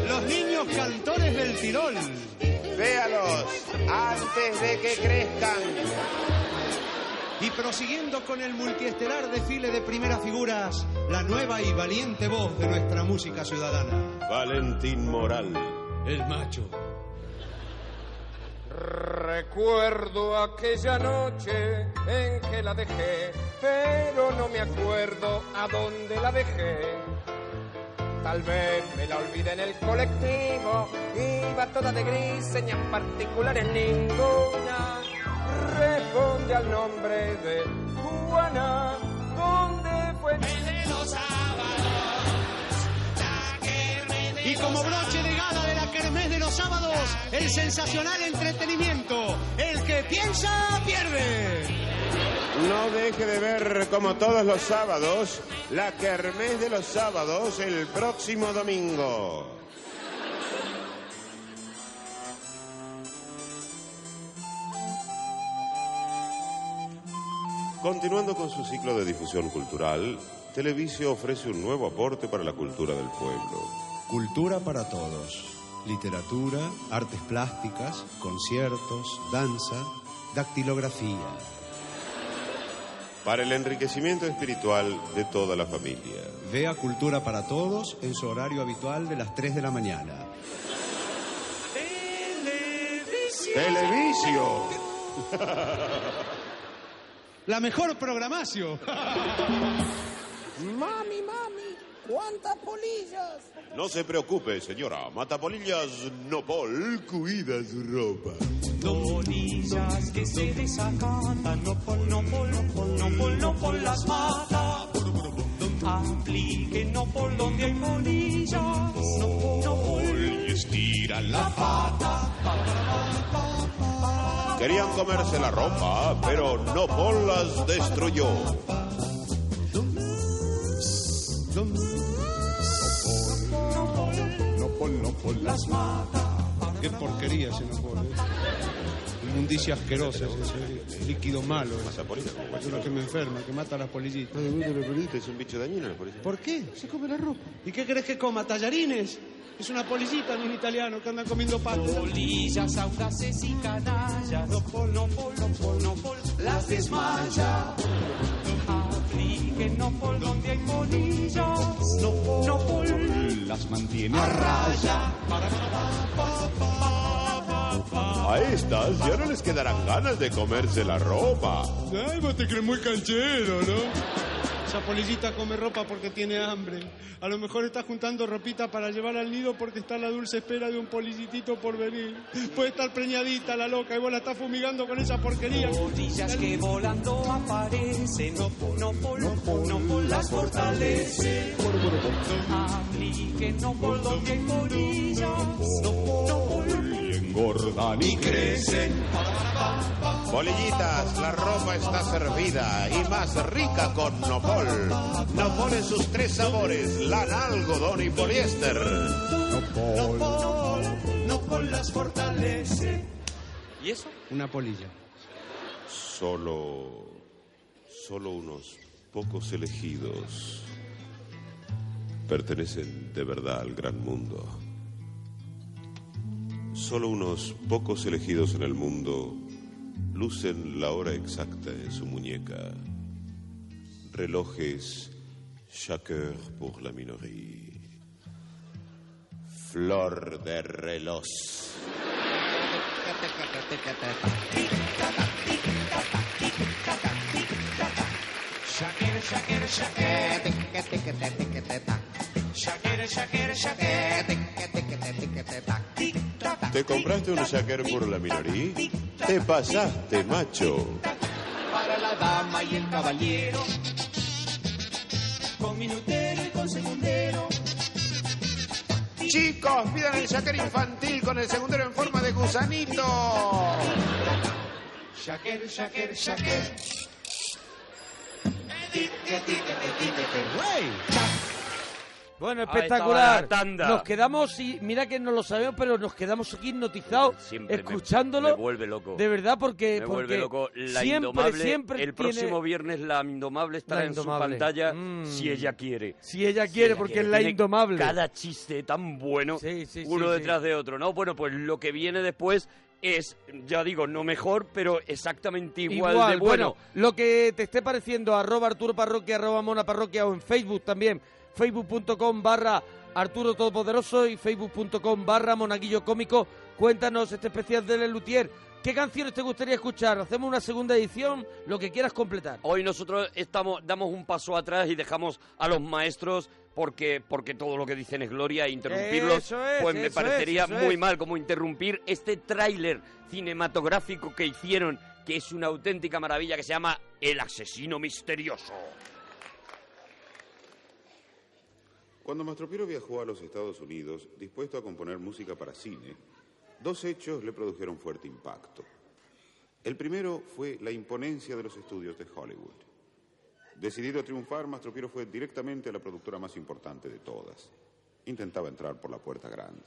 S10: Los niños cantores del Tirol.
S23: Véalos antes de que crezcan.
S10: Y prosiguiendo con el multiestelar desfile de primeras figuras, la nueva y valiente voz de nuestra música ciudadana.
S23: Valentín Moral.
S10: El macho.
S16: Recuerdo aquella noche en que la dejé, pero no me acuerdo a dónde la dejé. Tal vez me la olvidé en el colectivo, iba toda de gris, señas particulares ninguna. Responde al nombre de Juana, ¿dónde fue? de los
S10: Y como broche de gala de la Kermés de los sábados, el sensacional entretenimiento. El que piensa, pierde.
S23: No deje de ver, como todos los sábados, la Kermés de los sábados el próximo domingo. Continuando con su ciclo de difusión cultural, Televisio ofrece un nuevo aporte para la cultura del pueblo.
S10: Cultura para todos. Literatura, artes plásticas, conciertos, danza, dactilografía.
S23: Para el enriquecimiento espiritual de toda la familia.
S10: Vea Cultura para Todos en su horario habitual de las 3 de la mañana.
S23: ¡Televisio!
S10: La mejor programación.
S18: Mami, mami, ¿cuántas polillas?
S23: No se preocupe, señora. Matapolillas Nopol cuida su ropa.
S3: Polillas que se desacatan, no pol, no pol, no pol, no pol, no pol las mata. Aplique no pol donde hay polillas, no pol, no pol.
S23: Y estira la pata. Querían comerse la ropa, pero Nopol las destruyó.
S10: No pon, no pon las mata. Qué porquería ese no pon, ¿eh? inmundicia asquerosa, ese, ese líquido malo. Es lo que me enferma, que mata a las polillitas.
S23: es un bicho dañino la polilla.
S10: ¿Por qué? Se come la ropa. ¿Y qué crees que coma? ¿Tallarines? Es una polillita, no un italiano que andan comiendo pato.
S3: Polillas audaces y canallas, no pol, no pol, no pol, no pol, las desmaya. Apliquen no pol donde hay polillas, no pol, no pol,
S11: Las mantiene
S3: a raya.
S23: A estas ya no les quedarán ganas de comerse la ropa.
S10: Ay, vos te crees muy canchero, ¿no? Esa polillita come ropa porque tiene hambre. A lo mejor está juntando ropita para llevar al nido porque está a la dulce espera de un polillitito por venir. Puede estar preñadita la loca y vos la estás fumigando con esa porquería.
S3: Polillas que volando aparecen, no pol, no pol, no pol, no pol, las fortalecen. Apliquen no pol donde hay polillas, no pol, no pol.
S23: Engordan y crecen. Polillitas, la ropa está servida y más rica con Nopol. Nopol en sus tres sabores, lana, algodón y poliéster. Nopol.
S3: No pol las fortalece. ¿Y eso?
S10: Una polilla.
S23: Solo. Solo unos pocos elegidos pertenecen de verdad al gran mundo. Solo unos pocos elegidos en el mundo lucen la hora exacta en su muñeca. Relojes chaque heure pour la minoría. Flor de reloj.
S3: Shakira, Shakira, Shakira. Shakira, Shakira, Shakira.
S23: ¿Te compraste un shaker por la minoría? Te pasaste, macho.
S3: Para la dama y el caballero. Con minutero y con segundero.
S4: Chicos, pidan el shaker infantil con el segundero en forma de gusanito.
S3: Shaker, shaker, shaker.
S1: Bueno,
S2: Ahí estaba
S1: espectacular.
S2: la tanda.
S1: Nos quedamos y mira que no lo sabemos, pero nos quedamos aquí hipnotizados
S2: Siempre me-
S1: escuchándolo.
S2: me vuelve loco.
S1: De verdad, porque,
S2: Me
S1: porque
S2: vuelve loco la
S1: siempre,
S2: indomable.
S1: siempre
S2: el
S1: tiene-
S2: próximo viernes la indomable estará
S1: La
S2: en
S1: Indomable.
S2: su pantalla
S1: Mm.
S2: si ella quiere.
S1: Si ella quiere, porque es la
S2: Tiene
S1: indomable.
S2: Cada chiste tan bueno,
S1: sí,
S2: uno
S1: sí.
S2: detrás de otro, ¿no? Bueno, pues lo que viene después es, ya digo, no mejor, pero exactamente igual, de bueno.
S1: lo que te esté pareciendo, arroba Arturo Parroquia, arroba Mona Parroquia o en Facebook también, facebook.com barra Arturo Todopoderoso y facebook.com barra Monaguillo Cómico. Cuéntanos este especial de Lutier. ¿Qué canciones te gustaría escuchar? Hacemos una segunda edición, lo que quieras completar.
S2: Hoy nosotros estamos, damos un paso atrás y dejamos a los maestros porque, porque todo lo que dicen es gloria e interrumpirlos,
S1: Eso es,
S2: pues me
S1: eso
S2: parecería
S1: es, eso
S2: muy
S1: es.
S2: mal como interrumpir este tráiler cinematográfico que hicieron, que es una auténtica maravilla, que se llama El asesino misterioso.
S23: Cuando Mastropiero viajó a los Estados Unidos dispuesto a componer música para cine, dos hechos le produjeron fuerte impacto. El primero fue la imponencia de los estudios de Hollywood. Decidido a triunfar, Mastropiero fue directamente a la productora más importante de todas. Intentaba entrar por la puerta grande.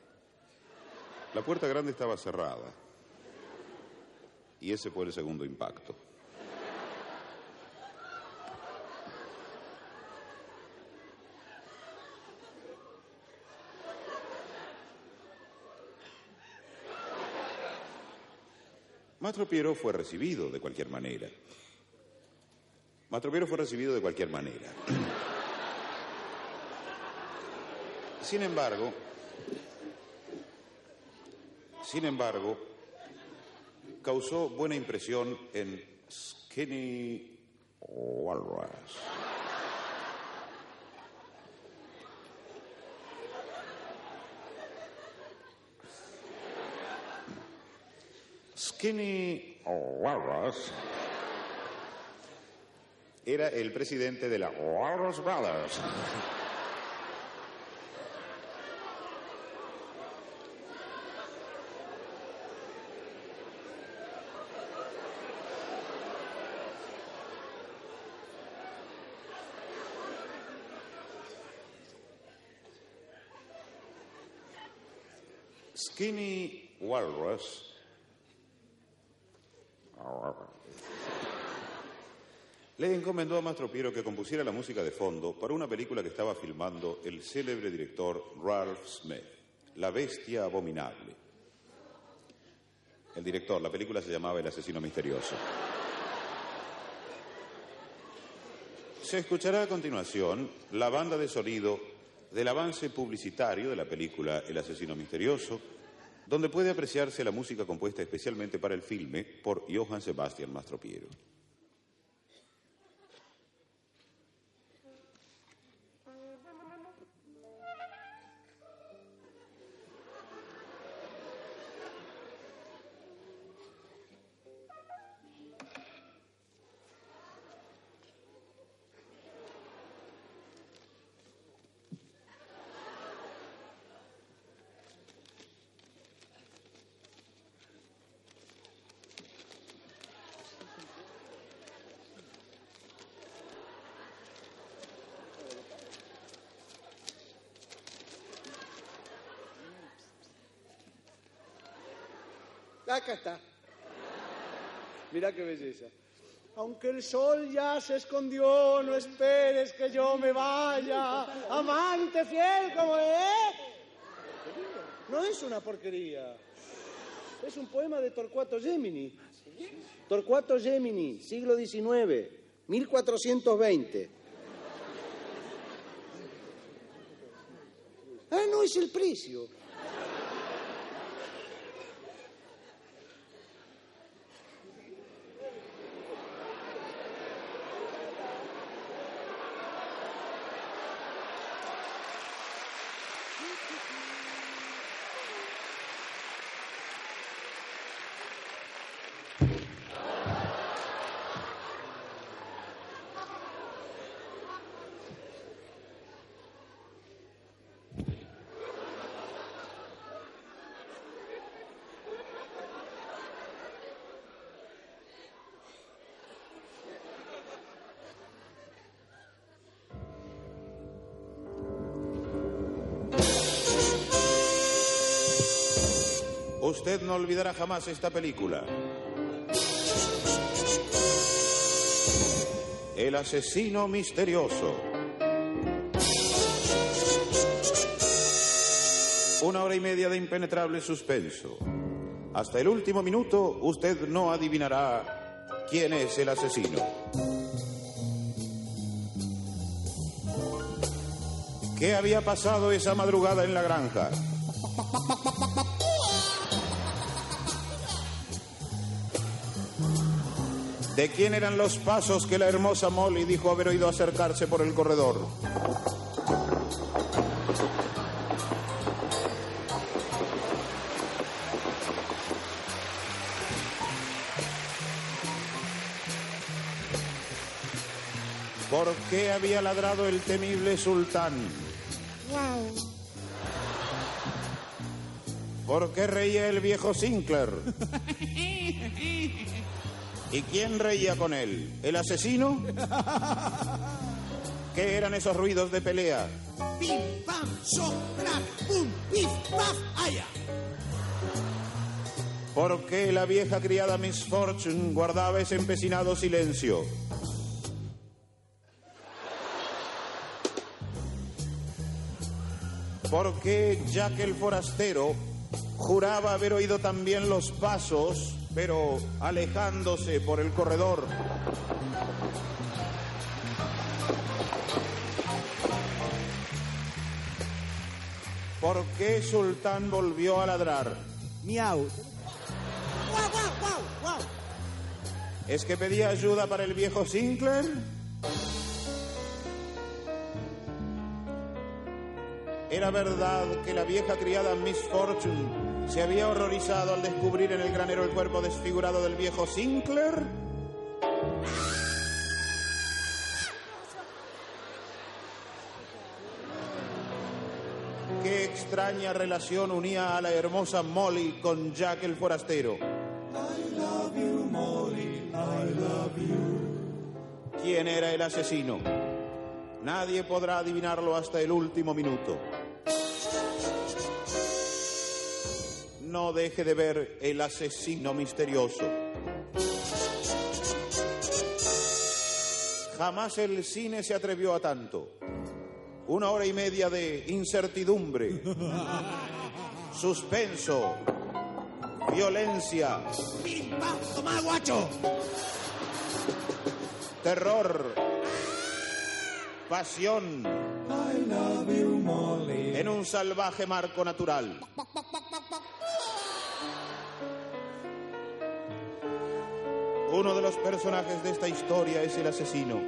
S23: La puerta grande estaba cerrada. Y ese fue el segundo impacto. Mastropiero fue recibido de cualquier manera. Mastropiero fue recibido de cualquier manera. Sin embargo, sin embargo, causó buena impresión en Skinny Walrus. Skinny Walrus era el presidente de la Walrus Brothers. Skinny Walrus Le encomendó a Mastro Piero que compusiera la música de fondo para una película que estaba filmando el célebre director Ralph Smith, La Bestia Abominable. El director, la película se llamaba El Asesino Misterioso. Se escuchará a continuación la banda de sonido del avance publicitario de la película El Asesino Misterioso, donde puede apreciarse la música compuesta especialmente para el filme por Johann Sebastian Mastropiero.
S13: Acá está. Mira qué belleza. Aunque el sol ya se escondió, no esperes que yo me vaya. Amante fiel como es. No es una porquería. Es un poema de Torcuato Gemini. Torcuato Gemini, siglo XIX, 1420. Ah, no es el precio.
S23: Usted no olvidará jamás esta película. El asesino misterioso. Una hora y media de impenetrable suspenso. Hasta el último minuto usted no adivinará quién es el asesino. ¿Qué había pasado esa madrugada en la granja? ¿De quién eran los pasos que la hermosa Molly dijo haber oído acercarse por el corredor? ¿Por qué había ladrado el temible sultán? ¿Por qué reía el viejo Sinclair? ¿Y quién reía con él? ¿El asesino? ¿Qué eran esos ruidos de pelea?
S13: Pim, pam, soplar, pum, pif, paf, allá.
S23: ¿Por qué la vieja criada Miss Fortune guardaba ese empecinado silencio? ¿Por qué Jack el forastero juraba haber oído también los pasos, pero alejándose por el corredor? ¿Por qué Sultán volvió a ladrar?
S13: Miau.
S18: ¡Guau, guau, guau, guau!
S23: ¿Es que pedía ayuda para el viejo Sinclair? ¿Era verdad que la vieja criada Miss Fortune se había horrorizado al descubrir en el granero el cuerpo desfigurado del viejo Sinclair? ¿Qué extraña relación unía a la hermosa Molly con Jack el forastero? ¿Quién era el asesino? Nadie podrá adivinarlo hasta el último minuto. No deje de ver el asesino misterioso. Jamás el cine se atrevió a tanto. Una hora y media de incertidumbre, suspenso, violencia,
S8: ¡Pim, pam, toma, guacho!
S23: terror, pasión, en un salvaje marco natural. Uno de los personajes de esta historia es el asesino,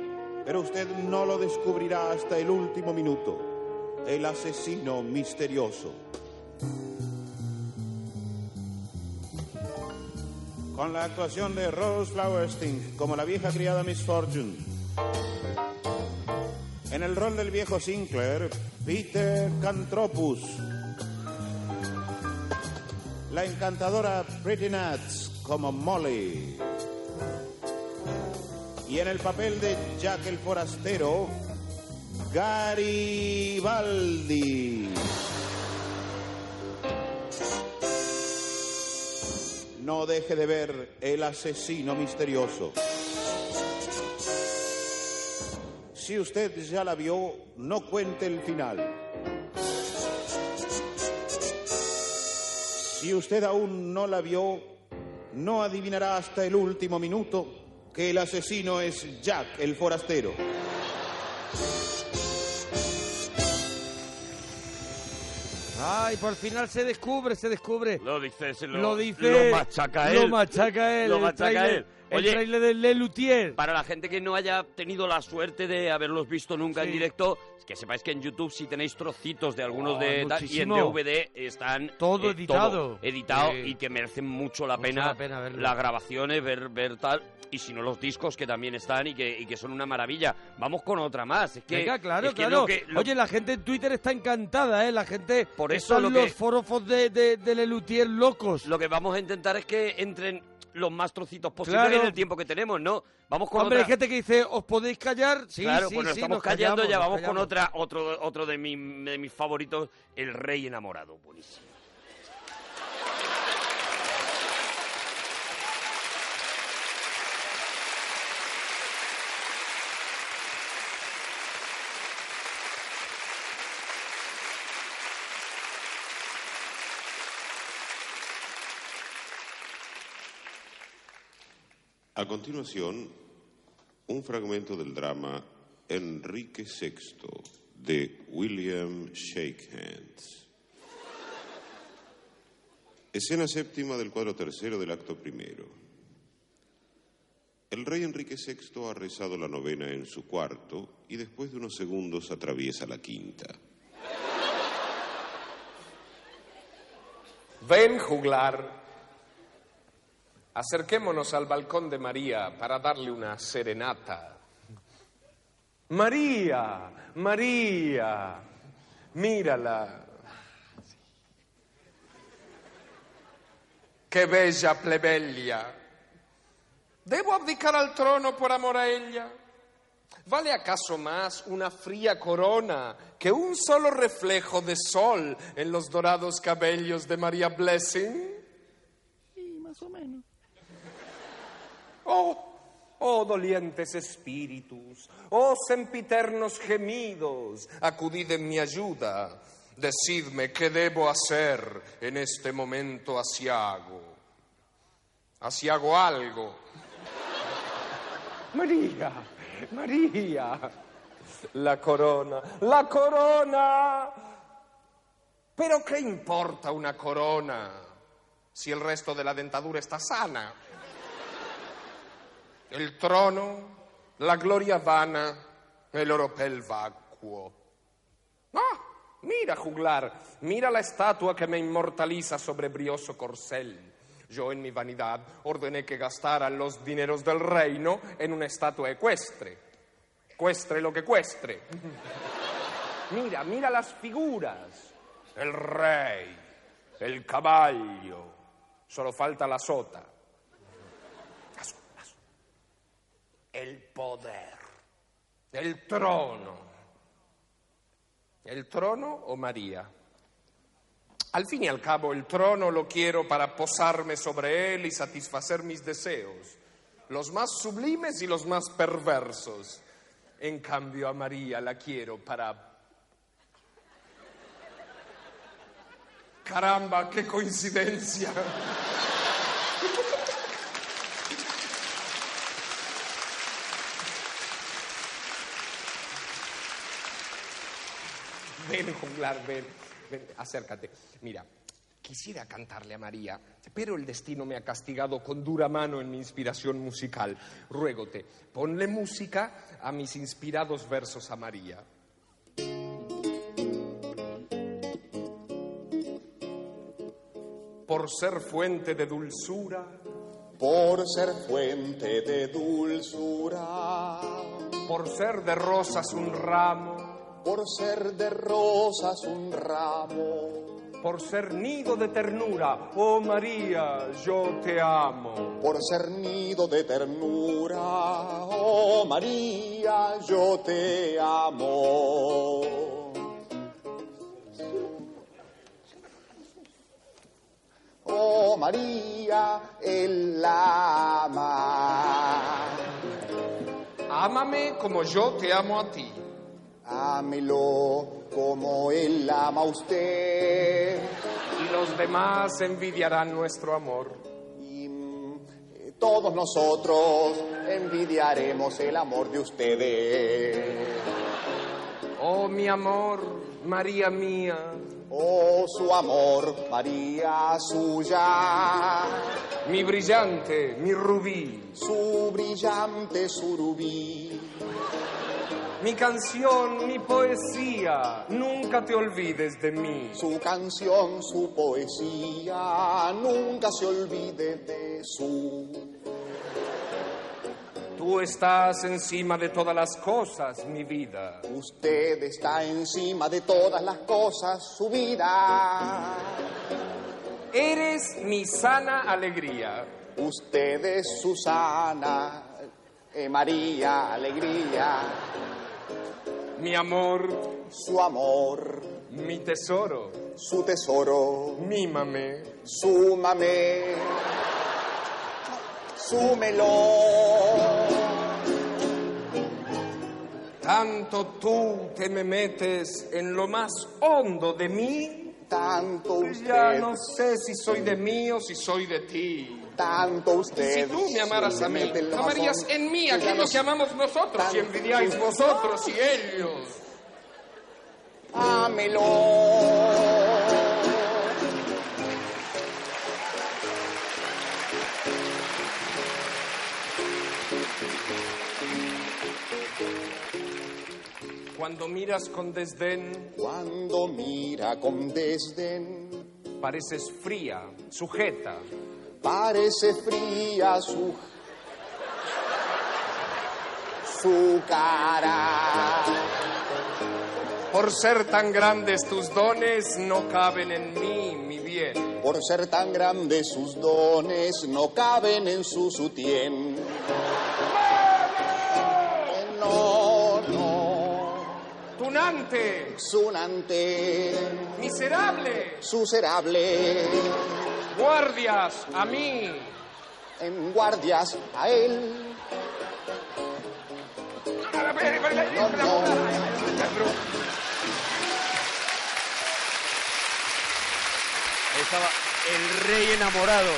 S23: pero usted no lo descubrirá hasta el último minuto. El asesino misterioso. Con la actuación de Rose Flowersting como la vieja criada Miss Fortune. En el rol del viejo Sinclair, Peter Cantropus. La encantadora Pretty Nuts como Molly. Y en el papel de Jack el Forastero, Garibaldi. No deje de ver El asesino misterioso. Si usted ya la vio, no cuente el final. Si usted aún no la vio, no adivinará hasta el último minuto que el asesino es Jack el forastero.
S1: Ay, por final se descubre, se descubre.
S2: Lo dice, se lo,
S1: Lo dice-
S2: Lo machaca él.
S1: lo machaca él,
S2: Lo
S1: el
S2: machaca
S1: tráiler-
S2: él.
S1: el tráiler de Lelutier.
S2: Para la gente que no haya tenido la suerte de haberlos visto nunca en directo, que sepáis que en YouTube sí tenéis trocitos de algunos
S1: Oh,
S2: de tal, y en
S1: muchísimo.
S2: DVD están eh,
S1: Todo editado.
S2: editado
S1: Sí.
S2: y que merecen mucho la pena,
S1: la pena verlo.
S2: las grabaciones, ver ver tal y si no los discos que también están y que, y que son una maravilla. Vamos con otra más, es que
S1: Venga, claro,
S2: es que
S1: claro.
S2: lo que- lo-
S1: Oye, la gente en Twitter está encantada, ¿eh? La gente. Por
S2: eso
S1: están
S2: lo que-
S1: los forofos de, de, de Lelutier locos.
S2: Lo que vamos a intentar es que entren los más trocitos posibles
S1: Claro.
S2: en el tiempo que tenemos, ¿no? Vamos con
S1: Hombre, hay
S2: otra.
S1: gente que dice, ¿os podéis callar? Sí,
S2: claro,
S1: sí,
S2: pues nos
S1: sí,
S2: estamos callando,
S1: callamos,
S2: ya
S1: nos
S2: vamos con
S1: callamos.
S2: otra, otro, otro de, mi- de mis favoritos, El Rey Enamorado. Buenísimo.
S27: A continuación, un fragmento del drama Enrique VI de William Shakehands. Escena séptima del cuadro tercero del acto primero. El rey Enrique VI ha rezado la novena en su cuarto y después de unos segundos atraviesa la quinta.
S16: Ven, juglar. Acerquémonos al balcón de María para darle una serenata. María, María, mírala. Qué bella plebeya. ¿Debo abdicar al trono por amor a ella? ¿Vale acaso más una fría corona que un solo reflejo de sol en los dorados cabellos de María Blessing?
S28: Sí, más o menos.
S16: Oh, oh dolientes espíritus, oh sempiternos gemidos, acudid en mi ayuda. Decidme qué debo hacer en este momento asiago. Asiago algo. María, María. La corona, la corona. Pero ¿qué importa una corona si el resto de la dentadura está sana? El trono, la gloria vana, el oropel vacuo. Ah, mira, juglar, mira la estatua que me inmortaliza sobre brioso corcel. Yo en mi vanidad ordené que gastaran los dineros del reino en una estatua ecuestre. Cuestre lo que cuestre. Mira, mira las figuras. El rey, el caballo. Solo falta la sota. el poder, el trono. ¿El trono o María? Al fin y al cabo, el trono lo quiero para posarme sobre él y satisfacer mis deseos, los más sublimes y los más perversos. En cambio, a María la quiero para... Caramba, qué coincidencia.
S5: Ven, juglar, ven, ven, acércate. Mira, quisiera cantarle a María, pero el destino me ha castigado con dura mano en mi inspiración musical. Ruégote, ponle música a mis inspirados versos a María.
S16: Por ser fuente de dulzura,
S28: por ser fuente de dulzura,
S16: por ser de rosas un ramo,
S28: por ser de rosas un ramo,
S16: por ser nido de ternura, oh María, yo te amo.
S28: por ser nido de ternura. Oh María, yo te amo. Oh María, él la ama.
S16: Ámame como yo te amo a ti.
S28: Ámelo como él ama a usted.
S16: Y los demás envidiarán nuestro amor.
S28: Todos nosotros envidiaremos el amor de ustedes.
S16: Oh, mi amor, María mía.
S28: Oh, su amor, María suya.
S16: Mi brillante, mi rubí.
S28: Su brillante, su rubí.
S16: Mi canción, mi poesía, nunca te olvides de mí.
S28: Su canción, su poesía, nunca se olvide de su.
S16: Tú estás encima de todas las cosas, mi vida.
S28: Usted está encima de todas las cosas, su vida.
S16: Eres mi sana alegría.
S28: Usted es Susana, eh, María, alegría.
S16: Mi amor,
S28: su amor,
S16: mi tesoro.
S28: su tesoro,
S16: Mímame.
S28: súmame, súmelo.
S16: Tanto tú te me metes en lo más hondo de mí.
S28: Tanto
S16: que
S28: usted,
S16: Ya no sé si soy de mí o si soy de ti.
S28: tanto
S16: Si
S28: usted.
S16: tú me amaras
S28: se
S16: a mí,
S28: mete en la
S16: amarías
S28: razón,
S16: en mí
S28: que
S16: a
S28: ya
S16: quien
S28: no
S16: nos llamamos nosotros y
S28: Tanto
S16: envidiáis
S28: tú.
S16: vosotros y ellos.
S28: Ámelo.
S16: Cuando miras con desdén,
S28: Cuando mira con desdén,
S16: pareces fría, sujeta.
S28: parece fría su. su cara.
S16: Por ser tan grandes tus dones, no caben en mí, mi bien.
S28: Por ser tan grandes sus dones, no caben en su sutién. En honor,
S16: Tunante,
S28: sunante,
S16: miserable,
S28: suserable,
S16: guardias, a mí.
S28: en guardias a él. No, no,
S1: Estaba el
S2: Rey enamorado.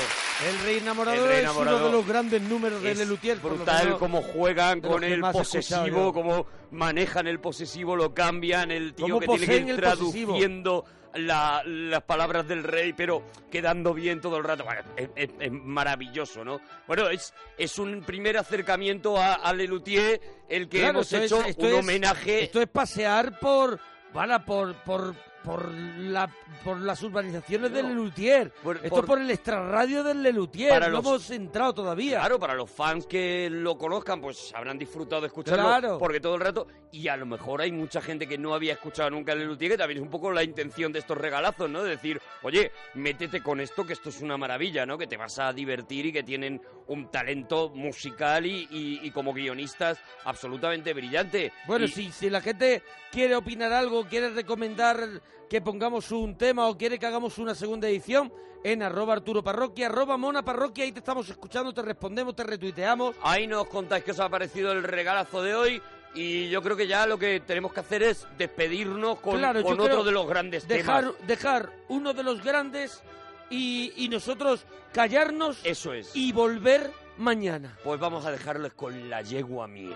S1: El Rey Enamorado,
S2: El Rey
S1: es
S2: Enamorado
S1: uno de los grandes números de
S2: es
S1: Lelutier. por lo
S2: brutal
S1: menos
S2: cómo juegan
S1: de los
S2: con
S1: que
S2: el
S1: más he escuchado yo.
S2: posesivo, cómo manejan el posesivo, lo cambian, el
S1: Cómo
S2: tío que tiene que
S1: poseen
S2: ir
S1: el posesivo.
S2: traduciendo la- las palabras del rey, pero quedando bien todo el rato. Bueno, es, es- es maravilloso, ¿no? Bueno, es, es un primer acercamiento a, a Lelutier, el que
S1: Claro,
S2: hemos
S1: esto es-
S2: hecho
S1: esto
S2: un
S1: es-
S2: homenaje
S1: Esto es pasear por. Vara, por. por. por la. por las urbanizaciones del Lelutier. esto
S2: por-
S1: por el extrarradio del Lelutier.
S2: Para
S1: No
S2: los-
S1: hemos entrado todavía.
S2: Claro, para los fans que lo conozcan, pues habrán disfrutado de escucharlo.
S1: Claro.
S2: Porque todo el rato. Y a lo mejor hay mucha gente que no había escuchado nunca el Lutier, que también es un poco la intención de estos regalazos, ¿no? De decir, oye, métete con esto, que esto es una maravilla, ¿no? Que te vas a divertir y que tienen un talento musical y, y- y como guionistas absolutamente brillante.
S1: Bueno,
S2: Y-
S1: si, si la gente quiere opinar algo, quiere recomendar que pongamos un tema o quiere que hagamos una segunda edición, en arroba Arturo Parroquia, arroba Mona Parroquia, ahí te estamos escuchando, te respondemos, te retuiteamos.
S2: Ahí nos contáis qué os ha parecido el regalazo de hoy Y yo creo que ya lo que tenemos que hacer es despedirnos con,
S1: Claro, yo
S2: con
S1: creo
S2: otro de los grandes
S1: dejar,
S2: temas.
S1: Dejar uno de los grandes y, y nosotros callarnos.
S2: Eso es.
S1: Y volver mañana.
S2: Pues vamos a dejarles con la yegua mía.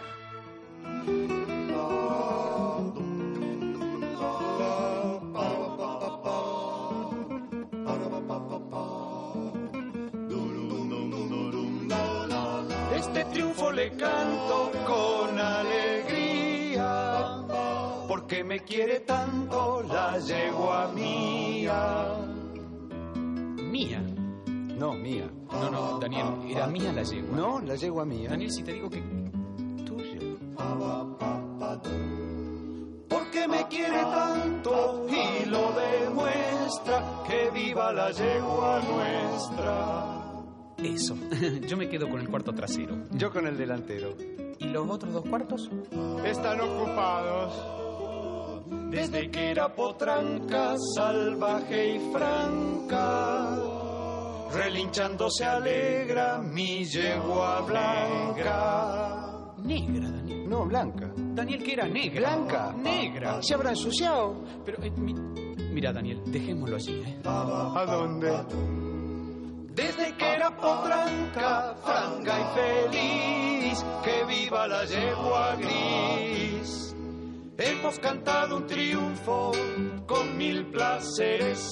S25: Este triunfo le canto con alegría, porque me quiere tanto la yegua mía.
S24: Mía. No, mía. No, no, Daniel, era mía la yegua. No, la yegua mía. Daniel, si te digo que...
S25: Porque me quiere tanto y lo demuestra, que viva la yegua nuestra.
S24: Eso. Yo me quedo con el cuarto trasero. Yo con el delantero. ¿Y los otros dos cuartos?
S25: Están ocupados. Desde que era potranca, salvaje y franca, relinchándose alegra mi yegua blanca.
S24: Negra, Daniel. No, blanca. Daniel, que era negra. Blanca. Negra. Se habrá ensuciado. Pero, eh, mi- mira, Daniel, dejémoslo allí, ¿eh? ¿A dónde?
S25: Desde que era potranca, franca y feliz, que viva la yegua gris. Hemos cantado un triunfo con mil placeres,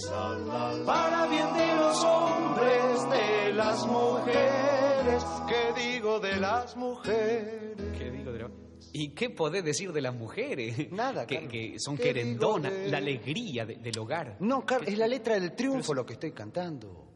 S25: para bien de los hombres, de las mujeres, que digo de las mujeres.
S24: ¿Qué digo de lo- ¿Y qué podés decir de las mujeres? Nada, Que, que son
S10: ¿Qué
S24: querendonas,
S10: digo de-
S24: la alegría de- del hogar.
S10: No, Carlos, es la letra del triunfo lo que estoy cantando.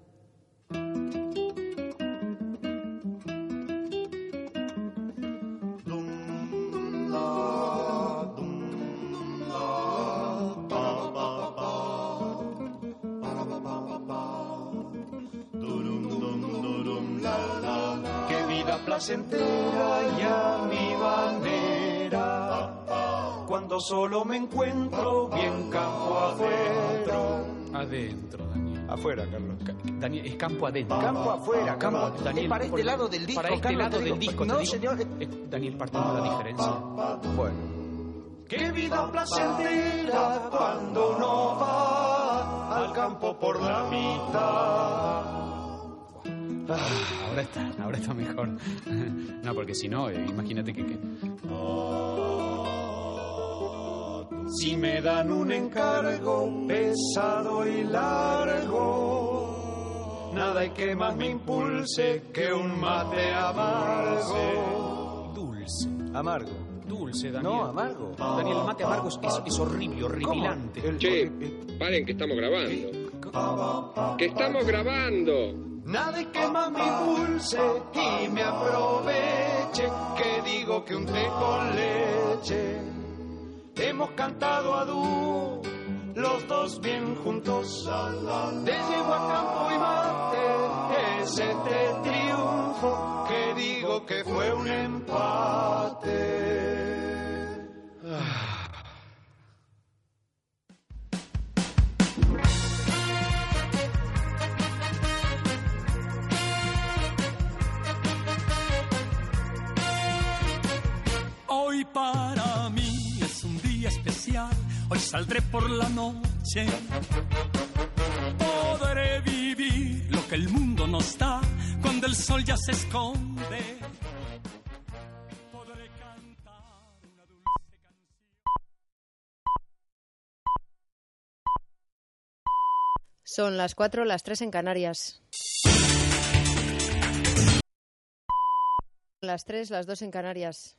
S25: Qué vida placentera y a mi manera. Cuando solo me encuentro bien campo afuera.
S24: Adentro, Daniel. Afuera, Carlos. Daniel, es campo adentro.
S25: Campo afuera, campo-
S24: Daniel,
S25: es para este
S24: por-
S25: lado del disco,
S24: Para este
S25: Carlos,
S24: lado
S25: te
S24: del
S25: digo.
S24: disco. te
S25: No,
S24: digo.
S25: señor,
S24: Eh, Daniel, partimos la diferencia. Bueno.
S25: Qué vida placentera cuando uno va al campo por la mitad.
S24: Ah, Ahora está, ahora está mejor. No, porque si no, eh, imagínate que... que-
S25: Si me dan un encargo pesado y largo, nada hay que más me impulse que un mate amargo.
S24: Dulce.
S25: Amargo.
S24: Dulce, Daniel. No, amargo. Ah, Daniel, el mate amargo es, es- es horrible, horripilante.
S16: Che, paren que estamos grabando. Que estamos grabando.
S25: Nada hay que más me impulse y me aproveche, que digo que un té con leche. Hemos cantado a dúo, los dos bien juntos. Te llevo a campo y mate, es este triunfo, que digo que fue un empate.
S8: Ah. Hoy para mí es un día especial, hoy saldré por la noche. Podré vivir lo que el mundo nos da cuando el sol ya se esconde. Podré cantar.
S13: Son las 4, las 3 en Canarias. Las 3, las 2 en Canarias.